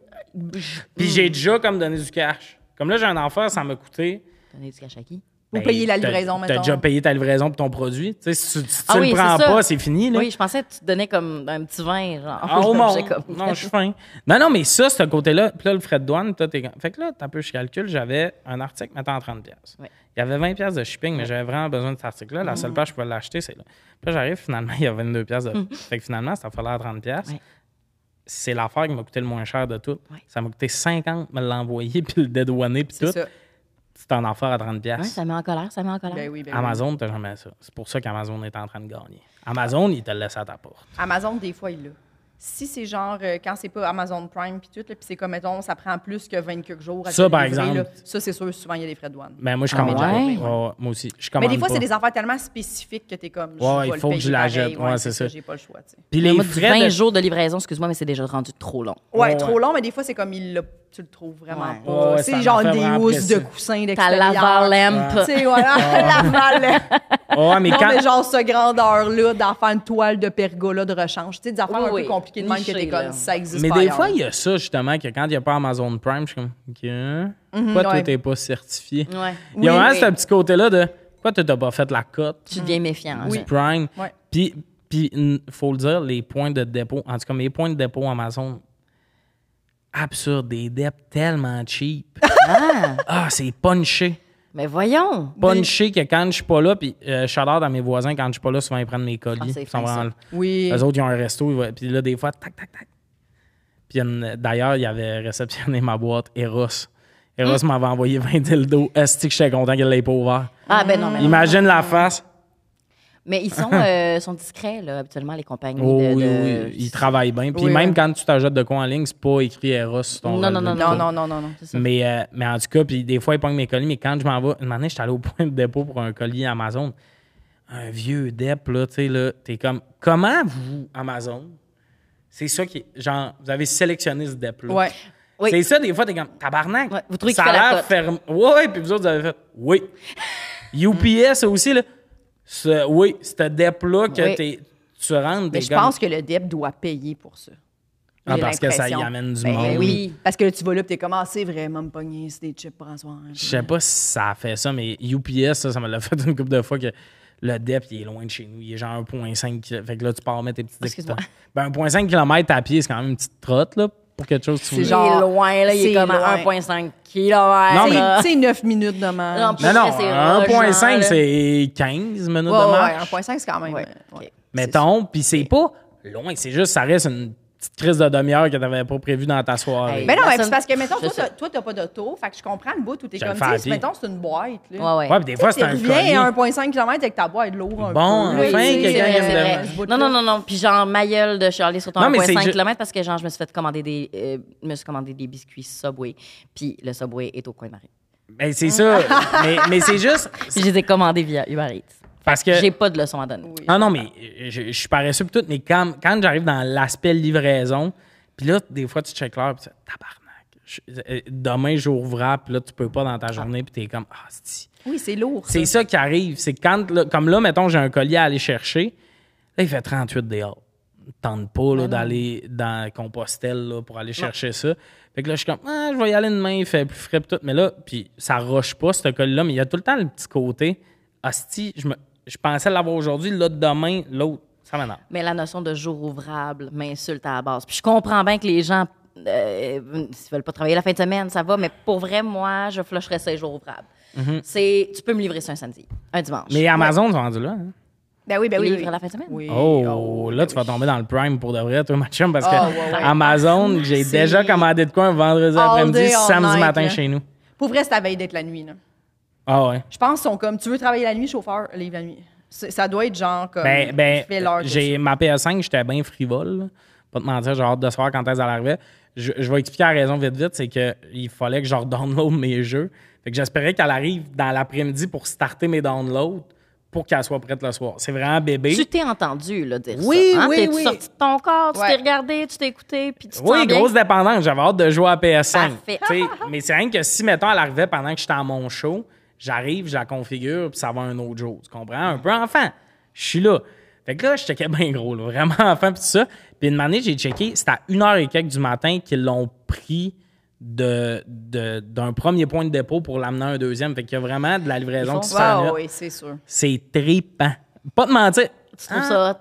Puis j'ai déjà comme donné du cash. Comme là, j'ai un enfant, ça m'a coûté.
Donnez du cash à qui?
Vous
Ben,
payez la
t'as-
livraison,
T'as
mettons.
déjà payé ta livraison pour ton produit. Tu sais, si tu, si tu
Ah oui,
le prends
c'est ça.
pas, c'est fini. Là.
Oui, je pensais que tu te donnais comme un petit vin, genre.
Ah, au monde.
J'ai comme-
Non, je suis fin. Non, non, mais ça, ce côté-là, puis là, le frais de douane, toi, t'es comme- Fait que là, t'as un peu, je calcule, j'avais un article, mettons, en 30 pièces.
Ouais.
Il y avait 20 pièces de shipping, mais j'avais vraiment besoin de cet article-là. La seule place que je pouvais l'acheter, c'est là. Puis là, j'arrive, finalement, *laughs* il y a 22 pièces de...
Mhm.
Fait que finalement, ça fallait à 30 pièces.
Ouais.
C'est l'affaire qui m'a coûté le moins cher de tout.
Ouais.
Ça m'a coûté 50 me l'envoyer, *laughs* puis le dédouaner, puis tout.
C'est ça.
C'est en affaire à 30 pièces.
*laughs* Ouais, ça met en colère, ça met en colère.
Ben oui, ben oui.
Amazon, t'as jamais ça. C'est pour ça qu'Amazon est en train de gagner. Amazon, il te le laisse à ta porte.
Amazon, des fois, il l'a. Si c'est genre, euh, quand c'est pas Amazon Prime, puis tout, là, puis c'est comme, mettons, ça prend plus que 20 quelques jours. à
Ça,
te
par
livrer,
exemple.
là, ça, c'est sûr, souvent, il y a des frais de douane.
Mais Ben, moi, je
Ah
commande
ouais?
pas. Ouais, ouais, moi aussi. Je
Mais
commande
des fois,
pas.
c'est des affaires tellement spécifiques que t'es comme, je
Ouais,
vais
il
le
faut que
payer
je la
pareil.
jette. Ouais, c'est ça.
J'ai pas le choix, tu sais.
Puis
Mais
les
moi, du
frais
20
de-
jours de livraison, excuse-moi, mais c'est déjà rendu trop long.
Ouais,
Ouais,
trop
ouais.
long, mais des fois, c'est comme, il l'a, tu le trouves vraiment
Ouais.
pas.
Ouais, ouais, ça
c'est
me
genre
fait
des
vraiment
housses de
plaisir.
coussins
Ta
d'extérieur.
lavalampe.
Tu sais, voilà, *laughs* la valette.
Ouais, mais
*laughs* Non,
quand...
mais genre, ce grandeur-là, d'en faire une toile de pergola de rechange. Tu sais, des affaires
Oui,
un
oui.
peu compliquées de même que
Niché,
t'es
là.
comme, ça existe
Mais
pas
des
ailleurs.
fois, il y a ça, justement, que quand il n'y a pas Amazon Prime, je suis comme, OK, pourquoi toi,
Mhm, ouais.
t'es pas certifié?
Ouais.
Il y a
Oui,
vraiment
oui.
ce petit côté-là de, pourquoi tu t'as pas fait la cote
Tu deviens méfiant.
du
hein.
Prime?
Ouais.
Puis, puis, n- faut le dire, les points de dépôt, en tout cas, mes points de dépôt Amazon, absurde, des dettes tellement cheap.
Ah,
ah, c'est punché.
mais voyons.
punché que quand je suis pas là, puis euh, chaleur dans mes voisins, quand je suis pas là, souvent ils prennent mes
Ah,
colis.
c'est
Ils sont
fin, ça.
vraiment-
Oui.
Eux autres, ils ont un resto, ils vont- puis là, des fois, tac, tac, tac. Puis il y a une- d'ailleurs, il avait réceptionné ma boîte Eros. Eros
Hein?
m'avait envoyé 20 dildos. Est-ce que j'étais content qu'il l'ait pas ouvert?
Ah, ben non, mais. non.
Imagine la face.
Mais ils sont, euh, sont discrets, là, habituellement, les compagnies.
Oh,
de,
oui,
de-
oui, ils travaillent bien. Puis
Oui,
même
oui.
quand tu t'ajoutes de quoi en ligne, c'est pas écrit Eros sur ton
Non, non,
relevé
non,
de
Non,
compte.
non, non, non, non.
Mais, euh, mais en tout cas, puis des fois, ils pognent mes colis, mais quand je m'en vais, une année, j'étais allé au point de dépôt pour un colis Amazon. Un vieux DEP, là, tu sais, là, t'es comme, comment vous, Amazon, c'est ça qui, est- genre, vous avez sélectionné ce DEP-là.
Ouais.
Oui.
C'est ça, des fois, t'es comme, tabarnak.
Ouais, vous trouvez
ça
qu'il fait la
a l'air
cote.
fermé. Ouais, puis vous autres, vous avez fait, oui. UPS aussi, là, ce- oui, ce DEP-là que
Oui.
t'es- tu rentres,
Mais
t'es
je
comme-
pense que le DEP doit payer pour ça.
Ah,
J'ai
parce que ça y
l'impression.
amène du
Ben
monde.
Oui.
Oui. Parce que là, tu vas là, puis t'es comme, ah, c'est vraiment me pogner, c'est des chips François.
Je sais pas si ça a fait ça, mais UPS, ça, ça me l'a fait une couple de fois que le DEP, il est loin de chez nous. Il est genre 1,5 km. Fait que là, tu pars mettre tes petits
Excuse-moi.
écouteurs. Ben, 1,5 km à pied, c'est quand même une petite trotte, là, pour quelque chose que tu
C'est
voulais.
genre-
il est loin, là, il est
C'est
comme à
loin.
1,5
Non, mais-
km.
Tu sais, 9 minutes de marche.
Non,
Non,
non,
Pour vrai, c'est rush,
1,5,
genre,
c'est 15 minutes de
Ouais, ouais,
marche.
1.5, c'est quand même.
Ouais.
euh, ouais.
mettons, puis c'est pas loin. C'est juste, ça reste une petite crise de demi-heure que t'avais pas prévue dans ta soirée.
Hey.
Mais non, mais
Personne-
c'est parce que, mettons,
Je
toi,
sais.
t'as- toi, t'as pas d'auto, fait que je comprends le bout où t'es
Je
comme,
le fais à
tu sais,
pied.
mettons, c'est une boîte, là.
Ouais, ouais.
Ouais, puis des fois,
Tu
c'est un
reviens à
colis.
1,5 km avec ta boîte lourde
Bon,
un peu.
enfin,
là, tu sais,
quelqu'un
euh,
qui aime
c'est
de-
vrai.
ce bout de
Non, non,
là.
non, non. Puis genre, ma gueule de Charlie sur ton
Non, mais c'est
1,5
ju-
km parce que genre, je me suis fait commander des. euh, je me suis commandé des biscuits Subway. Puis le Subway est au coin de Marie.
Ben, c'est
*laughs*
ça. mais mais c'est juste.
Puis je les ai commandés via Uber Eats.
Parce que.
J'ai pas de leçon à donner.
Oui.
Ah non, mais euh, je, je suis paresseux pis tout, mais quand, quand j'arrive dans l'aspect livraison, puis là, des fois, tu checkes l'heure, puis tu fais tabarnak. je- euh, demain, j'ouvre, puis là, tu peux pas dans ta journée, puis t'es comme, ah, c'ti.
Oui, c'est lourd.
c'est ça qui arrive. C'est quand, là, comme là, mettons, j'ai un collier à aller chercher, là, il fait 38 dehors. Tente
Ben
pas là, d'aller dans Compostelle là, pour aller chercher ça. Fait que là, je suis comme, ah, je vais y aller demain, il fait plus frais, pis tout. Mais là, puis ça roche pas, ce collier-là, mais il y a tout le temps le petit côté, hostie, je, me, je pensais l'avoir aujourd'hui, l'autre demain, l'autre, ça m'énerve.
Mais la notion de jour ouvrable m'insulte à la base. Puis je comprends bien que les gens, euh, s'ils veulent pas travailler la fin de semaine, ça va, mais pour vrai, moi, je flusherais ça les jours ouvrables. C'est, tu peux me livrer ça un samedi, un dimanche.
Mais Amazon, sont rendus là. hein?
Ben oui, ben oui.
Il
oui.
livre à la fin de semaine?
Oui.
Oh, là,
ben
tu
oui.
vas tomber dans le prime pour de vrai, toi, ma chum, parce que
Ah, ouais, ouais.
Amazon, j'ai
C'est-
déjà commandé de quoi un vendredi
All
après-midi,
day, all
samedi
night, hein.
matin
là.
chez nous.
Pour vrai, c'est la veille d'être la nuit, là.
Ah ouais.
Je pense qu'ils sont comme, tu veux travailler la nuit, chauffeur, livre la nuit. C'est- Ça doit être genre comme,
Ben,
tu fais l'heure
ben
que
j'ai ma PS5, j'étais bien frivole. là. Pas te mentir, j'ai hâte de savoir quand est-ce qu'elle arrivait. je, je vais expliquer la raison vite vite, c'est qu'il fallait que je download mes jeux. Fait que j'espérais qu'elle arrive dans l'après-midi pour starter mes downloads pour qu'elle soit prête le soir. C'est vraiment bébé.
Tu t'es entendu là, dire
Oui,
ça. hein?
oui,
T'es-tu
oui.
sorti de ton corps, tu
Ouais.
t'es regardé, tu t'es écouté, puis tu te
Oui,
sens bien?
grosse dépendance. J'avais hâte de jouer à PS5.
Parfait.
Tu sais, mais c'est rien que si, mettons, elle arrivait pendant que j'étais à mon show, j'arrive, je la configure, puis ça va un autre jour. Tu comprends? Un peu enfant. Je suis là. Fait que là, je checkais *laughs* bien gros, là, vraiment enfant, puis tout ça. Puis une année, j'ai checké, c'était à une heure et quelques du matin qu'ils l'ont pris de, de- d'un premier point de dépôt pour l'amener à un deuxième. Fait qu'il y a vraiment de la livraison qui se fait
Ah
là.
oui, c'est sûr.
C'est trippant. Pas de mentir.
Tu trouves ça hot?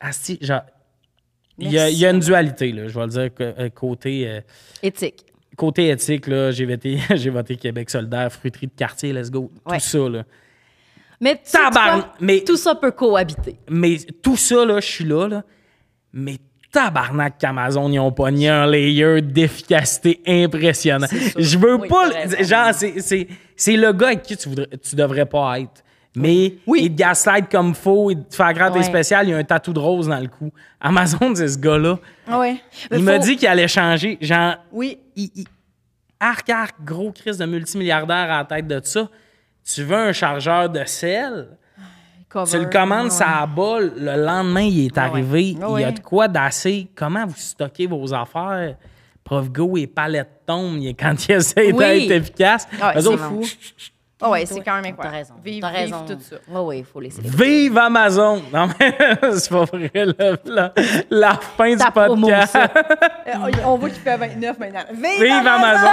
Ah. Asti, genre, il y, a- il y a une dualité, là, je vais le dire, que- euh, côté... euh,
éthique?
côté éthique, là, j'ai voté, *laughs* j'ai voté Québec solidaire, fruiterie de quartier, let's go.
Ouais.
Tout ça, là.
Mais tu-
Tabarn-
tu vois,
mais-
tout ça peut cohabiter.
Mais tout ça, là, je suis là, là. Mais tabarnak qu'Amazon, ils ont pogné un layer d'efficacité impressionnant. Je veux
Oui,
pas...
t'as
le-
raison.
Genre, c'est, c'est, c'est le gars avec qui tu, voudrais, tu devrais pas être. Mais il te gaslight comme faux, il te fait aggratter
Ouais.
spécial, il y a un tatou de rose dans le cou. Amazon, c'est ce gars-là.
Ah
Oui.
Il m'a dit qu'il allait changer. Genre,
Oui.
il- il- arc, arc, gros crise de multimilliardaire à la tête de ça. Tu veux un chargeur de sel, tu le commandes, ça abole. Le lendemain, il est arrivé.
Ouais.
Il y a
Ouais.
de quoi d'assez. Comment vous stockez vos affaires? Provigo et palette tombe il- quand il essaie
Oui.
d'être efficace.
Ouais,
Eux
c'est
autres,
fou. Ah ouais, c'est quand même
T'as
incroyable.
raison.
Vive,
T'as
vive
raison.
tout ça.
Oui, oui, il faut laisser.
Vive Amazon! Non, mais *laughs* c'est pas vrai. là. la, la fin du
Ta promo,
podcast.
ça.
Euh, on voit qu'il fait 29 maintenant. Vive,
Vive Amazon!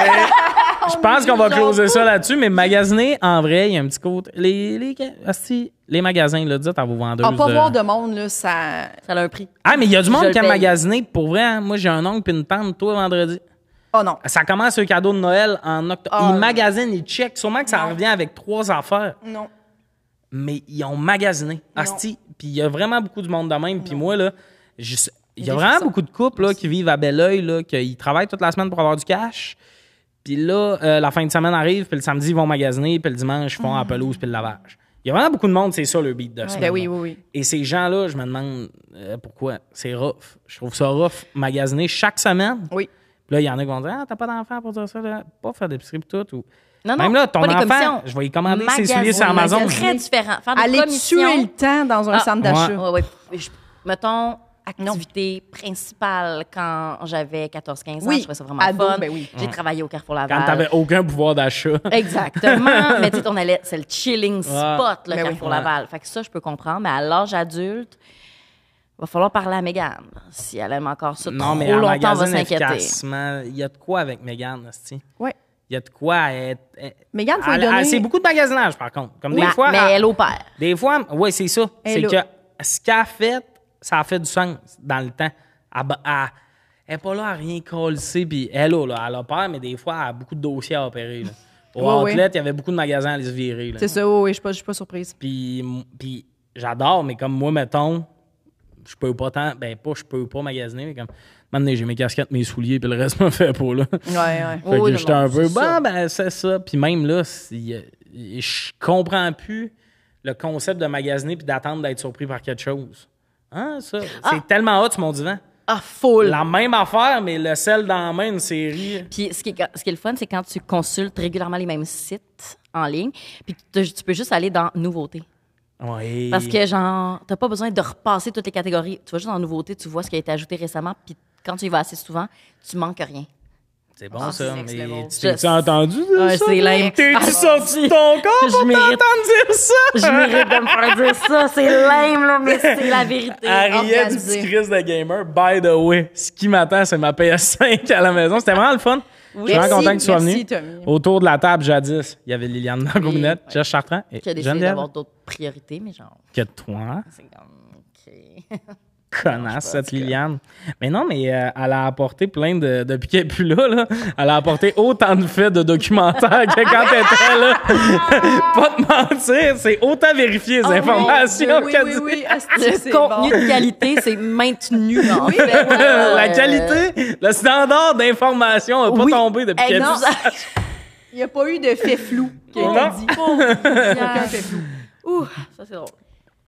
Mais je pense qu'on va closer ça là-dessus, mais magasiner, en vrai, il y a un petit côté. Les, les, asti, les magasins, là, dites à vos vendeuses.
Ah, pas
de-
voir de monde, là, ça...
Ça a un prix.
Ah, mais il y a du
Je
monde
le
qui a
paye.
magasiné. Pour vrai, hein, moi, j'ai un oncle puis une tante, toi, vendredi.
Oh non.
Ça commence le cadeau de Noël en octobre.
Ah,
ils
non.
magasinent, ils checkent. Sûrement que ça revient avec trois affaires,
Non.
mais ils ont magasiné. Asti, puis il y a vraiment beaucoup de monde de même. Puis moi, là, je sais- il y a
Des
vraiment
frissons.
beaucoup de couples là, qui vivent à bel oeil, là, qu'ils travaillent toute la semaine pour avoir du cash. Puis là, euh, la fin de semaine arrive, puis le samedi, ils vont magasiner, puis le dimanche, ils font la pelouse, puis le lavage. Il y a vraiment beaucoup de monde, c'est ça le beat de semaine,
Ah. Ben oui,
là.
oui, oui.
Et ces gens-là, je me demande euh, pourquoi. C'est rough. Je trouve ça rough, magasiner chaque semaine.
Oui.
Puis là, il y en a qui vont dire Ah, t'as pas d'enfant pour dire ça, là. pas faire d'épicerie pis tout. Ou...
Non, non,
Même là, ton
pas des
enfant,
commissions.
je vais y commander ses
Magasin.
souliers sur
Oui,
Amazon.
magasin. très différent. Faire des
Aller
commissions.
tuer le temps dans un
Ah,
centre
ouais.
d'achat.
Ouais, ouais. Je- mettons,
Ah,
activité principale quand j'avais 14-15 ans,
Oui,
je trouvais ça vraiment
ado,
fun.
ben oui.
J'ai travaillé au Carrefour Laval.
Quand t'avais aucun pouvoir d'achat. *laughs*
Exactement. mais tu sais, on allait, c'est le chilling spot, le
Ben oui.
Carrefour
Ouais.
Laval. Fait que ça, je peux comprendre. Mais à l'âge adulte, va falloir parler à Mégane. Si elle aime encore ça
non,
trop
mais en
longtemps, on
magasin,
va s'inquiéter.
efficacement, il y a de quoi avec Megan, Nasty.
Ouais.
Il y a de quoi. euh, elle- elle-
Mégane, faut lui
elle- elle-
donner-
C'est beaucoup de magasinage, par contre. Comme
Oui,
des fois. ah.
mais
elle-
elle opère.
Des fois, oui, c'est ça. C'est
Elle
que
a-
ce qu'elle a fait, ça a fait du sens dans le temps. Elle ba- elle- elle n'est pas là à rien coller, puis elle, là, elle a peur, mais des fois, elle a beaucoup de dossiers à opérer. là. Au
Oui, oui.
Outlet, il y avait beaucoup de magasins à les virer. là.
C'est ça, oui, oui, je suis pas, je suis pas surprise.
Puis, m- puis j'adore, mais comme moi, mettons, je peux pas tant, ben pas, je peux pas magasiner, mais comme, maintenant, j'ai mes casquettes, mes souliers, puis le reste me fait pas, là.
Ouais, ouais.
Fait que
Oui, non,
j'étais
non,
un peu,
c'est
bah,
ça.
ben, c'est ça. Puis même là, si, euh, je comprends plus le concept de magasiner puis d'attendre d'être surpris par quelque chose. Hein, ça? C'est tellement hot, sur mon divan.
Ah, full.
La même affaire, mais le sel dans la main, une série.
Puis ce qui, est, ce qui est le fun, c'est quand tu consultes régulièrement les mêmes sites en ligne, puis que tu tu peux juste aller dans nouveautés.
Oui.
Parce que, genre, t'as pas besoin de repasser toutes les catégories. Tu vas juste en nouveauté, tu vois ce qui a été ajouté récemment, puis quand tu y vas assez souvent, tu manques rien.
C'est Ah, bon, ça.
c'est next
Mais
level.
tu
Je-
t'es entendu? de
Ouais,
ça,
c'est
là?
lame.
T'es-tu
Ah,
sorti de
si.
ton corps
Je
pour
mérite.
t'entendre dire ça?
Je mérite de me faire dire ça. C'est lame, là, mais c'est la vérité.
Elle riait du
organisé.
petit Chris de gamer. By the way, ce qui m'attend, c'est ma PS5 à la maison. C'était vraiment le fun. Je suis vraiment
Merci,
content que tu sois
merci,
venu.
Tommy.
Autour de la table, jadis, il y avait Liliane dans
Oui,
Gominette,
ouais.
Jess Chartrand et
Qui a décidé
Geneviève.
d'avoir d'autres priorités, mais genre,
Que toi,
c'est comme. *laughs* OK.
connasse, cette Liliane. Mais non, mais euh, elle a apporté plein de. Depuis qu'elle est plus là, là, elle a apporté autant de faits de documentaires que quand elle était là.
*laughs*
Pas de mentir, c'est autant vérifier les
Oh mon Dieu,
informations
Oui,
qu'elle
oui,
dit.
oui, asti,
Le
c'est
contenu
bon.
de qualité, c'est maintenu. en
*laughs*
fait.
La
Euh,
qualité, le standard d'information n'a pas
oui,
tombé depuis qu'elle dit ça.
exact.
Il n'y a pas eu de fait flou qui a
Non.
été dit.
Bon,
Aucun
yeah.
fait flou.
Ouh, ça c'est drôle.